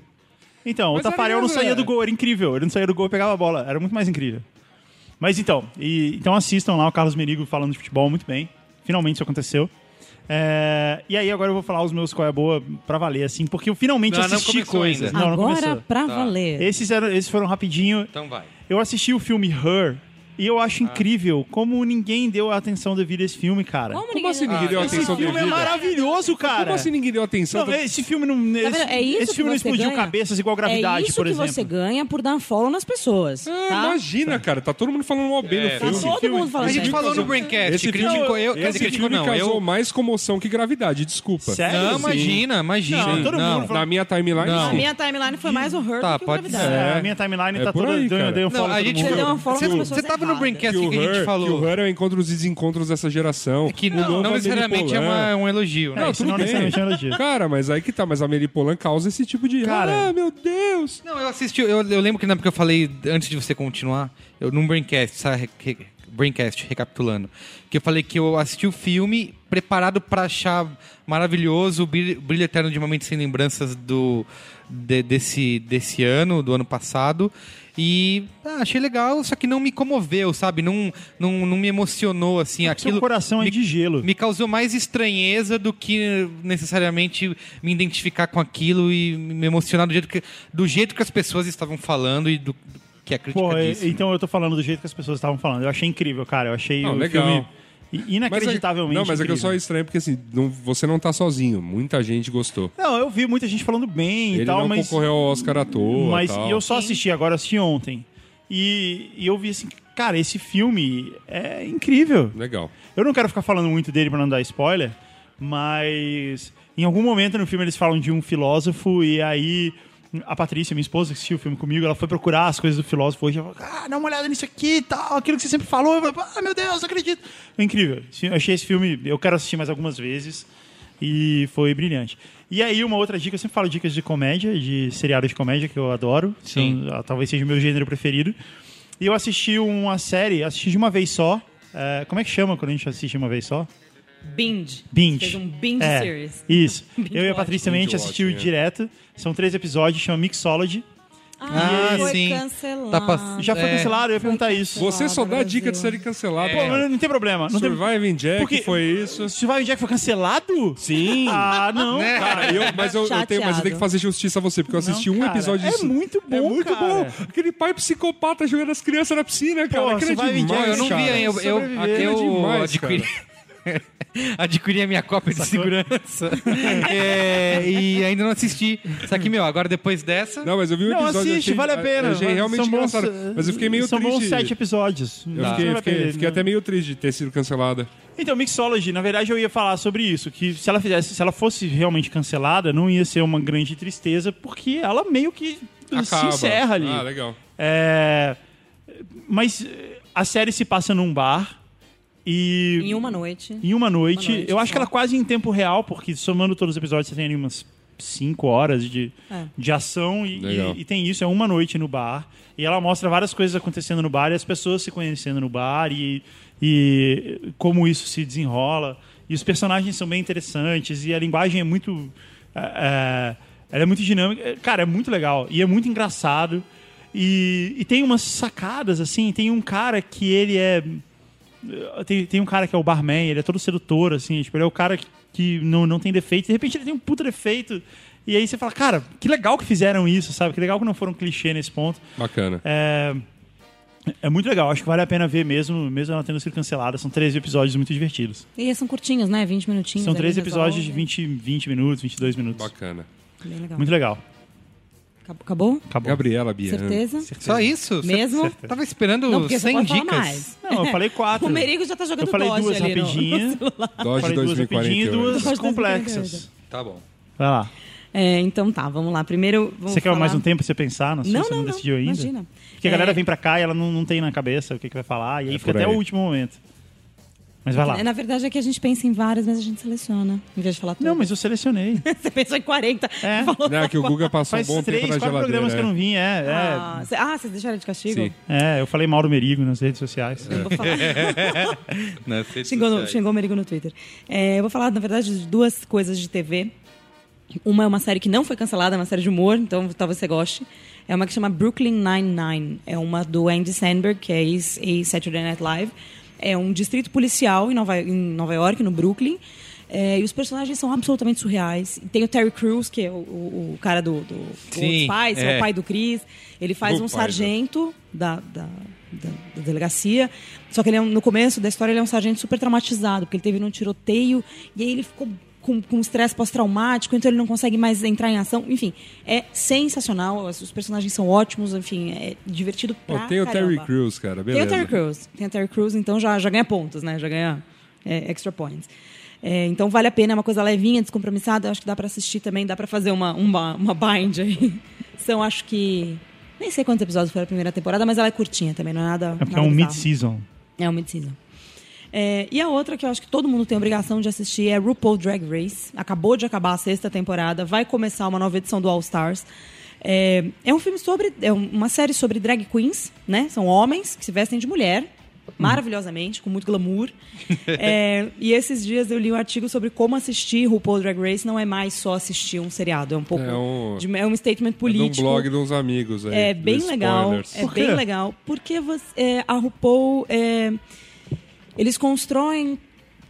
[SPEAKER 3] Então,
[SPEAKER 2] Mas
[SPEAKER 3] o Tafarel não
[SPEAKER 2] aliás,
[SPEAKER 3] saía
[SPEAKER 2] é.
[SPEAKER 3] do gol, era incrível. Ele não saía do gol, pegava a bola. Era muito mais incrível. Mas então, e- então assistam lá o Carlos Merigo falando de futebol muito bem. Finalmente isso aconteceu. É, e aí agora eu vou falar os meus qual é boa pra valer, assim, porque eu finalmente
[SPEAKER 1] Não, não
[SPEAKER 3] assisti
[SPEAKER 1] começou
[SPEAKER 3] coisas.
[SPEAKER 1] ainda.
[SPEAKER 3] Não, não
[SPEAKER 4] Agora,
[SPEAKER 3] começou.
[SPEAKER 4] pra
[SPEAKER 1] Tá.
[SPEAKER 4] valer.
[SPEAKER 3] Esses, eram, esses foram rapidinho.
[SPEAKER 1] Então vai.
[SPEAKER 3] Eu assisti o filme Her e eu
[SPEAKER 2] Ah.
[SPEAKER 3] acho incrível como ninguém deu a atenção devida a esse filme, cara.
[SPEAKER 4] Como
[SPEAKER 2] Como
[SPEAKER 4] ninguém-
[SPEAKER 2] assim ninguém
[SPEAKER 1] Ah,
[SPEAKER 2] deu
[SPEAKER 1] esse
[SPEAKER 3] Esse
[SPEAKER 2] atenção
[SPEAKER 3] filme é
[SPEAKER 2] devida?
[SPEAKER 3] maravilhoso, cara.
[SPEAKER 2] Como assim ninguém deu atenção?
[SPEAKER 3] Não, esse filme não, esse,
[SPEAKER 4] vendo? É isso
[SPEAKER 3] esse
[SPEAKER 4] que
[SPEAKER 3] filme não
[SPEAKER 4] você
[SPEAKER 3] explodiu
[SPEAKER 4] ganha?
[SPEAKER 3] cabeças igual
[SPEAKER 4] é
[SPEAKER 3] gravidade,
[SPEAKER 4] isso
[SPEAKER 3] por
[SPEAKER 4] que
[SPEAKER 3] exemplo.
[SPEAKER 4] você ganha por dar follow nas pessoas.
[SPEAKER 2] Ah,
[SPEAKER 4] tá?
[SPEAKER 2] Imagina, cara, tá todo mundo falando mal bem
[SPEAKER 1] É,
[SPEAKER 2] no
[SPEAKER 4] Tá
[SPEAKER 2] filme.
[SPEAKER 4] todo mundo falando.
[SPEAKER 1] A gente
[SPEAKER 4] disso.
[SPEAKER 1] falou no Braincast,
[SPEAKER 2] Esse filme,
[SPEAKER 1] criticou eu, quer
[SPEAKER 2] esse
[SPEAKER 1] dizer, criticou
[SPEAKER 2] filme
[SPEAKER 1] não,
[SPEAKER 2] causou
[SPEAKER 1] eu...
[SPEAKER 2] mais comoção que gravidade, desculpa.
[SPEAKER 3] Sério?
[SPEAKER 1] Não,
[SPEAKER 3] Sim.
[SPEAKER 1] imagina, imagina.
[SPEAKER 3] Não, todo mundo falou-
[SPEAKER 2] Na minha timeline,
[SPEAKER 1] Não.
[SPEAKER 4] A
[SPEAKER 2] sim.
[SPEAKER 4] minha timeline foi mais o Her
[SPEAKER 1] Tá,
[SPEAKER 4] do que o
[SPEAKER 1] pode
[SPEAKER 4] Gravidade.
[SPEAKER 3] É,
[SPEAKER 2] É.
[SPEAKER 3] a minha timeline
[SPEAKER 2] É
[SPEAKER 3] tá
[SPEAKER 2] por
[SPEAKER 3] toda.
[SPEAKER 2] aí,
[SPEAKER 3] deu-
[SPEAKER 2] cara.
[SPEAKER 3] deu um
[SPEAKER 1] Não,
[SPEAKER 3] follow
[SPEAKER 1] a
[SPEAKER 3] todo
[SPEAKER 1] gente
[SPEAKER 3] mundo.
[SPEAKER 4] Você deu uma follow
[SPEAKER 1] Você,
[SPEAKER 4] nas
[SPEAKER 1] você
[SPEAKER 4] pessoas
[SPEAKER 1] tava no
[SPEAKER 4] erradas.
[SPEAKER 1] Braincast que,
[SPEAKER 2] que, o
[SPEAKER 1] a gente
[SPEAKER 2] Her- que o
[SPEAKER 1] falou.
[SPEAKER 2] Her é o encontros e desencontros dessa geração.
[SPEAKER 1] Que
[SPEAKER 2] O novo
[SPEAKER 1] não, não
[SPEAKER 2] é
[SPEAKER 1] necessariamente é,
[SPEAKER 2] Melipolan.
[SPEAKER 1] uma- é um elogio, né?
[SPEAKER 3] É,
[SPEAKER 2] Não,
[SPEAKER 3] isso
[SPEAKER 2] tudo
[SPEAKER 3] não
[SPEAKER 2] bem.
[SPEAKER 3] necessariamente é um elogio.
[SPEAKER 2] Cara, mas aí que tá, mas a Melipolan causa esse tipo de.
[SPEAKER 3] Cara.
[SPEAKER 2] Ah, meu Deus!
[SPEAKER 1] Não, eu assisti, eu, eu lembro que na época eu falei, antes de você continuar, eu num Braincast, sabe? Re- re- Braincast, recapitulando. Que eu falei que eu assisti o filme preparado pra achar maravilhoso o Brilho, Brilho Eterno de uma Mente Sem Lembranças do, de- desse, desse ano, do ano passado. E ah, achei legal, só que não me comoveu, sabe? Não, não, não me emocionou, assim.
[SPEAKER 3] Seu
[SPEAKER 1] Aquilo
[SPEAKER 3] coração é
[SPEAKER 1] me
[SPEAKER 3] de gelo.
[SPEAKER 1] me causou mais estranheza do que necessariamente me identificar com aquilo e me emocionar do jeito que, do jeito que as pessoas estavam falando e do do que a crítica
[SPEAKER 3] Pô, é-
[SPEAKER 1] disse.
[SPEAKER 3] então eu tô falando do jeito que as pessoas estavam falando. Eu achei incrível, cara. Eu achei
[SPEAKER 2] Não,
[SPEAKER 3] o
[SPEAKER 2] legal.
[SPEAKER 3] filme i-
[SPEAKER 2] Mas é-
[SPEAKER 3] inacreditavelmente.
[SPEAKER 2] Não, mas é que eu só
[SPEAKER 3] incrível.
[SPEAKER 2] estranho porque assim, não- você não tá sozinho. Muita gente gostou.
[SPEAKER 3] Não, eu vi muita gente falando bem
[SPEAKER 2] Ele
[SPEAKER 3] e tal,
[SPEAKER 2] não
[SPEAKER 3] mas.
[SPEAKER 2] concorreu ao Oscar à toa.
[SPEAKER 3] Mas
[SPEAKER 2] tal.
[SPEAKER 3] e eu só assisti agora, assisti ontem. E, e eu vi assim, cara, esse filme é incrível.
[SPEAKER 2] Legal.
[SPEAKER 3] Eu não quero ficar falando muito dele pra não dar spoiler, mas em algum momento no filme eles falam de um filósofo e aí a Patrícia, minha esposa, que assistiu o filme comigo, ela foi procurar as coisas do filósofo hoje. Ela falou, ah, dá uma olhada nisso aqui e tal, aquilo que você sempre falou. Eu falei, ah, meu Deus, não acredito. É incrível. Sim, eu achei esse filme, eu quero assistir mais algumas vezes e foi brilhante. E aí, uma outra dica, eu sempre falo dicas de comédia, de seriados de comédia que eu adoro.
[SPEAKER 1] Sim.
[SPEAKER 3] São- talvez seja o meu gênero preferido. E eu assisti uma série, assisti de uma vez só. É, como é que chama quando a gente assiste de uma vez só?
[SPEAKER 4] Binge.
[SPEAKER 3] Binge.
[SPEAKER 4] Fez um binge
[SPEAKER 3] É,
[SPEAKER 4] series.
[SPEAKER 3] Isso.
[SPEAKER 4] Binge
[SPEAKER 3] eu e a
[SPEAKER 4] watching.
[SPEAKER 3] Patrícia também a gente
[SPEAKER 2] Binge
[SPEAKER 3] assistiu
[SPEAKER 2] watching, é.
[SPEAKER 3] direto. São três episódios, chama Mixology.
[SPEAKER 4] Ah,
[SPEAKER 1] Ah,
[SPEAKER 4] foi
[SPEAKER 1] sim.
[SPEAKER 4] cancelado.
[SPEAKER 1] Tá pass-
[SPEAKER 3] Já foi
[SPEAKER 1] É.
[SPEAKER 3] cancelado? Eu ia perguntar isso.
[SPEAKER 4] Foi
[SPEAKER 2] Você só
[SPEAKER 4] Cancelado,
[SPEAKER 2] dá dica
[SPEAKER 4] Ah, Brasil.
[SPEAKER 2] de série cancelada.
[SPEAKER 1] É.
[SPEAKER 2] cara.
[SPEAKER 3] Pô, não tem problema. Não tem...
[SPEAKER 2] Surviving Jack
[SPEAKER 3] Porque-
[SPEAKER 2] foi isso.
[SPEAKER 3] Surviving Jack foi cancelado?
[SPEAKER 2] Sim.
[SPEAKER 3] Ah, não.
[SPEAKER 1] Né?
[SPEAKER 2] Cara, eu- mas, eu, eu tenho, mas eu tenho
[SPEAKER 4] Chateado.
[SPEAKER 2] que fazer justiça a você, porque eu assisti
[SPEAKER 3] Não,
[SPEAKER 2] um
[SPEAKER 3] cara,
[SPEAKER 2] episódio
[SPEAKER 3] é
[SPEAKER 2] disso.
[SPEAKER 3] muito bom,
[SPEAKER 2] É muito
[SPEAKER 3] cara.
[SPEAKER 2] bom. Aquele pai psicopata jogando as crianças na piscina, cara.
[SPEAKER 3] Pô,
[SPEAKER 2] Aquilo é
[SPEAKER 3] Surviving
[SPEAKER 2] demais,
[SPEAKER 1] Pô, eu não
[SPEAKER 2] cara.
[SPEAKER 1] vi ainda. Eu, eu,
[SPEAKER 2] Sobreviver
[SPEAKER 1] aqui
[SPEAKER 2] é
[SPEAKER 1] eu
[SPEAKER 2] demais,
[SPEAKER 1] adquiri...
[SPEAKER 2] cara.
[SPEAKER 1] adquiri a minha cópia de segurança. É, e ainda não assisti. Só que, meu, agora depois dessa...
[SPEAKER 2] Não, mas eu vi um
[SPEAKER 3] Não,
[SPEAKER 2] episódio.
[SPEAKER 3] assiste,
[SPEAKER 2] achei-
[SPEAKER 3] vale a pena.
[SPEAKER 2] Achei realmente
[SPEAKER 3] São bons-
[SPEAKER 2] engraçado. mas eu fiquei meio
[SPEAKER 3] São
[SPEAKER 2] triste.
[SPEAKER 3] bons sete episódios.
[SPEAKER 2] Eu fiquei, fiquei- fiquei até meio triste de ter sido cancelada.
[SPEAKER 3] Então, Mixology, na verdade eu ia falar sobre isso, que se ela fizesse, se ela fosse realmente cancelada, não ia ser uma grande tristeza, porque ela meio que se
[SPEAKER 2] Acaba.
[SPEAKER 3] encerra ali.
[SPEAKER 2] Ah, legal.
[SPEAKER 3] É, Mas eh, a série se passa num bar e
[SPEAKER 4] Em uma noite.
[SPEAKER 3] em uma noite,
[SPEAKER 4] Uma noite,
[SPEAKER 3] eu acho que
[SPEAKER 4] só.
[SPEAKER 3] ela quase em tempo real, porque somando todos os episódios você tem ali umas 5 horas de,
[SPEAKER 4] É.
[SPEAKER 3] de ação e,
[SPEAKER 2] Legal.
[SPEAKER 3] e- e tem isso, é uma noite no bar. E ela mostra várias coisas acontecendo no bar e as pessoas se conhecendo no bar e, e como isso se desenrola. E os personagens são bem interessantes e a linguagem é muito. é, é, ela é muito dinâmica. É, Cara, é muito legal e é muito engraçado. E, e tem umas sacadas, assim, tem um cara que ele é tem, tem um cara que é o barman, ele é todo sedutor, assim, tipo, ele é o cara que, que não, não tem defeito, de repente ele tem um puta defeito. E aí você fala, cara, que legal que fizeram isso, sabe? Que legal que não foram clichê nesse ponto.
[SPEAKER 2] Bacana.
[SPEAKER 3] É, é muito legal, acho que vale a pena ver mesmo, mesmo ela tendo sido cancelada. São 13 episódios muito divertidos.
[SPEAKER 4] E são curtinhos, né? 20 minutinhos.
[SPEAKER 3] São
[SPEAKER 4] ali,
[SPEAKER 3] 13 episódios de
[SPEAKER 4] resolve.
[SPEAKER 3] 20, 20 minutos, 22 minutos.
[SPEAKER 2] Bacana.
[SPEAKER 4] Bem legal.
[SPEAKER 3] Muito legal.
[SPEAKER 4] Acab- Acabou?
[SPEAKER 3] Acabou.
[SPEAKER 2] Gabriela Bianchi.
[SPEAKER 4] Certeza?
[SPEAKER 1] Só isso? Cê-
[SPEAKER 4] Mesmo?
[SPEAKER 1] cê Tava esperando
[SPEAKER 4] Não, porque você
[SPEAKER 1] 100
[SPEAKER 4] pode falar
[SPEAKER 1] dicas.
[SPEAKER 4] mais.
[SPEAKER 3] Não, eu falei quatro.
[SPEAKER 4] O Merigo já tá jogando
[SPEAKER 3] eu falei
[SPEAKER 4] dose
[SPEAKER 3] duas
[SPEAKER 4] ali no-
[SPEAKER 3] rapidinhas,
[SPEAKER 2] Dodge
[SPEAKER 3] falei duas rapidinhas e
[SPEAKER 2] 2048.
[SPEAKER 3] duas
[SPEAKER 4] Dodge
[SPEAKER 3] complexas.
[SPEAKER 1] Tá bom.
[SPEAKER 3] Vai lá.
[SPEAKER 4] É, então tá, vamos lá. Primeiro, vamos
[SPEAKER 3] Você quer
[SPEAKER 4] falar-
[SPEAKER 3] mais um tempo pra você pensar? Não, sei,
[SPEAKER 4] Não,
[SPEAKER 3] você não,
[SPEAKER 4] não, não.
[SPEAKER 3] decidiu ainda?
[SPEAKER 4] Imagina.
[SPEAKER 3] Porque a galera
[SPEAKER 4] É.
[SPEAKER 3] vem pra cá e ela não, não tem na cabeça o que, que vai falar, e aí
[SPEAKER 2] É
[SPEAKER 3] fica
[SPEAKER 2] por
[SPEAKER 3] até
[SPEAKER 2] aí.
[SPEAKER 3] o último momento. Mas vai lá.
[SPEAKER 4] Na verdade é que a gente pensa em várias, mas a gente seleciona. Em vez de falar tudo.
[SPEAKER 3] Não, mas eu selecionei.
[SPEAKER 4] Você pensou em 40.
[SPEAKER 3] É.
[SPEAKER 4] Falou
[SPEAKER 2] Não, é que o Guga passou
[SPEAKER 3] Faz
[SPEAKER 2] um bom
[SPEAKER 3] três,
[SPEAKER 2] tempo na
[SPEAKER 3] quatro programas que eu
[SPEAKER 2] geladeira. né?
[SPEAKER 3] não vim, é. é.
[SPEAKER 4] Ah, cê- ah, vocês deixaram de castigo?
[SPEAKER 2] Sim.
[SPEAKER 3] É, eu falei Mauro Merigo nas redes sociais.
[SPEAKER 4] Eu vou falar.
[SPEAKER 1] Nas redes
[SPEAKER 4] Xingou, no-
[SPEAKER 1] sociais.
[SPEAKER 4] xingou o Merigo no Twitter. É, eu vou falar, na verdade, de duas coisas de TV. Uma é uma série que não foi cancelada, é uma série de humor, então talvez você goste. É uma que chama Brooklyn Nine-Nine. É uma do Andy Sandberg, que é ex- ex-Saturday Night Live. É um distrito policial em Nova, em Nova York, no Brooklyn. É, e os personagens são absolutamente surreais. Tem o Terry Crews, que é o, o- o cara do, do
[SPEAKER 1] Sim,
[SPEAKER 3] Pai,
[SPEAKER 4] Esse é
[SPEAKER 1] É.
[SPEAKER 4] o pai do Cris. Ele faz
[SPEAKER 2] O pai
[SPEAKER 4] um
[SPEAKER 2] do-
[SPEAKER 4] sargento da, da, da- da delegacia. Só que ele é um- no começo da história ele é um sargento super traumatizado, porque ele teve num tiroteio e aí ele ficou com com estresse pós-traumático, então ele não consegue mais entrar em ação. Enfim, é sensacional. Os os personagens são ótimos, enfim, é divertido
[SPEAKER 2] Pô,
[SPEAKER 4] pra
[SPEAKER 2] tem o Terry
[SPEAKER 4] Ah, caramba.
[SPEAKER 2] Crews, cara.
[SPEAKER 4] Tem
[SPEAKER 2] Beleza.
[SPEAKER 4] o Terry Crews. Tem o Terry Crews, então já, já ganha pontos, né? Já ganha é, extra points. É, então vale a pena, é uma coisa levinha, descompromissada. Acho que dá pra assistir também, dá pra fazer uma, uma, uma bind aí. São, acho que. Nem sei quantos episódios foi a primeira temporada, mas ela é curtinha também, não é nada.
[SPEAKER 3] É porque é
[SPEAKER 4] nada
[SPEAKER 3] um
[SPEAKER 4] bizarro.
[SPEAKER 3] mid-season.
[SPEAKER 4] É um mid-season. É, e a outra que eu acho que todo mundo tem obrigação de assistir é RuPaul Drag Race. Acabou de acabar a sexta temporada, vai começar uma nova edição do All Stars. É, é um filme sobre. É um- uma série sobre drag queens, né? São homens que se vestem de mulher, maravilhosamente, com muito glamour. É, e esses dias eu li um artigo sobre como assistir RuPaul Drag Race. Não é mais só assistir um seriado, é um pouco.
[SPEAKER 2] É um-
[SPEAKER 4] de- é um statement
[SPEAKER 2] É de
[SPEAKER 4] político.
[SPEAKER 2] um blog de uns amigos aí.
[SPEAKER 4] É
[SPEAKER 2] do
[SPEAKER 4] bem legal.
[SPEAKER 2] Spoilers.
[SPEAKER 4] É
[SPEAKER 3] Por quê?
[SPEAKER 4] bem legal. Porque você, é, a RuPaul. é, eles constroem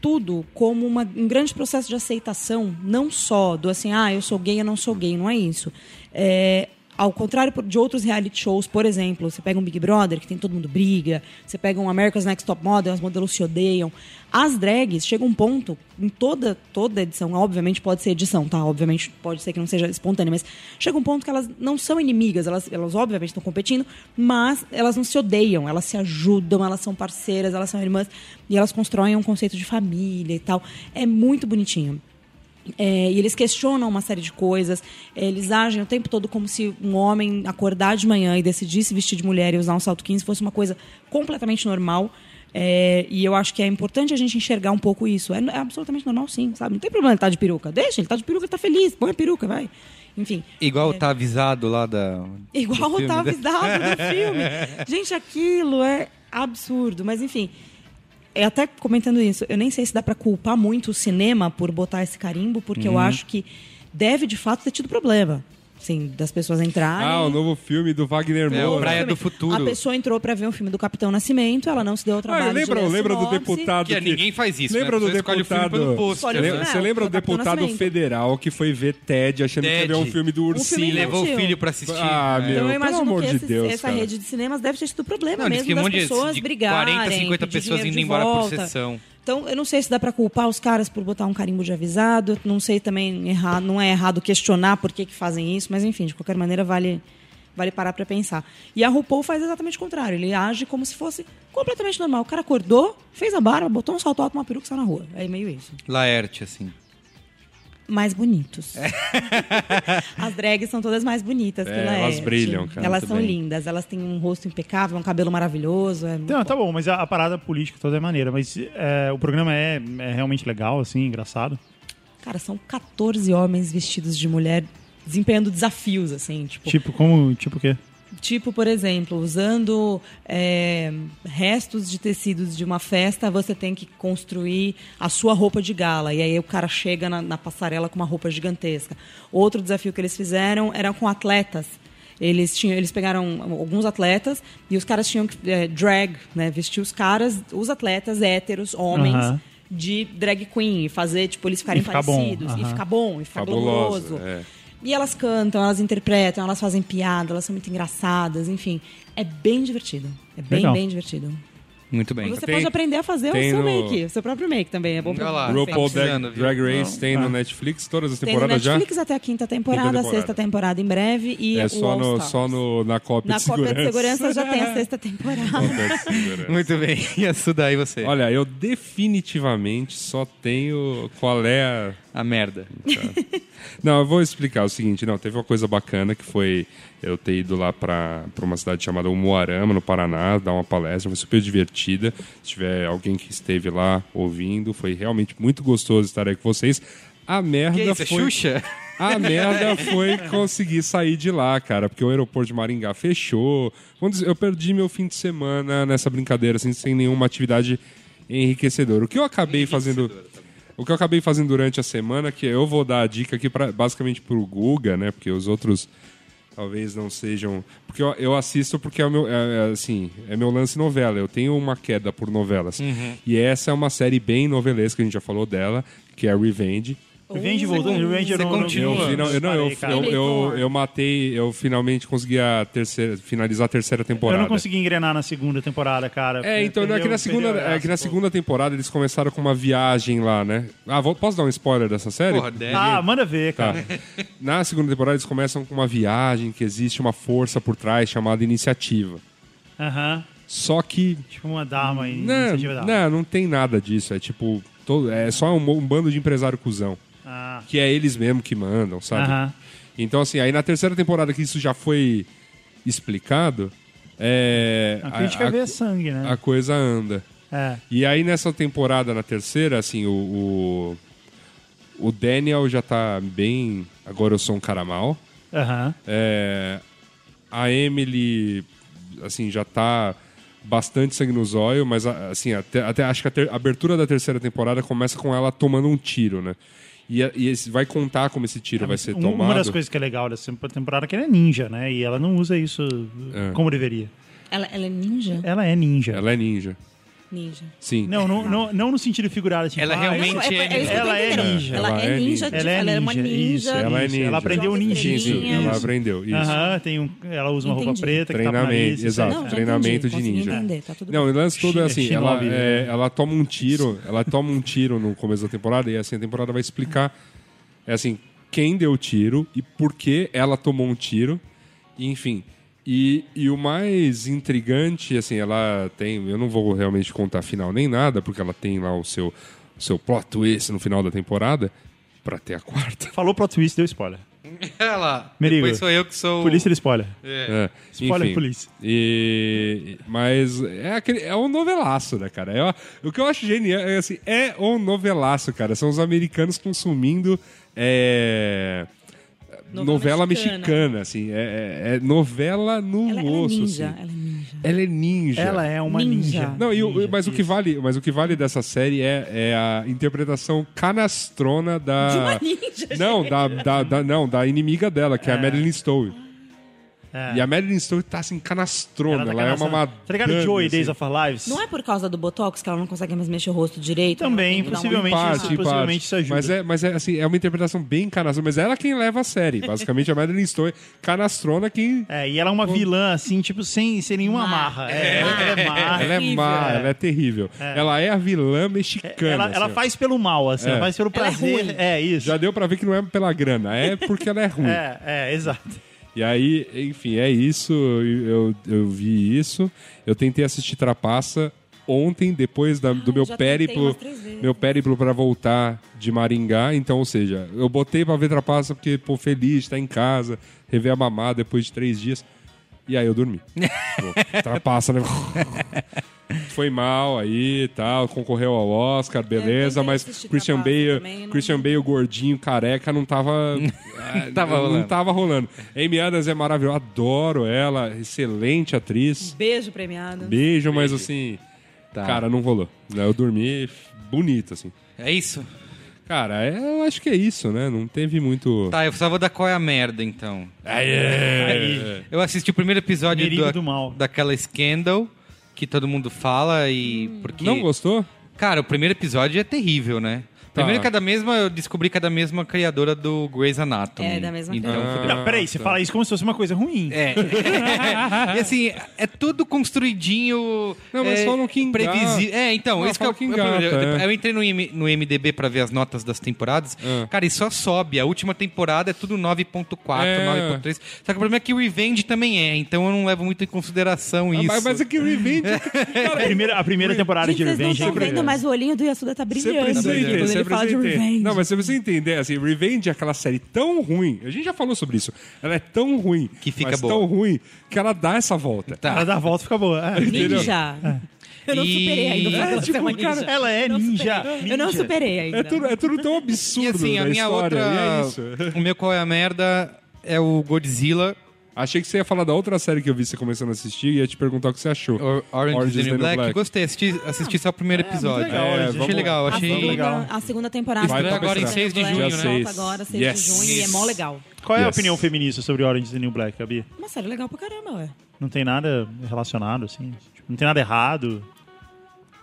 [SPEAKER 4] tudo como uma- um grande processo de aceitação, não só do assim, ah, eu sou gay, eu não sou gay, não é isso. É, ao contrário por- de outros reality shows, por exemplo, você pega um Big Brother, que tem todo mundo briga, você pega um America's Next Top Model, as modelos se odeiam. As drags chega um ponto, em toda, toda edição, obviamente pode ser edição, tá? Obviamente pode ser que não seja espontânea, mas chega um ponto que elas não são inimigas, elas, elas obviamente estão competindo, mas elas não se odeiam, elas se ajudam, elas são parceiras, elas são irmãs, e elas constroem um conceito de família e tal. É muito bonitinho. É, e eles questionam uma série de coisas. É, eles agem o tempo todo como se um homem acordar de manhã e decidir se vestir de mulher e usar um salto 15 fosse uma coisa completamente normal. É, e eu acho que é importante a gente enxergar um pouco isso. É, é absolutamente normal, sim, sabe? Não tem problema ele estar de peruca. Deixa, ele tá de peruca, ele tá feliz. Põe a peruca, vai. Enfim.
[SPEAKER 1] Igual tá avisado lá da.
[SPEAKER 4] Igual
[SPEAKER 1] do
[SPEAKER 4] o Otávio
[SPEAKER 1] filme, né?
[SPEAKER 4] Dado do filme. Gente, aquilo é absurdo. Mas, enfim, é até comentando isso, eu nem sei se dá pra culpar
[SPEAKER 1] Uhum.
[SPEAKER 4] muito o cinema por botar esse carimbo, porque eu acho que deve, de fato, ter tido problema. assim, das pessoas entrarem.
[SPEAKER 2] Ah, o novo filme do Wagner
[SPEAKER 1] É, o
[SPEAKER 2] Moura. Ah,
[SPEAKER 1] Praia do
[SPEAKER 4] Exatamente.
[SPEAKER 1] Futuro.
[SPEAKER 4] A pessoa entrou pra ver um filme do Capitão Nascimento, ela não se deu ao trabalho
[SPEAKER 2] Ah,
[SPEAKER 4] de
[SPEAKER 2] lembra,
[SPEAKER 4] ler a
[SPEAKER 2] lembra Ah, do
[SPEAKER 4] sinopse.
[SPEAKER 2] deputado
[SPEAKER 1] Que é,
[SPEAKER 2] que,
[SPEAKER 1] ninguém faz isso,
[SPEAKER 2] Lembra
[SPEAKER 1] né?
[SPEAKER 2] do
[SPEAKER 1] Você escolhe o filme
[SPEAKER 2] deputado?
[SPEAKER 1] pelo pôster,
[SPEAKER 4] Escolhe o
[SPEAKER 1] né?
[SPEAKER 4] filme,
[SPEAKER 2] Você lembra o
[SPEAKER 4] Capitão
[SPEAKER 2] deputado
[SPEAKER 4] Nascimento.
[SPEAKER 2] federal que foi ver TED achando
[SPEAKER 1] Ted.
[SPEAKER 2] que ia ver um filme do
[SPEAKER 4] Um filme
[SPEAKER 1] Sim,
[SPEAKER 2] ursinho?
[SPEAKER 1] levou o
[SPEAKER 4] infantil.
[SPEAKER 1] filho pra assistir.
[SPEAKER 2] Ah,
[SPEAKER 1] né?
[SPEAKER 2] meu.
[SPEAKER 4] Então eu
[SPEAKER 2] Pelo
[SPEAKER 4] imagino
[SPEAKER 2] amor
[SPEAKER 4] que
[SPEAKER 2] de
[SPEAKER 4] esse-
[SPEAKER 2] Deus,
[SPEAKER 4] essa
[SPEAKER 2] cara.
[SPEAKER 4] rede de cinemas deve ter tido problema
[SPEAKER 1] Não, diz
[SPEAKER 4] mesmo
[SPEAKER 1] que um
[SPEAKER 4] das
[SPEAKER 1] monte de-
[SPEAKER 4] pessoas
[SPEAKER 1] de 40,
[SPEAKER 4] brigarem,
[SPEAKER 1] 50
[SPEAKER 4] pedir
[SPEAKER 1] pessoas
[SPEAKER 4] dinheiro
[SPEAKER 1] indo
[SPEAKER 4] de
[SPEAKER 1] embora por
[SPEAKER 4] volta.
[SPEAKER 1] sessão.
[SPEAKER 4] Então, eu não sei se dá pra culpar os caras por botar um carimbo de avisado, não sei também errado, não é errado questionar por que, que fazem isso, mas enfim, de qualquer maneira vale vale parar pra pensar. E a RuPaul faz exatamente o contrário, ele age como se fosse completamente normal. O cara acordou, fez a barba, botou um salto alto, uma peruca, e saiu na rua. É meio isso.
[SPEAKER 1] Laerte, assim.
[SPEAKER 4] mais bonitos. as drags são todas mais bonitas que
[SPEAKER 2] É,
[SPEAKER 4] ela
[SPEAKER 2] elas
[SPEAKER 4] é.
[SPEAKER 2] brilham, cara,
[SPEAKER 4] Elas
[SPEAKER 2] muito
[SPEAKER 4] são
[SPEAKER 2] bem.
[SPEAKER 4] lindas, elas têm um rosto impecável, um cabelo maravilhoso. É muito
[SPEAKER 3] Não,
[SPEAKER 4] bom.
[SPEAKER 3] tá bom, mas a, a parada política toda é maneira. Mas é, o programa é, é realmente legal, assim, engraçado.
[SPEAKER 4] Cara, são 14 homens vestidos de mulher desempenhando desafios, assim, tipo, tipo,
[SPEAKER 3] Tipo, como. Tipo o quê?
[SPEAKER 4] por exemplo, usando é, restos de tecidos de uma festa, você tem que construir a sua roupa de gala. E aí o cara chega na, na passarela com uma roupa gigantesca. Outro desafio que eles fizeram era com atletas. Eles, tinham, eles pegaram alguns atletas e os caras tinham que eh, drag, né? Vestir os caras, os atletas héteros, homens,
[SPEAKER 3] Aham.
[SPEAKER 4] de drag queen. e Fazer, tipo, eles ficarem
[SPEAKER 3] E ficar bom,
[SPEAKER 4] parecidos. E
[SPEAKER 3] aham.
[SPEAKER 4] ficar bom, e ficar
[SPEAKER 2] Fabulosa,
[SPEAKER 4] glamouroso.
[SPEAKER 2] é.
[SPEAKER 4] E elas cantam, elas interpretam, elas fazem piada, elas são muito engraçadas, enfim. É bem divertido. É bem,
[SPEAKER 3] Legal.
[SPEAKER 4] bem divertido.
[SPEAKER 1] Muito bem.
[SPEAKER 4] E você
[SPEAKER 2] Tem-
[SPEAKER 4] pode aprender a fazer o
[SPEAKER 2] tem
[SPEAKER 4] seu
[SPEAKER 2] no-
[SPEAKER 4] make, o seu próprio make também. É bom pra
[SPEAKER 1] Vai lá.
[SPEAKER 4] você.
[SPEAKER 2] RuPaul
[SPEAKER 1] tá precisando,
[SPEAKER 2] Drag,
[SPEAKER 1] viu?
[SPEAKER 2] Drag Race tem no Netflix todas as
[SPEAKER 4] Ah. Tem no
[SPEAKER 2] temporadas já?
[SPEAKER 4] Netflix até a quinta temporada,
[SPEAKER 2] Quinta
[SPEAKER 4] a
[SPEAKER 2] temporada.
[SPEAKER 4] sexta temporada em breve e
[SPEAKER 2] É
[SPEAKER 4] o
[SPEAKER 2] só,
[SPEAKER 4] All
[SPEAKER 2] no,
[SPEAKER 4] Stars.
[SPEAKER 2] só no, na Copa
[SPEAKER 4] Na
[SPEAKER 2] de
[SPEAKER 4] Copa
[SPEAKER 2] Segurança.
[SPEAKER 4] de Segurança já tem a sexta temporada.
[SPEAKER 2] Copa de Segurança.
[SPEAKER 1] Muito bem. E a Suda aí você?
[SPEAKER 2] Olha, eu definitivamente só tenho qual é a
[SPEAKER 1] A merda.
[SPEAKER 2] Não, eu vou explicar o seguinte, não, teve uma coisa bacana que foi eu ter ido lá pra pra uma cidade chamada Umuarama, no Paraná, dar uma palestra, foi super divertida. Se tiver alguém que esteve lá ouvindo, foi realmente muito gostoso estar aí com vocês. A merda
[SPEAKER 1] Que isso, é
[SPEAKER 2] foi
[SPEAKER 1] Xuxa?
[SPEAKER 2] a merda foi conseguir sair de lá, cara, porque o aeroporto de Maringá fechou. Vamos dizer, eu perdi meu fim de semana nessa brincadeira, assim, sem nenhuma atividade enriquecedora. O que eu acabei fazendo. O que eu acabei fazendo durante a semana, que eu vou dar a dica aqui pra, basicamente pro Guga, né? Porque os outros talvez não sejam. Porque eu, eu assisto porque é o meu. é- é, assim, é meu lance novela. Eu tenho uma queda por novelas. E essa é uma série bem novelesca, a gente já falou dela, que é Revenge.
[SPEAKER 3] Revenge voltou. Revenge eu
[SPEAKER 1] você
[SPEAKER 3] não- não-
[SPEAKER 1] continua.
[SPEAKER 2] Eu, final- eu, não, eu,
[SPEAKER 3] parei, cara.
[SPEAKER 2] eu, eu, eu matei, eu finalmente consegui a terceira, finalizar a terceira temporada.
[SPEAKER 3] Eu não consegui engrenar na segunda temporada, cara.
[SPEAKER 2] É, então, é que na,
[SPEAKER 3] Perdeu-
[SPEAKER 2] segunda,
[SPEAKER 3] perdeu a
[SPEAKER 2] é que na
[SPEAKER 3] graça, pô.
[SPEAKER 2] segunda temporada eles começaram com uma viagem lá, né? Ah, vou- posso dar um spoiler dessa série?
[SPEAKER 1] Porra, deve.
[SPEAKER 3] Ah, manda ver,
[SPEAKER 2] Tá.
[SPEAKER 3] cara.
[SPEAKER 2] Na segunda temporada eles começam com uma viagem que existe uma força por trás chamada iniciativa. Tá.
[SPEAKER 3] Aham.
[SPEAKER 2] Só que
[SPEAKER 3] Tipo uma Dharma aí.
[SPEAKER 2] não,
[SPEAKER 3] iniciativa é Dharma.
[SPEAKER 2] não, não tem nada disso. É tipo, todo, é só um, mo- um bando de empresário cuzão.
[SPEAKER 3] Ah,
[SPEAKER 2] Que é eles mesmo que mandam, sabe?
[SPEAKER 3] Aham.
[SPEAKER 2] Então, assim, aí na terceira temporada que isso já foi explicado, é,
[SPEAKER 3] a crítica vê sangue, né?
[SPEAKER 2] a coisa anda.
[SPEAKER 3] É.
[SPEAKER 2] E aí nessa temporada, na terceira, assim, o, o, o Daniel já tá bem. Agora eu sou um cara mal.
[SPEAKER 3] Aham.
[SPEAKER 2] É, a Emily, assim, já tá bastante sangue nos olhos, mas a- assim, até, até acho que a, ter- a abertura da terceira temporada começa com ela tomando um tiro, né? E, a- e esse- vai contar como esse tiro vai ser
[SPEAKER 3] Um-
[SPEAKER 2] tomado.
[SPEAKER 3] Uma das coisas que é legal dessa temporada é que ela é ninja, né? E ela não usa isso como deveria.
[SPEAKER 4] Ela, ela é ninja?
[SPEAKER 3] Ela é ninja.
[SPEAKER 2] É. Ela é ninja.
[SPEAKER 4] Ninja.
[SPEAKER 2] Sim.
[SPEAKER 3] Não, não, não, não no sentido figurado. Tipo,
[SPEAKER 1] Ela
[SPEAKER 3] ah,
[SPEAKER 1] realmente-
[SPEAKER 4] Não, é, é isso que eu tô
[SPEAKER 3] Ela é
[SPEAKER 4] entendendo.
[SPEAKER 3] ninja.
[SPEAKER 4] Ela, é ninja, tipo,
[SPEAKER 3] Ela é
[SPEAKER 4] uma
[SPEAKER 3] ninja,
[SPEAKER 4] ninja.
[SPEAKER 3] isso,
[SPEAKER 2] Ela é
[SPEAKER 3] Isso,
[SPEAKER 2] ninja.
[SPEAKER 3] ela aprendeu
[SPEAKER 2] Sim,
[SPEAKER 3] ninjinho.
[SPEAKER 2] sim, ela
[SPEAKER 4] Isso.
[SPEAKER 2] aprendeu. Isso.
[SPEAKER 3] Aham, tem um, ela usa uma roupa
[SPEAKER 4] Entendi.
[SPEAKER 3] preta que tá tapa o
[SPEAKER 2] Treinamento,
[SPEAKER 3] nariz,
[SPEAKER 2] exato.
[SPEAKER 4] Não, já
[SPEAKER 2] treinamento
[SPEAKER 4] entendi,
[SPEAKER 2] de
[SPEAKER 4] consegui
[SPEAKER 2] ninja.
[SPEAKER 4] entender, tá tudo
[SPEAKER 2] não,
[SPEAKER 4] bem.
[SPEAKER 2] o lance todo é assim,
[SPEAKER 3] Shinobi,
[SPEAKER 2] ela,
[SPEAKER 3] né?
[SPEAKER 2] é, ela toma um tiro, ela toma um tiro no começo da temporada e assim a temporada vai explicar é assim, quem deu o tiro e por que ela tomou um tiro, e, enfim. E, e o mais intrigante, assim, ela tem, eu não vou realmente contar final nem nada, porque ela tem lá o seu o seu plot twist no final da temporada pra ter a quarta.
[SPEAKER 3] Falou plot twist, deu spoiler.
[SPEAKER 1] Olha lá.
[SPEAKER 3] Merigo.
[SPEAKER 1] Depois sou eu que sou...
[SPEAKER 3] Polícia de spoiler.
[SPEAKER 2] É,
[SPEAKER 3] Spoiler
[SPEAKER 2] enfim.
[SPEAKER 3] polícia.
[SPEAKER 2] E, mas é, aquele, é um novelaço, né, cara? É, uma- o que eu acho genial é assim, é um novelaço, cara. São os americanos consumindo é,
[SPEAKER 4] Novela
[SPEAKER 2] novela mexicana,
[SPEAKER 4] mexicana,
[SPEAKER 2] assim. É, é- é novela no
[SPEAKER 4] Ela, ela é
[SPEAKER 2] osso,
[SPEAKER 4] ninja.
[SPEAKER 2] assim.
[SPEAKER 4] Ela é ninja.
[SPEAKER 2] Ela é ninja.
[SPEAKER 3] Ela é uma ninja.
[SPEAKER 4] Ninja.
[SPEAKER 2] Não, e o-
[SPEAKER 3] Ninja,
[SPEAKER 2] mas, o que
[SPEAKER 3] isso.
[SPEAKER 2] vale, mas o que vale dessa série é, é a interpretação canastrona da.
[SPEAKER 4] De uma ninja,
[SPEAKER 2] Não, da, da, da- não, da inimiga dela, que é, a Marilyn Stowe.
[SPEAKER 3] É.
[SPEAKER 2] E a Marilyn Stowe tá assim, canastrona. Ela,
[SPEAKER 3] tá
[SPEAKER 2] é
[SPEAKER 3] canastrona.
[SPEAKER 2] uma madame.
[SPEAKER 3] Tá ligado o Joey
[SPEAKER 2] assim.
[SPEAKER 3] Days of Our Lives?
[SPEAKER 4] Não é por causa do Botox que ela não consegue mais mexer o rosto direito?
[SPEAKER 3] Também,
[SPEAKER 4] Ela não tem- um
[SPEAKER 3] possivelmente.
[SPEAKER 2] Parte,
[SPEAKER 3] isso-
[SPEAKER 2] parte.
[SPEAKER 3] possivelmente isso ajuda.
[SPEAKER 2] Mas é, mas é assim, é uma interpretação bem canastrona. Mas ela é quem leva a série. Basicamente, a Marilyn Stowe, canastrona, quem.
[SPEAKER 3] É, e ela é uma vilã, assim, tipo, sem, sem nenhuma amarra. É, ela é má.
[SPEAKER 2] Ela é má,
[SPEAKER 3] é.
[SPEAKER 2] ela é terrível. Ela é a vilã mexicana.
[SPEAKER 3] Ela, ela
[SPEAKER 2] assim, ó.
[SPEAKER 3] faz pelo mal, assim, ela faz pelo
[SPEAKER 4] Ela é
[SPEAKER 3] prazer.
[SPEAKER 4] ruim.
[SPEAKER 3] é, isso.
[SPEAKER 2] Já deu pra ver que não é pela grana, é porque ela é ruim.
[SPEAKER 3] É, é, exato.
[SPEAKER 2] E aí, enfim, é isso. Eu, eu vi isso. Eu tentei assistir Trapaça ontem, depois da- do meu
[SPEAKER 4] Ah, já tentei
[SPEAKER 2] périplo.
[SPEAKER 4] umas três vezes.
[SPEAKER 2] Meu périplo pra voltar de Maringá. Então, ou seja, eu botei pra ver Trapaça porque, pô, feliz, tá em casa, rever a mamá depois de três dias. E aí eu dormi. Pô, trapaça, né? Foi mal aí e tal, concorreu ao Oscar, beleza,
[SPEAKER 4] É, tentei
[SPEAKER 2] mas
[SPEAKER 4] assistir
[SPEAKER 2] Christian
[SPEAKER 4] Trapaça
[SPEAKER 2] Bale,
[SPEAKER 4] também, não-
[SPEAKER 2] Christian Bale gordinho, careca, não tava ah,
[SPEAKER 1] Tava
[SPEAKER 2] não
[SPEAKER 1] rolando.
[SPEAKER 2] tava rolando. Amy Adams é maravilhosa, adoro ela, excelente atriz.
[SPEAKER 4] Beijo premiado.
[SPEAKER 2] Beijo, mas assim,
[SPEAKER 1] Tá.
[SPEAKER 2] cara, não rolou. Eu dormi bonito, assim.
[SPEAKER 1] É isso?
[SPEAKER 2] Cara, é- eu acho que é isso, né? Não teve muito.
[SPEAKER 1] Tá, eu só vou dar qual é a merda, então.
[SPEAKER 3] Aí,
[SPEAKER 1] Eu assisti o primeiro episódio
[SPEAKER 3] Merigo
[SPEAKER 1] da-
[SPEAKER 3] do mal.
[SPEAKER 1] daquela Scandal, que todo mundo fala e... Porque...
[SPEAKER 2] Não gostou?
[SPEAKER 1] Cara, o primeiro episódio é terrível, né? Primeiro que é da mesma, eu descobri que é da mesma criadora do Grey's Anatomy.
[SPEAKER 4] É, da mesma
[SPEAKER 1] então,
[SPEAKER 4] criadora.
[SPEAKER 1] fudeu.
[SPEAKER 3] Não, peraí, você fala isso como se fosse uma coisa ruim.
[SPEAKER 1] É. e assim, é tudo construidinho.
[SPEAKER 2] Não, mas
[SPEAKER 1] é,
[SPEAKER 2] só no que engata.
[SPEAKER 1] Previsível. É, então,
[SPEAKER 2] Não,
[SPEAKER 1] isso que é o
[SPEAKER 2] fala que
[SPEAKER 1] é o problema.
[SPEAKER 2] engata,
[SPEAKER 1] Eu-
[SPEAKER 2] é.
[SPEAKER 1] Eu entrei no, IM no MDB pra ver as notas das temporadas.
[SPEAKER 2] É.
[SPEAKER 1] Cara, e só sobe. A última temporada é tudo 9.4,
[SPEAKER 2] É.
[SPEAKER 1] 9.3. Só que o problema é que o Revenge também é, então eu não levo muito em consideração
[SPEAKER 2] Ah,
[SPEAKER 1] isso.
[SPEAKER 2] Mas, mas é que Revenge.
[SPEAKER 3] A primeira, a primeira temporada
[SPEAKER 4] Gente,
[SPEAKER 3] de
[SPEAKER 4] vocês não
[SPEAKER 3] Revenge.
[SPEAKER 4] estão vendo, mas o olhinho do Yasuda tá
[SPEAKER 2] Você
[SPEAKER 4] brilhando.
[SPEAKER 2] precisa
[SPEAKER 4] quando
[SPEAKER 2] entender, você
[SPEAKER 4] ele fala de
[SPEAKER 2] precisa entender.
[SPEAKER 4] revenge.
[SPEAKER 2] Não, mas você precisa entender, assim, Revenge é aquela série tão ruim, a gente já falou sobre isso, ela é tão ruim,
[SPEAKER 1] Que fica
[SPEAKER 2] mas
[SPEAKER 1] boa.
[SPEAKER 2] tão ruim, que ela dá essa volta.
[SPEAKER 3] Ela
[SPEAKER 1] Tá.
[SPEAKER 3] dá a volta e fica boa. É.
[SPEAKER 4] Ninja. Eu não
[SPEAKER 1] E-
[SPEAKER 4] superei ainda. o fato
[SPEAKER 1] É,
[SPEAKER 4] dela ser
[SPEAKER 3] tipo,
[SPEAKER 4] uma ninja.
[SPEAKER 3] cara, ela é
[SPEAKER 4] Eu não
[SPEAKER 3] ninja,
[SPEAKER 4] superei.
[SPEAKER 3] ninja.
[SPEAKER 4] Eu não superei ainda.
[SPEAKER 2] É tudo, é tudo tão absurdo
[SPEAKER 1] E assim,
[SPEAKER 2] na
[SPEAKER 1] a minha
[SPEAKER 2] história, e é
[SPEAKER 1] outra.
[SPEAKER 2] isso.
[SPEAKER 1] o meu qual é a merda é o Godzilla.
[SPEAKER 2] Achei que você ia falar da outra série que eu vi você começando a assistir e ia te perguntar o que você achou.
[SPEAKER 1] Or- Orange,
[SPEAKER 2] Orange
[SPEAKER 1] is the New Black.
[SPEAKER 2] Black.
[SPEAKER 1] Gostei, assisti, assisti só o primeiro episódio.
[SPEAKER 3] legal,
[SPEAKER 2] É,
[SPEAKER 1] achei
[SPEAKER 2] vamos-
[SPEAKER 1] legal,
[SPEAKER 4] A
[SPEAKER 1] achei.
[SPEAKER 4] segunda,
[SPEAKER 3] legal.
[SPEAKER 4] a segunda temporada.
[SPEAKER 1] Estreia
[SPEAKER 4] do
[SPEAKER 1] agora em
[SPEAKER 4] Orange
[SPEAKER 1] 6 de
[SPEAKER 4] is the
[SPEAKER 1] junho,
[SPEAKER 4] Black,
[SPEAKER 1] né?
[SPEAKER 4] volta
[SPEAKER 2] Dia
[SPEAKER 4] agora, 6
[SPEAKER 2] seis.
[SPEAKER 4] de junho, e é mó legal.
[SPEAKER 3] Qual é a
[SPEAKER 2] Yes.
[SPEAKER 3] opinião feminista sobre Orange is the New Black, Gabi?
[SPEAKER 4] Uma série legal pra caramba, ué.
[SPEAKER 3] Não tem nada relacionado, assim. tipo, não tem nada errado.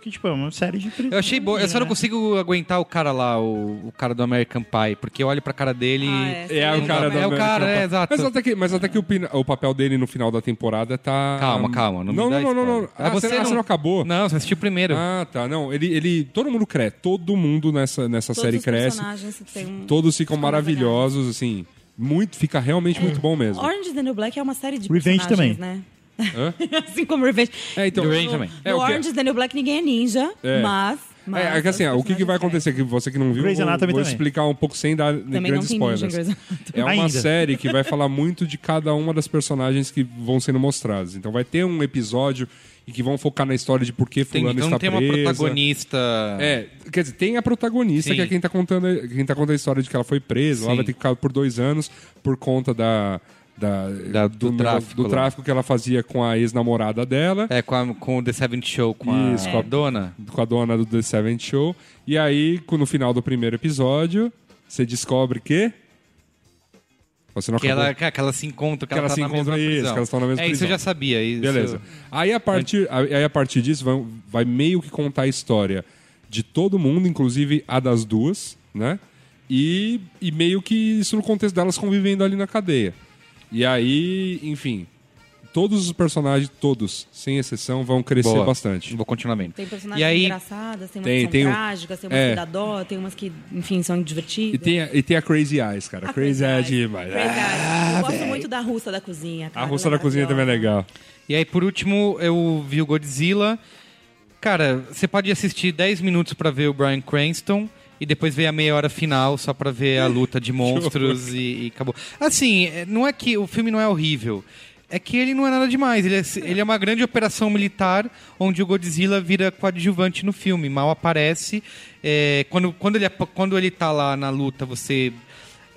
[SPEAKER 3] Que, tipo, é uma série de...
[SPEAKER 1] Eu achei boa, eu só não consigo aguentar o cara lá, o, o cara do American Pie, porque eu olho pra cara dele.
[SPEAKER 4] Ah,
[SPEAKER 1] e-
[SPEAKER 2] É, o cara
[SPEAKER 1] É
[SPEAKER 2] da
[SPEAKER 1] o
[SPEAKER 2] American
[SPEAKER 1] cara,
[SPEAKER 2] Pie.
[SPEAKER 1] é, exato.
[SPEAKER 2] Mas até que, mas até que o, pina- o papel dele no final da temporada tá.
[SPEAKER 1] Calma, calma. Não,
[SPEAKER 2] não,
[SPEAKER 1] me dá
[SPEAKER 2] não, não, não,
[SPEAKER 1] spoiler.
[SPEAKER 2] não. Ah, você, não... você não acabou?
[SPEAKER 1] Não, você assistiu o primeiro.
[SPEAKER 2] Ah, tá. Não, ele, ele. Todo mundo cresce. Todo mundo nessa, nessa
[SPEAKER 4] Todos
[SPEAKER 2] série
[SPEAKER 4] os
[SPEAKER 2] cresce.
[SPEAKER 4] personagens têm um-
[SPEAKER 2] Todos ficam
[SPEAKER 4] ficam
[SPEAKER 2] maravilhosos, assim. Muito, fica realmente muito bom mesmo.
[SPEAKER 4] Orange is the New Black é uma série de
[SPEAKER 3] Revenge
[SPEAKER 4] personagens,
[SPEAKER 3] também.
[SPEAKER 4] né? assim como Revenge.
[SPEAKER 2] É, então.
[SPEAKER 1] Do Rain também.
[SPEAKER 2] É,
[SPEAKER 4] no
[SPEAKER 2] o quê?
[SPEAKER 4] Orange is the New Black ninguém é ninja,
[SPEAKER 2] É.
[SPEAKER 4] mas... mas
[SPEAKER 2] É, é que assim,
[SPEAKER 4] os
[SPEAKER 2] ó, o que, que vai
[SPEAKER 4] personagens
[SPEAKER 2] acontecer?
[SPEAKER 4] crescem.
[SPEAKER 2] Que você que não viu,
[SPEAKER 3] Grey's
[SPEAKER 2] vou,
[SPEAKER 3] Anatomy
[SPEAKER 2] vou
[SPEAKER 3] também.
[SPEAKER 2] explicar um pouco sem dar
[SPEAKER 4] Também não
[SPEAKER 2] grandes
[SPEAKER 4] tem ninja em
[SPEAKER 2] spoilers.
[SPEAKER 4] Grey's Anatomy.
[SPEAKER 2] É uma
[SPEAKER 3] Ainda.
[SPEAKER 2] série que vai falar muito de cada uma das personagens que vão sendo mostradas. Então vai ter um episódio e que vão focar na história de por que
[SPEAKER 1] Tem,
[SPEAKER 2] fulano
[SPEAKER 1] então
[SPEAKER 2] está
[SPEAKER 1] tem uma
[SPEAKER 2] presa.
[SPEAKER 1] protagonista.
[SPEAKER 2] É, quer dizer, tem a protagonista,
[SPEAKER 1] Sim.
[SPEAKER 2] que é quem tá, contando, quem tá contando a história de que ela foi presa. Ela
[SPEAKER 1] Sim.
[SPEAKER 2] vai ter que ficar por dois anos por conta da... da-
[SPEAKER 1] Da- do tráfico
[SPEAKER 2] do
[SPEAKER 1] lá.
[SPEAKER 2] tráfico que ela fazia com a ex-namorada dela.
[SPEAKER 1] É, com, a- com o The Seventh Show, com a,
[SPEAKER 2] Isso,
[SPEAKER 1] com a dona.
[SPEAKER 2] com a dona do The Seven Show. E aí, com- no final do primeiro episódio, você descobre que. Você não
[SPEAKER 1] Que
[SPEAKER 2] acabou.
[SPEAKER 1] ela, que ela se encontra, que,
[SPEAKER 2] Que
[SPEAKER 1] ela,
[SPEAKER 2] ela
[SPEAKER 1] tá
[SPEAKER 2] se
[SPEAKER 1] na
[SPEAKER 2] encontra,
[SPEAKER 1] mesma
[SPEAKER 2] isso,
[SPEAKER 1] prisão.
[SPEAKER 2] que elas estão na mesma
[SPEAKER 1] É, isso eu
[SPEAKER 2] prisão.
[SPEAKER 1] já sabia. Isso.
[SPEAKER 2] Beleza. Aí a partir, aí, a partir disso vai, vai meio que contar a história de todo mundo, inclusive a das duas, né? E, e meio que isso no contexto delas convivendo ali na cadeia. E aí, enfim, todos os personagens, todos, sem exceção, vão crescer
[SPEAKER 1] Boa.
[SPEAKER 2] bastante.
[SPEAKER 1] Vou continuar bem.
[SPEAKER 4] Tem
[SPEAKER 1] E
[SPEAKER 4] personagens
[SPEAKER 1] aí,
[SPEAKER 4] engraçadas, tem umas
[SPEAKER 2] Tem-
[SPEAKER 4] que são
[SPEAKER 2] tem um-
[SPEAKER 4] trágicas, tem umas
[SPEAKER 2] é.
[SPEAKER 4] que dá dó, tem umas que, enfim, são divertidas. Ah,
[SPEAKER 2] E tem, a- e tem a Crazy Eyes, cara.
[SPEAKER 4] A
[SPEAKER 2] Crazy, Eyes é demais. Ah,
[SPEAKER 4] Crazy Eyes. Eu gosto muito da russa da cozinha.
[SPEAKER 2] A
[SPEAKER 4] cara,
[SPEAKER 2] russa
[SPEAKER 4] ela
[SPEAKER 2] da cozinha também é
[SPEAKER 4] maravilhosa.
[SPEAKER 2] legal.
[SPEAKER 1] E aí, por último, eu vi o Godzilla. Cara, você pode assistir 10 minutos pra ver o Brian Cranston e depois ver a meia hora final só pra ver a luta de monstros e, e acabou. Assim, é, não é que o filme não é horrível. É que ele não é nada demais. Ele é, se- ele é uma grande operação militar onde o Godzilla vira coadjuvante no filme. Mal aparece. É, quando, quando, ele, ap- quando ele tá lá na luta, você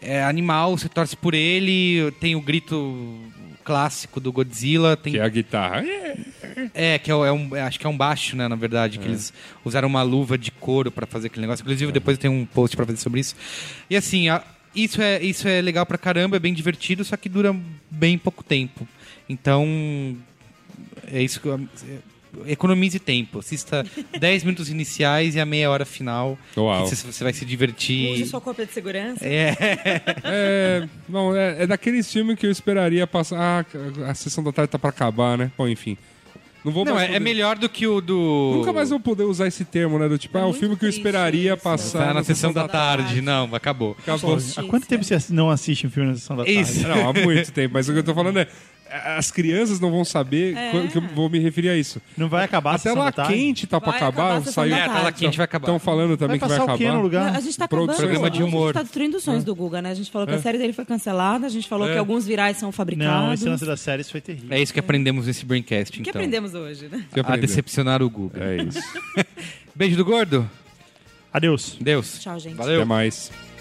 [SPEAKER 1] é animal, você torce por ele. Tem o grito clássico do Godzilla. Tem
[SPEAKER 2] Que é a guitarra.
[SPEAKER 1] É, que é, o- é um, é, acho que é um baixo, né, na verdade,
[SPEAKER 2] É.
[SPEAKER 1] que eles usaram uma luva de couro pra fazer aquele negócio. Inclusive, depois tem um post pra fazer sobre isso. E assim, a- isso, é, isso é legal pra caramba, é bem divertido, só que dura bem pouco tempo. Então, é isso que eu, é, economize tempo. Assista 10 minutos iniciais e a meia hora final.
[SPEAKER 2] Uau.
[SPEAKER 1] Que você, você vai se
[SPEAKER 4] Use
[SPEAKER 1] divertir.
[SPEAKER 4] sua cópia de segurança.
[SPEAKER 2] É, não, é, é daqueles filmes que eu esperaria passar. Ah, a sessão da tarde tá pra acabar, né? Bom, enfim. Não vou
[SPEAKER 1] Não,
[SPEAKER 2] mais.
[SPEAKER 1] é,
[SPEAKER 2] poder-
[SPEAKER 1] é melhor do que o do.
[SPEAKER 2] Nunca mais um vou poder usar esse termo, né? Do tipo, ah, o
[SPEAKER 4] É muito
[SPEAKER 2] filme que eu
[SPEAKER 4] triste
[SPEAKER 2] esperaria
[SPEAKER 4] isso.
[SPEAKER 2] passar.
[SPEAKER 1] Tá na sessão
[SPEAKER 2] um
[SPEAKER 1] da tarde.
[SPEAKER 4] tarde.
[SPEAKER 1] Não, acabou.
[SPEAKER 2] Acabou.
[SPEAKER 3] Há quanto tempo você não assiste um filme na sessão da tarde?
[SPEAKER 1] Isso.
[SPEAKER 2] Não, há muito tempo, mas o que eu tô falando é. As crianças não vão saber
[SPEAKER 4] É.
[SPEAKER 2] quando que eu vou me referir a isso.
[SPEAKER 3] Não vai acabar a
[SPEAKER 2] Até
[SPEAKER 3] sessão
[SPEAKER 2] lá
[SPEAKER 3] da tarde?
[SPEAKER 2] quente tá pra
[SPEAKER 4] Vai
[SPEAKER 2] acabar,
[SPEAKER 4] acabar a sessão
[SPEAKER 2] saiu.
[SPEAKER 4] da
[SPEAKER 1] É, tá lá que a gente vai acabar.
[SPEAKER 2] Estão falando
[SPEAKER 3] Vai
[SPEAKER 2] também que vai
[SPEAKER 3] passar o quê no
[SPEAKER 2] acabar.
[SPEAKER 3] lugar?
[SPEAKER 4] A gente tá acabando.
[SPEAKER 2] Produção. É. Programa
[SPEAKER 1] É, de
[SPEAKER 4] A
[SPEAKER 1] humor.
[SPEAKER 4] gente tá destruindo os sonhos do Guga, né? A gente falou que a série dele foi cancelada, a gente falou
[SPEAKER 2] É.
[SPEAKER 4] que alguns virais são
[SPEAKER 3] Não,
[SPEAKER 4] fabricados.
[SPEAKER 3] esse lance das séries foi terrível.
[SPEAKER 1] É isso que aprendemos nesse Braincast,
[SPEAKER 4] O que
[SPEAKER 1] então.
[SPEAKER 4] aprendemos hoje, né?
[SPEAKER 2] Que
[SPEAKER 1] A
[SPEAKER 2] aprendeu.
[SPEAKER 1] decepcionar o Google.
[SPEAKER 2] É isso.
[SPEAKER 1] Beijo do gordo.
[SPEAKER 3] Adeus.
[SPEAKER 1] Deus.
[SPEAKER 4] Tchau, gente.
[SPEAKER 1] Valeu.
[SPEAKER 2] Até mais.